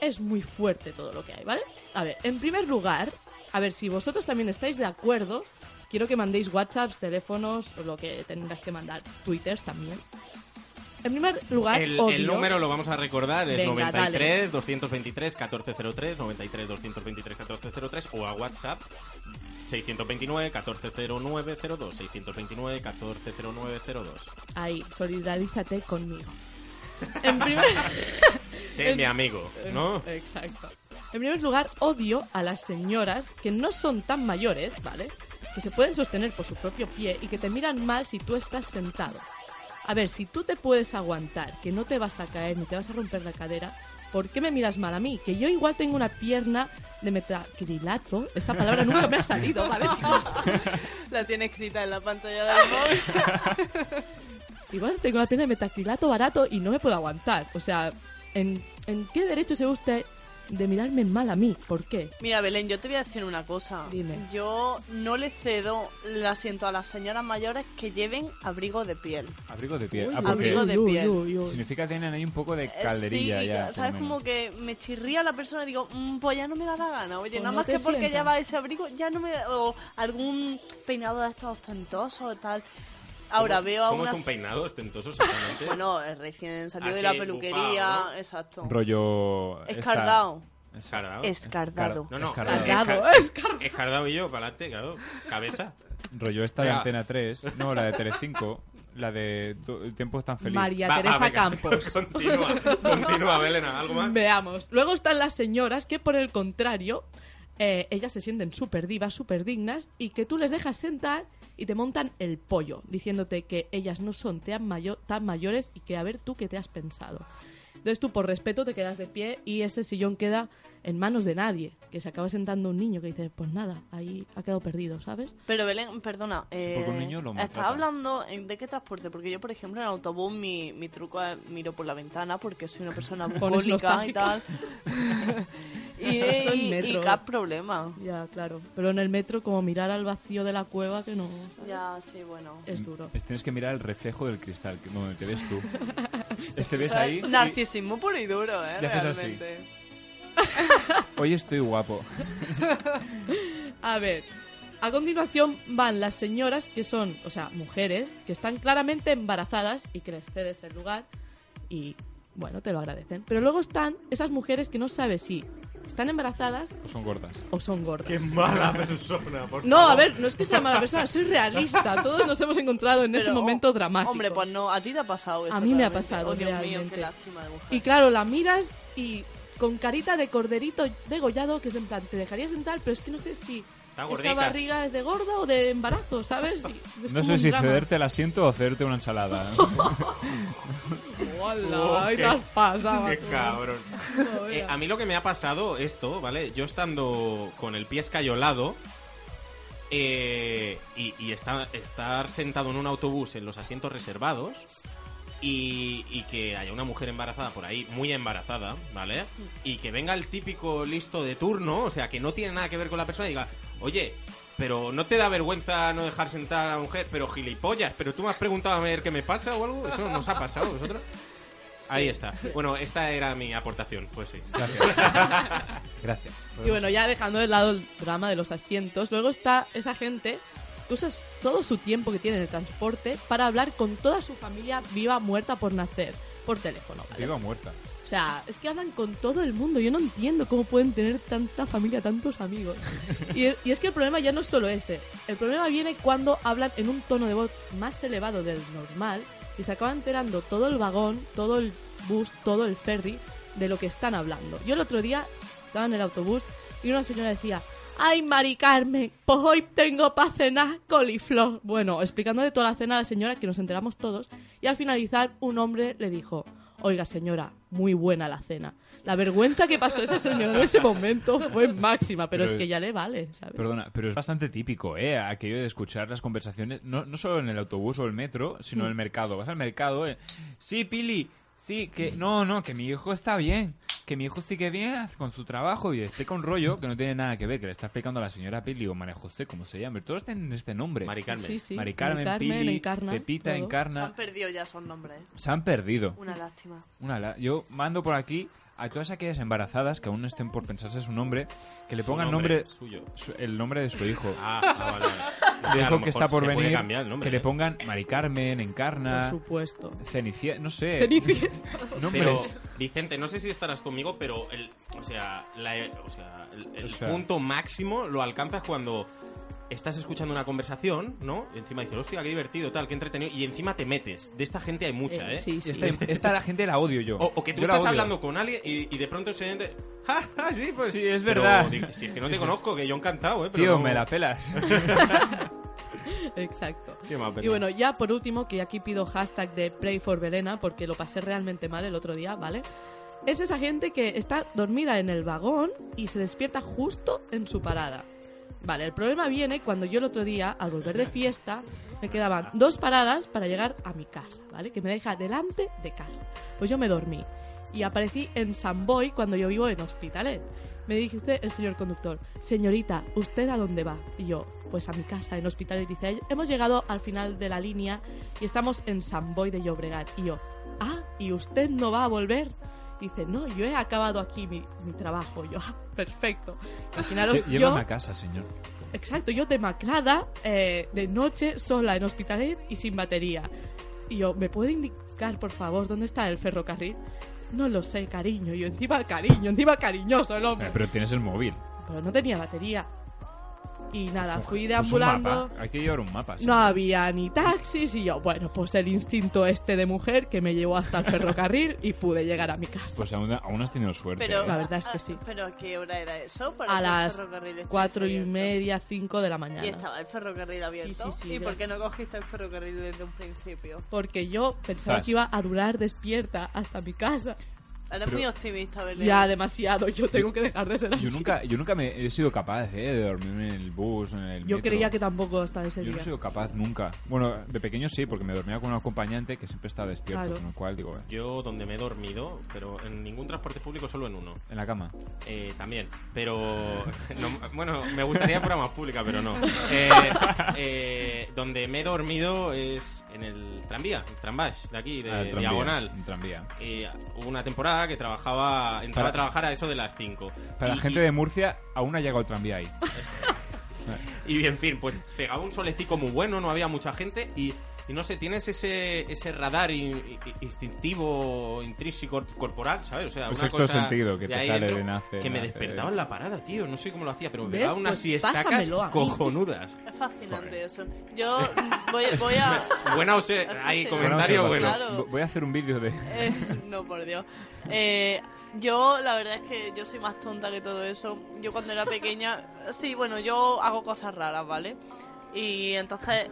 Speaker 5: es muy fuerte todo lo que hay, ¿vale? A ver, en primer lugar, a ver, si vosotros también estáis de acuerdo, quiero que mandéis WhatsApps, teléfonos, o lo que tengáis que mandar, Twitters también. En primer lugar,
Speaker 1: El, el
Speaker 5: odio.
Speaker 1: número lo vamos a recordar, es
Speaker 5: Venga,
Speaker 1: 93 223 1403, 93 223 1403 o a WhatsApp 629 140902, 629 140902.
Speaker 5: Ahí, solidarízate conmigo. En primer...
Speaker 1: Sé mi amigo,
Speaker 5: eh,
Speaker 1: ¿no?
Speaker 5: Exacto. En primer lugar, odio a las señoras que no son tan mayores, ¿vale? Que se pueden sostener por su propio pie y que te miran mal si tú estás sentado. A ver, si tú te puedes aguantar, que no te vas a caer ni te vas a romper la cadera, ¿por qué me miras mal a mí? Que yo igual tengo una pierna de metacrilato. Esta palabra nunca me ha salido, ¿vale, chicos?
Speaker 4: La tiene escrita en la pantalla del [LAUGHS] móvil.
Speaker 5: Igual tengo una pierna de metacrilato barato y no me puedo aguantar. O sea, ¿en, en qué derecho se gusta de mirarme mal a mí? ¿Por qué?
Speaker 4: Mira, Belén, yo te voy a decir una cosa.
Speaker 5: Dime.
Speaker 4: Yo no le cedo el asiento a las señoras mayores que lleven abrigo de piel.
Speaker 2: Abrigo de pie.
Speaker 4: Uy,
Speaker 2: ah, porque
Speaker 4: abrigo de piel.
Speaker 2: significa que tienen ahí un poco de
Speaker 4: Eh,
Speaker 2: calderilla
Speaker 4: sí,
Speaker 2: ya. por
Speaker 4: ¿sabes?
Speaker 2: lo menos.
Speaker 4: Como que me chirría la persona y digo, "Mm, pues ya no me da la gana. Oye,
Speaker 5: Pues
Speaker 4: nada
Speaker 5: no
Speaker 4: más
Speaker 5: te
Speaker 4: que porque
Speaker 5: sientas.
Speaker 4: lleva ese abrigo, ya no me da... O algún peinado de estos ostentosos o tal. Ahora
Speaker 1: ¿Cómo-
Speaker 4: veo a
Speaker 1: ¿Cómo
Speaker 4: unas...
Speaker 1: es un peinado ostentoso exactamente?
Speaker 4: Bueno, eh, recién salido de
Speaker 1: Así,
Speaker 4: la peluquería,
Speaker 1: bufado, ¿no?
Speaker 4: exacto.
Speaker 2: Rollo. esta-
Speaker 4: Escardao.
Speaker 1: Escardado.
Speaker 4: Escardado.
Speaker 1: No, no,
Speaker 2: Escardado.
Speaker 1: escardado.
Speaker 5: Escardado.
Speaker 1: Escardado y yo, para adelante, claro. Cabeza.
Speaker 2: Rollo esta de
Speaker 1: Venga.
Speaker 2: Antena 3. No, la de Telecinco. La de Do- El tiempo es tan feliz.
Speaker 5: María Teresa
Speaker 1: venga. [LAUGHS]
Speaker 5: Campos.
Speaker 1: continúa, continúa, Belena. ¿Algo más?
Speaker 5: Veamos. Luego están las señoras que, por el contrario, eh, ellas se sienten súper divas, súper dignas, y que tú les dejas sentar y te montan el pollo, diciéndote que ellas no son tan, mayo- tan mayores y que a ver tú qué te has pensado. Entonces tú, por respeto, te quedas de pie y ese sillón queda en manos de nadie, que se acaba sentando un niño que dice, pues nada, ahí ha quedado perdido, ¿sabes?
Speaker 4: Pero Belén, perdona,
Speaker 5: porque un
Speaker 4: eh,
Speaker 5: niño lo
Speaker 4: ¿estás
Speaker 5: maltrata.
Speaker 4: hablando en- de qué transporte? Porque yo, por ejemplo, en el autobús mi, mi truco es miro por la ventana porque soy una persona
Speaker 5: [LAUGHS] Pones
Speaker 4: bucólica y
Speaker 5: nostálgica.
Speaker 4: tal. [LAUGHS] y,
Speaker 5: Esto en
Speaker 4: y,
Speaker 5: metro.
Speaker 4: y cap problema.
Speaker 5: Ya, claro. Pero en el metro, como mirar al vacío de la cueva, que no... ¿sabes?
Speaker 4: Ya, sí, bueno.
Speaker 5: Es duro.
Speaker 2: Mm, Es- Tienes que mirar el reflejo del cristal, que- donde te ves tú. Es- te ves
Speaker 4: O sea,
Speaker 2: ahí. y-
Speaker 4: Narcisismo puro y duro, ¿eh?
Speaker 2: Y haces así.
Speaker 4: Realmente.
Speaker 2: Hoy estoy guapo.
Speaker 5: A ver, a continuación van las señoras que son, o sea, mujeres, que están claramente embarazadas y que les cedes el lugar y, bueno, te lo agradecen. Pero luego están esas mujeres que no sabes si están embarazadas
Speaker 2: O son gordas.
Speaker 5: o son gordas.
Speaker 10: Qué mala persona, por
Speaker 5: No,
Speaker 10: favor.
Speaker 5: a ver, no es que sea mala persona, soy realista. Todos nos hemos encontrado en ese
Speaker 4: Pero,
Speaker 5: momento
Speaker 4: oh,
Speaker 5: dramático.
Speaker 4: Hombre, pues no, a ti te ha pasado eso.
Speaker 5: A mí me ha
Speaker 4: realmente.
Speaker 5: pasado,
Speaker 4: Oh, Dios mío,
Speaker 5: realmente.
Speaker 4: qué lástima de mujer.
Speaker 5: Y claro, la miras y con carita de corderito degollado, que es en plan, te dejaría sentar, pero es que no sé si esa
Speaker 2: gordica.
Speaker 5: barriga es de gorda o de embarazo, ¿sabes? Y es
Speaker 2: No
Speaker 5: como
Speaker 2: sé
Speaker 5: un
Speaker 2: si
Speaker 5: drama.
Speaker 2: cederte el asiento o cederte una ensalada. ¿eh?
Speaker 5: ¡Hola!
Speaker 1: Oh,
Speaker 5: ¡Ay,
Speaker 1: qué-
Speaker 5: te has
Speaker 1: [LAUGHS]
Speaker 5: pasado!
Speaker 1: qué cabrón.
Speaker 5: Joder.
Speaker 1: Eh, a mí lo que me ha pasado esto, ¿vale? Yo estando con el pie escayolado eh, y, y esta- estar sentado en un autobús en los asientos reservados y, y que haya una mujer embarazada por ahí, muy embarazada, ¿vale? Y que venga el típico listo de turno, o sea, que no tiene nada que ver con la persona y diga, oye, pero no te da vergüenza no dejar sentar a la mujer, pero gilipollas, pero tú me has preguntado a ver qué me pasa o algo, eso nos ha pasado a vosotros. Ahí está. Bueno, esta era mi aportación, pues sí.
Speaker 2: Gracias. Gracias.
Speaker 5: Y bueno, ya dejando de lado el drama de los asientos, luego está esa gente que usa todo su tiempo que tiene en el transporte para hablar con toda su familia viva, muerta por nacer, por teléfono. ¿vale?
Speaker 2: Viva o muerta.
Speaker 5: O sea, es que hablan con todo el mundo. Yo no entiendo cómo pueden tener tanta familia, tantos amigos. Y, y es que el problema ya no es solo ese. El problema viene cuando hablan en un tono de voz más elevado del normal y se acaba enterando todo el vagón, todo el bus, todo el ferry de lo que están hablando. Yo el otro día estaba en el autobús y una señora decía, ay, Mari Carmen, pues hoy tengo para cenar coliflor. Bueno, explicándole toda la cena a la señora que nos enteramos todos y al finalizar un hombre le dijo, oiga señora, muy buena la cena. La vergüenza que pasó esa señora en ese momento fue máxima, pero,
Speaker 2: Pero-
Speaker 5: es que ya le vale, ¿sabes?
Speaker 2: Perdona, pero es bastante típico, ¿eh? Aquello de escuchar las conversaciones, no, no solo en el autobús o el metro, sino en el mercado. Vas al mercado, eh, sí, Pili, sí, que no, no, que mi hijo está bien, que mi hijo sigue bien con su trabajo y explica un rollo que no tiene nada que ver, que le está explicando a la señora Pili o María José, como se llama. Todos tienen este nombre. Mari
Speaker 1: Carmen.
Speaker 5: Sí, sí.
Speaker 2: Mari Carmen,
Speaker 5: Mari Carmen,
Speaker 2: Pili,
Speaker 5: Encarna,
Speaker 2: Pepita,
Speaker 5: todo.
Speaker 4: Se
Speaker 2: Encarna.
Speaker 4: han perdido ya esos nombres.
Speaker 2: Se han perdido.
Speaker 4: Una lástima.
Speaker 2: Una la- Yo mando por aquí a todas aquellas embarazadas que aún estén por pensarse su nombre, que le
Speaker 1: Su
Speaker 2: pongan
Speaker 1: nombre,
Speaker 2: nombre, su- el nombre de su hijo.
Speaker 1: Ah, ah,
Speaker 2: [LAUGHS]
Speaker 1: vale, vale.
Speaker 2: De
Speaker 1: Que a lo
Speaker 2: hijo que
Speaker 1: mejor
Speaker 2: está por
Speaker 1: se puede
Speaker 2: venir,
Speaker 1: cambiar el nombre,
Speaker 2: que le
Speaker 1: ¿eh?
Speaker 2: pongan Mari Carmen, Encarna,
Speaker 5: Por supuesto.
Speaker 2: Cenicie- no sé.
Speaker 5: Cenicie-
Speaker 1: Pero,
Speaker 2: [LAUGHS] Nombres.
Speaker 1: Vicente, no sé si estarás conmigo, pero el, o sea, la- o sea, el, el
Speaker 2: O sea.
Speaker 1: punto máximo lo alcanzas cuando estás escuchando una conversación, ¿no? Y encima dices, hostia, qué divertido, tal, qué entretenido. Y encima te metes. De esta gente hay mucha, ¿eh?
Speaker 5: [LAUGHS]
Speaker 2: Eh, Esta, esta la gente la odio yo.
Speaker 1: O, o que tú
Speaker 2: Yo la
Speaker 1: estás
Speaker 2: odio.
Speaker 1: hablando con alguien y, y de pronto se... ¡Ja, ja, sí, pues!
Speaker 2: Sí, es
Speaker 1: Pero,
Speaker 2: verdad.
Speaker 1: di- si es que no te conozco, que yo encantado, ¿eh? Pero
Speaker 2: Tío,
Speaker 1: no-
Speaker 2: me la
Speaker 5: [LAUGHS]
Speaker 2: pelas.
Speaker 5: Exacto.
Speaker 1: Qué mal,
Speaker 5: Y bueno, ya por último, que aquí pido hashtag de Pray for Belena porque lo pasé realmente mal el otro día, ¿vale? Es esa gente que está dormida en el vagón y se despierta justo en su parada. Vale, el problema viene cuando yo el otro día, al volver de fiesta, me quedaban dos paradas para llegar a mi casa, ¿vale? Que me deja delante de casa. Pues yo me dormí y aparecí en San Boy cuando yo vivo en Hospitalet. Me dice el señor conductor, señorita, ¿usted a dónde va? Y yo, pues a mi casa, en Hospitalet. Y dice, hemos llegado al final de la línea y estamos en San Boy de Llobregat. Y yo, ah, ¿y usted no va a volver? Dice, no, yo he acabado aquí mi, mi trabajo. Y yo, ah, perfecto. Imaginaros,
Speaker 2: Lle-
Speaker 5: yo
Speaker 2: Llévame a casa, señor.
Speaker 5: Exacto, yo demacrada, eh, de noche, sola, en hospitalet y sin batería. Y yo, ¿me puede indicar, por favor, dónde está el ferrocarril? No lo sé, cariño. Y yo, encima cariño, encima cariñoso el hombre.
Speaker 2: Eh, Pero tienes el móvil.
Speaker 5: Pero no tenía batería. Y nada, fui
Speaker 2: Pues un
Speaker 5: deambulando.
Speaker 2: mapa. Hay que llevar un mapa.
Speaker 5: No había ni taxis y yo, bueno, pues el instinto este de mujer que me llevó hasta el ferrocarril y pude llegar a mi casa.
Speaker 2: Pues aún, aún has tenido suerte.
Speaker 4: Pero,
Speaker 2: ¿eh?
Speaker 5: La verdad es que sí.
Speaker 4: ¿Pero a qué hora era eso? Para
Speaker 5: A
Speaker 4: que el
Speaker 5: las
Speaker 4: ferrocarril estuviese
Speaker 5: cuatro y
Speaker 4: abierto.
Speaker 5: media, cinco de la mañana.
Speaker 4: Y estaba el ferrocarril abierto.
Speaker 5: sí, sí,
Speaker 4: ¿Y
Speaker 5: de
Speaker 4: por
Speaker 5: la-
Speaker 4: qué no cogiste el ferrocarril desde un principio?
Speaker 5: porque yo pensaba
Speaker 2: Zas.
Speaker 5: que iba a durar despierta hasta mi casa.
Speaker 4: Eres
Speaker 2: Pero-
Speaker 4: muy optimista, Belén.
Speaker 5: Ya, demasiado. Yo tengo que dejar de ser así.
Speaker 2: Yo nunca, yo nunca me he sido capaz eh, de dormirme en el bus, en el
Speaker 5: Yo
Speaker 2: metro.
Speaker 5: creía que tampoco hasta
Speaker 2: Yo
Speaker 5: ese
Speaker 2: no
Speaker 5: día.
Speaker 2: he sido capaz nunca. Bueno, de pequeño sí, porque me dormía con un acompañante que siempre estaba despierto,
Speaker 5: Claro.
Speaker 2: con lo cual digo, eh,
Speaker 1: Yo donde me he dormido, pero en ningún transporte público, solo en uno.
Speaker 2: en la cama.
Speaker 1: Eh, también, pero... [LAUGHS] no, bueno, me gustaría por más pública, pero no. Eh, eh, donde me he dormido es en el tranvía, el tranvás de aquí, de
Speaker 2: Ah, el tranvía,
Speaker 1: Diagonal.
Speaker 2: el tranvía.
Speaker 1: Eh, hubo una temporada que trabajaba, entraba
Speaker 2: Para-
Speaker 1: a trabajar a eso de las 5.
Speaker 2: Para la gente de Murcia, aún ha llegado el tranvía ahí.
Speaker 1: Y en fin, pues pegaba un solecico muy bueno, no había mucha gente y, y no sé, tienes ese, ese radar in- i- instintivo, intrínseco, corporal, ¿sabes? O sea,
Speaker 2: Un
Speaker 1: una
Speaker 2: sexto
Speaker 1: cosa
Speaker 2: Pues sentido que
Speaker 1: de
Speaker 2: te
Speaker 1: ahí
Speaker 2: sale
Speaker 1: dentro
Speaker 2: de nace,
Speaker 1: Que me
Speaker 2: nace.
Speaker 1: despertaba en la parada, tío, no sé cómo lo hacía, pero me
Speaker 5: ¿Ves?
Speaker 1: daba unas
Speaker 5: Pues
Speaker 1: siestacas
Speaker 5: pásamelo a mí.
Speaker 1: cojonudas.
Speaker 4: Es fascinante eso. Yo mm, voy, voy a...
Speaker 1: [LAUGHS] Buena obse-
Speaker 4: Es
Speaker 1: ahí,
Speaker 4: fascinante.
Speaker 1: comentario bueno.
Speaker 4: Claro.
Speaker 2: Voy a hacer un vídeo de...
Speaker 4: Eh, no, por Dios. Eh, yo, la verdad es que yo soy más tonta que todo eso. Yo cuando era pequeña, sí, bueno, yo hago cosas raras, ¿vale? Y entonces,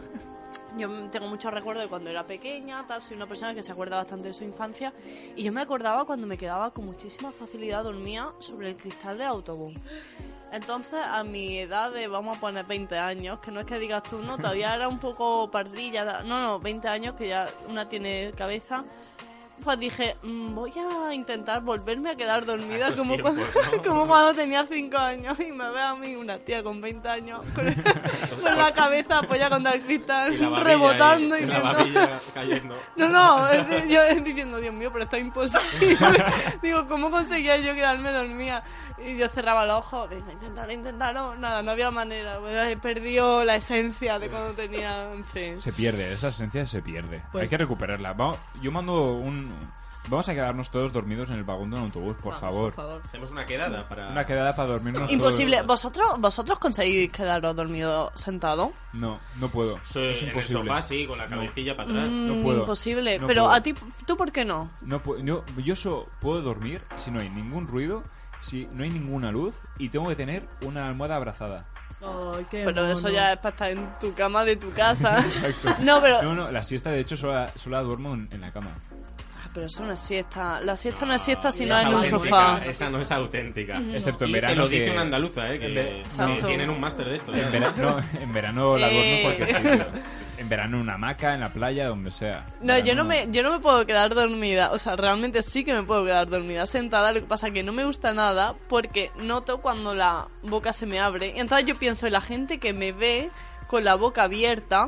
Speaker 4: yo tengo muchos recuerdos de cuando era pequeña, tal, soy una persona que se acuerda bastante de su infancia. Y yo me acordaba cuando me quedaba con muchísima facilidad dormía sobre el cristal del autobús. Entonces, a mi edad de, vamos a poner 20 años, que no es que digas tú, no, todavía era un poco pardilla, no, no, 20 años que ya una tiene cabeza, pues dije, "Mm, voy a intentar volverme a quedar dormida
Speaker 5: esos
Speaker 4: como,
Speaker 5: tiempos,
Speaker 4: cuando,
Speaker 5: ¿no?
Speaker 4: [LAUGHS] como cuando tenía 5 años y me ve a mí una tía con 20 años con, con la cabeza apoyada contra el cristal,
Speaker 1: Y la babilla
Speaker 4: Pues rebotando
Speaker 1: ahí,
Speaker 4: y
Speaker 1: la
Speaker 4: diciendo...
Speaker 1: babilla cayendo.
Speaker 4: No, no, es de- yo diciendo, Dios mío, pero esto es imposible.
Speaker 1: [LAUGHS]
Speaker 4: Digo, ¿cómo conseguía yo quedarme dormida? Y yo cerraba los ojos, venga, intentarlo, intentarlo. Nada, no había manera. Bueno, he perdido la esencia de cuando tenía, en fin.
Speaker 2: Se pierde, esa esencia se pierde.
Speaker 4: Pues-
Speaker 2: Hay que recuperarla. Vamos, yo mando un... Vamos a quedarnos todos dormidos en el vagón de un autobús, por
Speaker 4: Vamos,
Speaker 2: favor.
Speaker 4: por favor.
Speaker 1: Hacemos una quedada para...
Speaker 2: Una quedada para dormirnos
Speaker 4: Imposible.
Speaker 2: todos.
Speaker 4: ¿Vosotros, ¿Vosotros conseguís quedaros dormido sentado?
Speaker 2: No, no puedo. es
Speaker 1: en el
Speaker 2: imposible.
Speaker 1: sofá, sí, con la
Speaker 2: No.
Speaker 1: cabecilla para
Speaker 4: Mm,
Speaker 1: atrás.
Speaker 2: No puedo.
Speaker 4: Imposible.
Speaker 2: No
Speaker 4: pero
Speaker 2: puedo.
Speaker 4: a ti, ¿tú por qué no?
Speaker 2: No, pu- yo, yo solo puedo dormir si no hay ningún ruido, si no hay ninguna luz y tengo que tener una almohada
Speaker 4: [LAUGHS]
Speaker 2: abrazada.
Speaker 5: Ay, qué
Speaker 4: Pero eso
Speaker 5: mono.
Speaker 4: ya es para estar en tu cama de
Speaker 1: [LAUGHS]
Speaker 4: tu casa.
Speaker 2: Exacto.
Speaker 4: No, pero-
Speaker 2: No, no, la siesta de hecho solo la, solo la duermo en, en la cama.
Speaker 4: Ah, pero eso no es siesta. La siesta no, es siesta si no
Speaker 1: Esa
Speaker 4: es en un
Speaker 1: auténtica,
Speaker 4: sofá.
Speaker 1: Esa no es auténtica.
Speaker 4: No.
Speaker 2: Excepto en
Speaker 1: Y
Speaker 2: verano
Speaker 1: Te lo dice
Speaker 2: que-
Speaker 1: una andaluza, ¿eh?
Speaker 2: en
Speaker 1: Que,
Speaker 2: ver-
Speaker 1: que
Speaker 2: no.
Speaker 1: tienen un máster de esto. ¿eh?
Speaker 2: En verano, [LAUGHS] en verano la duermo en
Speaker 4: Eh.
Speaker 2: cualquier sitio. En verano en una hamaca, en la playa, donde sea.
Speaker 4: No, yo no, me, yo no me puedo quedar dormida. O sea, realmente sí que me puedo quedar dormida sentada. Lo que pasa es que no me gusta nada porque noto cuando la boca se me abre. Y entonces yo pienso en la gente que me ve con la boca abierta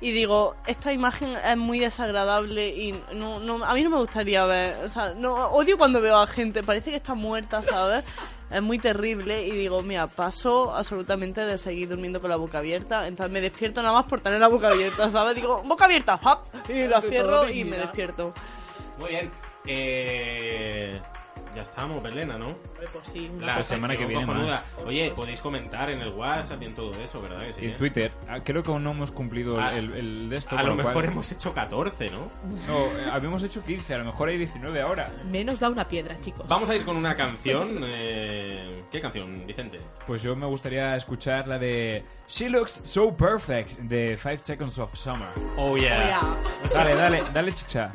Speaker 4: y digo, esta imagen es muy desagradable y no, no, a mí no me gustaría ver. O sea, no, odio cuando veo a gente. Parece que está muerta, ¿sabes? Es muy terrible y digo, mira, paso absolutamente de seguir durmiendo con la boca abierta. Entonces me despierto nada más por tener la boca abierta, ¿sabes? Digo, boca abierta, ¡pap! Y la
Speaker 5: Ante
Speaker 4: cierro
Speaker 5: todo,
Speaker 4: y me
Speaker 5: dignidad.
Speaker 4: despierto.
Speaker 1: Muy bien. Eh, ya estamos, Belena, ¿no?
Speaker 2: La semana
Speaker 1: sección
Speaker 2: que viene
Speaker 1: cojonuda.
Speaker 2: más.
Speaker 1: Oye, podéis comentar en el WhatsApp y en todo eso, ¿verdad? que sí,
Speaker 2: Y
Speaker 1: eh?
Speaker 2: en Twitter, ah, creo que aún no hemos cumplido
Speaker 1: Ah,
Speaker 2: el, el de esto.
Speaker 1: a
Speaker 2: con
Speaker 1: lo
Speaker 2: cual-
Speaker 1: mejor hemos hecho 14, ¿no?
Speaker 2: No, eh, habíamos hecho 15, a lo mejor hay 19 ahora.
Speaker 5: Menos da una piedra, chicos.
Speaker 1: Vamos a ir con una
Speaker 2: [LAUGHS]
Speaker 1: canción. eh, ¿Qué canción, Vicente?
Speaker 2: Pues yo me gustaría escuchar la de She Looks So Perfect de Five Seconds of Summer.
Speaker 1: Oh, yeah. Oh, yeah.
Speaker 2: Dale, dale, dale, chicha.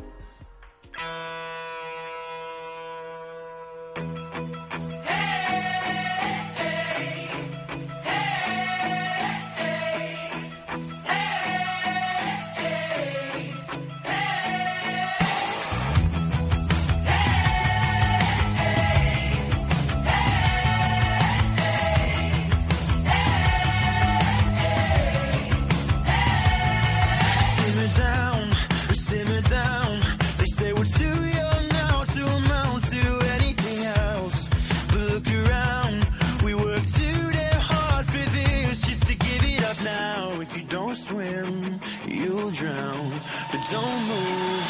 Speaker 6: Simmer down, simmer down. They say we're too young now to amount to anything else. But look around, we work too damn hard for this just to give it up now. If you don't swim, you'll drown. But don't move,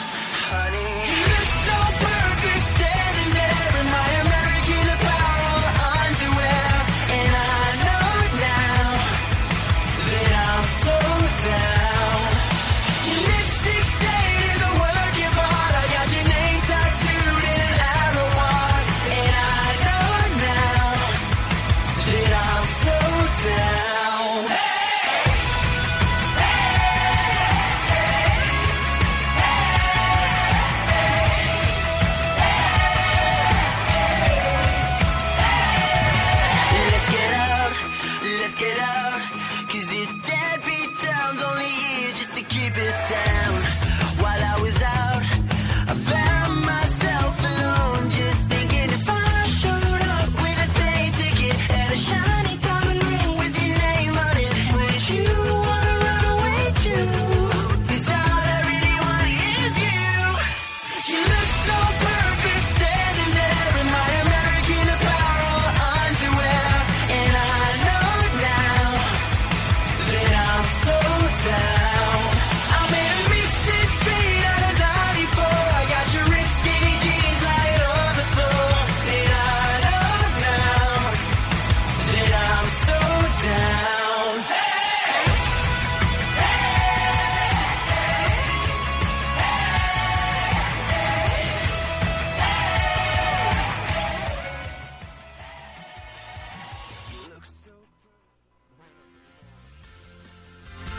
Speaker 6: honey. You look so perfect standing there in my American apparel underwear, and I know now that I'm so down. Your lipstick stain is a work of art. I got your name tattooed in an arrow art. And I know now that I'm so down. Hey! Hey! Hey!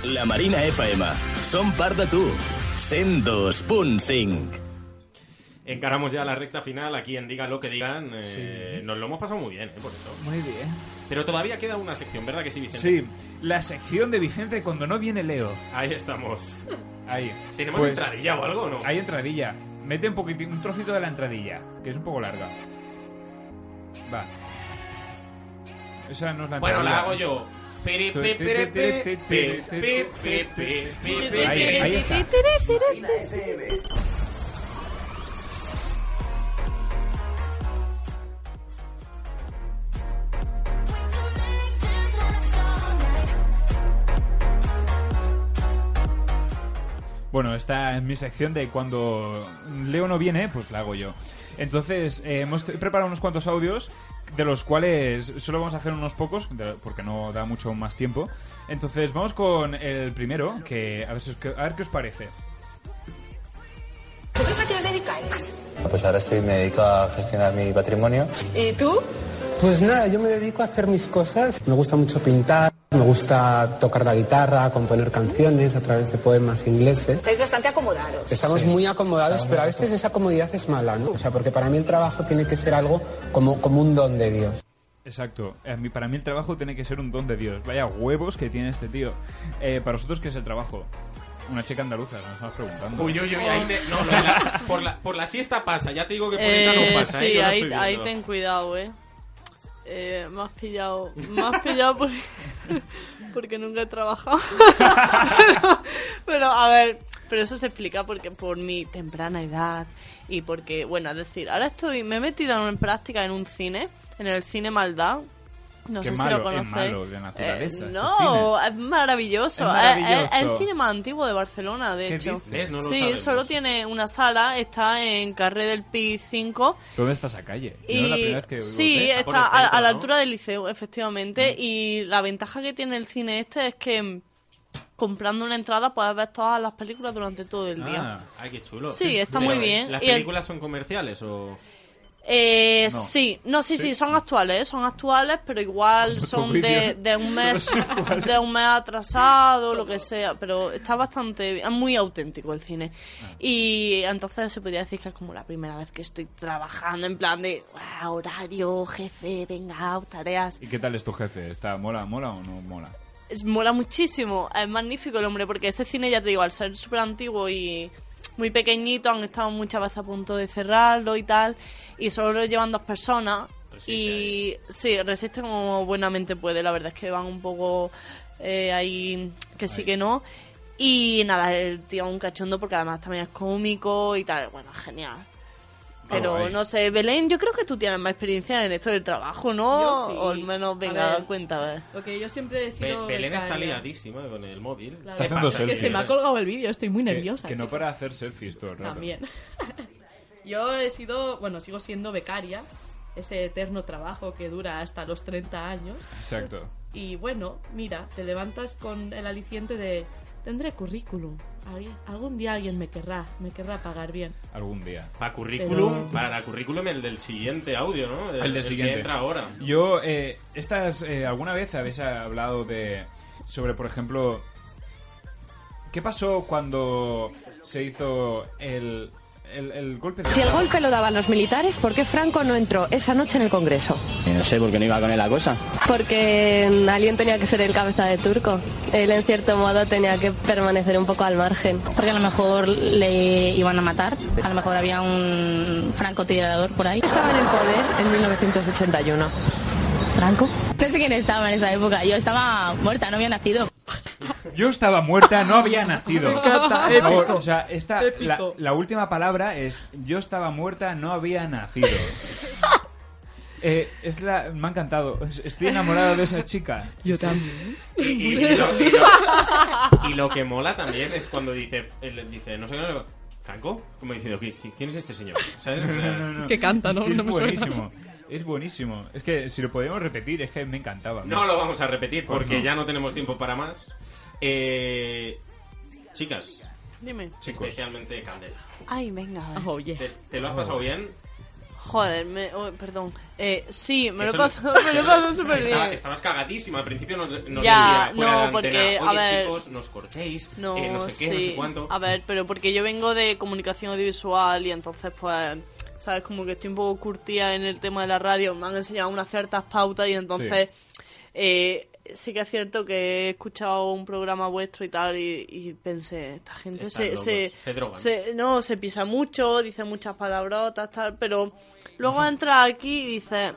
Speaker 17: La Marina FM. Som part de tu. 102.5.
Speaker 1: Encaramos ya la recta final, a quien diga lo que digan. eh, Nos lo hemos pasado muy bien, eh, por eso.
Speaker 2: Muy bien.
Speaker 1: Pero todavía queda una sección, ¿verdad que sí, Vicente?
Speaker 2: Sí, la sección de Vicente cuando no viene Leo.
Speaker 1: Ahí
Speaker 2: [LAUGHS]
Speaker 1: estamos.
Speaker 2: Ahí. Pues
Speaker 1: ¿Tenemos entradilla o algo, no?
Speaker 2: Hay entradilla. Mete un poquitín, un trocito de la entradilla, que es un poco larga. Va. Esa no es la
Speaker 1: Bueno, la
Speaker 2: entradilla.
Speaker 1: hago yo. Piri, pi, piri, pi, pi, pi, pi, pi, pi, pi.
Speaker 2: Ahí, ahí está. Bueno, está en mi sección de cuando Leo no viene, pues la hago yo. Entonces, eh, hemos preparado unos cuantos audios, de los cuales solo vamos a hacer unos pocos, de- porque no da mucho más tiempo. Entonces, vamos con el primero, que a ver, si os- a ver qué os parece.
Speaker 19: ¿Vosotros a qué os dedicáis?
Speaker 20: Pues ahora estoy, me dedico a gestionar mi patrimonio.
Speaker 19: ¿Y tú?
Speaker 20: Pues nada, yo me dedico a hacer mis cosas. Me gusta mucho pintar, me gusta tocar la guitarra, componer canciones a través de poemas este ingleses.
Speaker 19: Estáis bastante acomodados.
Speaker 20: Estamos muy acomodados, pero a veces esa comodidad es mala, ¿no? O sea, porque para mí el trabajo tiene que ser algo como, como un don de Dios.
Speaker 2: Exacto. A mí- para mí el trabajo tiene que ser un don de Dios. Vaya huevos que tiene este tío. Eh, para vosotros, ¿qué es el trabajo? Una chica andaluza, nos estamos preguntando.
Speaker 1: Uy, uy, uy, ahí te- no, no, la- por, la, por la siesta pasa, ya te digo que
Speaker 2: Pues
Speaker 1: por esa
Speaker 4: Eh,
Speaker 1: no pasa.
Speaker 4: sí,
Speaker 1: eh, yo la
Speaker 4: ahí,
Speaker 1: estoy
Speaker 4: ahí
Speaker 1: viendo.
Speaker 4: ten cuidado, eh. Eh, me has pillado, me has pillado por- [LAUGHS] porque nunca he trabajado. [LAUGHS] pero, pero, a ver, pero eso se explica porque por mi temprana edad y porque, bueno, es decir, ahora estoy, me he metido en práctica en un cine, en el cine Maldad. No
Speaker 2: Qué
Speaker 4: sé
Speaker 2: malo,
Speaker 4: si lo
Speaker 2: es
Speaker 4: conocéis. Eh,
Speaker 2: malo de naturaleza este
Speaker 4: no, es maravilloso.
Speaker 2: Es
Speaker 4: Es- es-
Speaker 2: maravilloso.
Speaker 4: es el cine más antiguo de Barcelona, de
Speaker 2: ¿Qué
Speaker 4: hecho.
Speaker 2: dices? No lo
Speaker 4: sí,
Speaker 2: sabemos.
Speaker 1: pues.
Speaker 4: solo tiene una sala, está en Carré del Pi 5
Speaker 2: ¿Dónde está esa calle? Yo
Speaker 4: y
Speaker 2: la primera vez que oigo
Speaker 4: sí,
Speaker 2: de-
Speaker 4: está a, a la altura del liceo, efectivamente. Y la ventaja que tiene el cine este es que mm, comprando una entrada puedes ver todas las películas durante todo el
Speaker 1: Ah,
Speaker 4: día.
Speaker 1: ay, qué chulo.
Speaker 4: Sí, está
Speaker 1: Pero,
Speaker 4: muy bien.
Speaker 1: ¿Las
Speaker 4: Y el-
Speaker 1: películas son comerciales o...?
Speaker 4: Eh,
Speaker 1: No.
Speaker 4: Sí, no, sí, sí,
Speaker 1: Sí.
Speaker 4: son actuales, ¿eh? son actuales, pero igual son
Speaker 1: vídeo.
Speaker 4: de, de un mes de un mes atrasado, lo que sea, pero está bastante, bien, es muy auténtico el cine. Y entonces se podría decir que es como la primera vez que estoy trabajando en plan de "Guau, horario, jefe, venga, tareas.
Speaker 2: ¿Y qué tal es tu jefe? ¿Está mola, mola o no mola?
Speaker 4: Es- mola muchísimo, es magnífico el hombre, porque ese cine, ya te digo, al ser súper antiguo y muy pequeñito, han estado muchas veces a punto de cerrarlo y tal, y solo lo llevan dos personas. y sí, resiste como buenamente puede, la verdad es que van un poco eh, ahí que sí que no. Y nada, el tío es un cachondo porque además también es cómico y tal, bueno, genial. Pero
Speaker 21: Guay.
Speaker 4: no sé, Belén, yo creo que tú tienes más experiencia en esto del trabajo, ¿no?
Speaker 5: Yo sí.
Speaker 4: O al menos,
Speaker 5: A
Speaker 4: venga,
Speaker 5: ver.
Speaker 4: cuéntame.
Speaker 5: Lo que yo siempre he
Speaker 1: Be-
Speaker 5: sido.
Speaker 1: Belén está
Speaker 5: becaria.
Speaker 1: liadísima con el móvil.
Speaker 5: Claro.
Speaker 1: ¿Qué
Speaker 2: Está haciendo
Speaker 1: pasa?
Speaker 5: Que se me ha colgado el vídeo, estoy muy
Speaker 2: Que-
Speaker 5: nerviosa.
Speaker 2: Que, no
Speaker 5: chico.
Speaker 2: para hacer selfies todo el rato.
Speaker 5: También. [LAUGHS] Yo he sido, bueno, sigo siendo becaria, ese eterno trabajo que dura hasta los 30 años.
Speaker 2: Exacto.
Speaker 5: Y bueno, mira, te levantas con el aliciente de tendré currículum. Alguien- algún día alguien me querrá, me querrá pagar bien.
Speaker 2: Algún día.
Speaker 1: Para currículum,
Speaker 2: Pero-
Speaker 1: para la currículum el del siguiente audio, ¿no?
Speaker 2: Ah, El del siguiente.
Speaker 1: que entra ahora.
Speaker 2: Yo, eh, estas, eh, ¿alguna vez habéis hablado de. sobre, por ejemplo. ¿Qué pasó cuando se hizo el. el, el golpe de.
Speaker 21: Si el golpe lo daban los militares, ¿por qué Franco no entró esa noche en el Congreso?
Speaker 17: No sé por qué no iba con él la cosa.
Speaker 21: Porque mm, alguien tenía que ser el cabeza de turco. Él, en cierto modo, tenía que permanecer un poco al margen.
Speaker 22: Porque a lo mejor le iban a matar, a lo mejor había un francotirador por ahí. Estaba en el poder en 1981. ¿Franco? No sé quién estaba en esa época, yo estaba muerta, no había nacido.
Speaker 2: Yo estaba muerta, no había nacido.
Speaker 22: [LAUGHS] Me encanta,
Speaker 2: Por favor,
Speaker 22: épico,
Speaker 2: o sea, esta,
Speaker 22: épico.
Speaker 2: la, la última palabra es: Yo estaba muerta, no
Speaker 22: [LAUGHS]
Speaker 2: había nacido. Eh, es la, me ha encantado. Es- Estoy enamorado de esa chica.
Speaker 5: Yo también.
Speaker 1: Y, y- y lo, y lo- y lo que mola también es cuando dice, él dice no sé qué, no sé qué, Franco, como diciendo, "¿Qui- qui- ¿quién es este señor? ¿Sabes? O sea,
Speaker 5: Que canta,
Speaker 2: Es
Speaker 5: ¿no?
Speaker 2: es
Speaker 5: No me suena.
Speaker 2: buenísimo. Es buenísimo. Es que si lo podemos repetir, es que me encantaba.
Speaker 1: No lo vamos a repetir
Speaker 2: Pues
Speaker 1: porque
Speaker 2: no.
Speaker 1: ya no tenemos tiempo para más. Eh, chicas,
Speaker 4: Dime.
Speaker 1: especialmente Candela.
Speaker 4: Ay, venga.
Speaker 5: Oye.
Speaker 2: Oh.
Speaker 1: ¿Te, te lo has pasado bien?
Speaker 4: Joder, me- oh, perdón. Eh, sí, me lo,
Speaker 1: Eso
Speaker 4: he
Speaker 1: no-
Speaker 4: pasado, [LAUGHS] me lo he pasado súper
Speaker 1: Estaba-
Speaker 4: bien.
Speaker 1: Estabas cagadísima. Al principio nos, nos
Speaker 4: Ya,
Speaker 1: decía fuera
Speaker 4: no,
Speaker 1: de la
Speaker 4: porque,
Speaker 1: antena,
Speaker 4: a
Speaker 1: "Oye,
Speaker 4: ver-
Speaker 1: chicos, nos cortéis, eh,
Speaker 4: No,
Speaker 1: no, sé
Speaker 4: sí. Ah,
Speaker 1: qué, no sé cuánto.
Speaker 4: A ver, pero porque yo vengo de comunicación audiovisual y entonces, pues, sabes, como que estoy un poco curtida en el tema de la radio. Me han enseñado unas ciertas pautas y entonces eh, sí que es cierto que he escuchado un programa vuestro y tal y, y pensé, esta gente
Speaker 1: Están
Speaker 4: se,
Speaker 1: locos,
Speaker 4: se,
Speaker 1: se drogan.
Speaker 4: No, se pisa mucho, dice muchas palabrotas, tal, pero luego entra aquí y dice...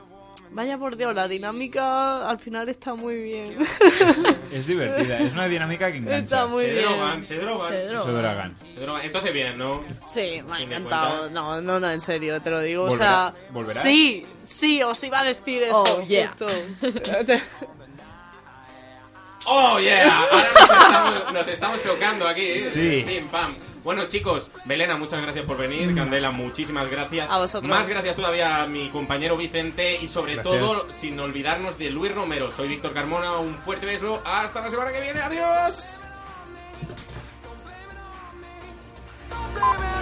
Speaker 4: Vaya por Dios, la dinámica al final está muy bien.
Speaker 1: [LAUGHS]
Speaker 2: Es divertida, es una dinámica que engancha.
Speaker 4: Está muy
Speaker 1: se
Speaker 4: bien.
Speaker 1: drogan, se drogan.
Speaker 4: Se drogan.
Speaker 2: Se drogan.
Speaker 1: Se drogan. Entonces, bien, ¿no?
Speaker 4: Sí, me ha
Speaker 1: Fin de
Speaker 4: encantado.
Speaker 1: cuentas.
Speaker 4: No, no, no, en serio, te lo digo.
Speaker 1: Volverá-
Speaker 4: o sea,
Speaker 1: volverás.
Speaker 4: sí, sí, os iba a decir eso.
Speaker 5: Oh, yeah.
Speaker 4: justo.
Speaker 5: [LAUGHS]
Speaker 4: [LAUGHS]
Speaker 1: ¡Oh,
Speaker 2: [LAUGHS]
Speaker 1: yeah! Ahora nos estamos, nos estamos chocando aquí. ¿eh?
Speaker 2: Sí. Mm.
Speaker 1: Pim, pam. Bueno, chicos, Belena, muchas gracias por venir. Candela, muchísimas gracias.
Speaker 4: A vosotros.
Speaker 1: Más gracias todavía a mi compañero Vicente y sobre
Speaker 2: Gracias.
Speaker 1: todo, sin olvidarnos de Luis Romero. Soy Víctor Carmona, un fuerte beso. Hasta la semana que viene. ¡Adiós!
Speaker 15: baby.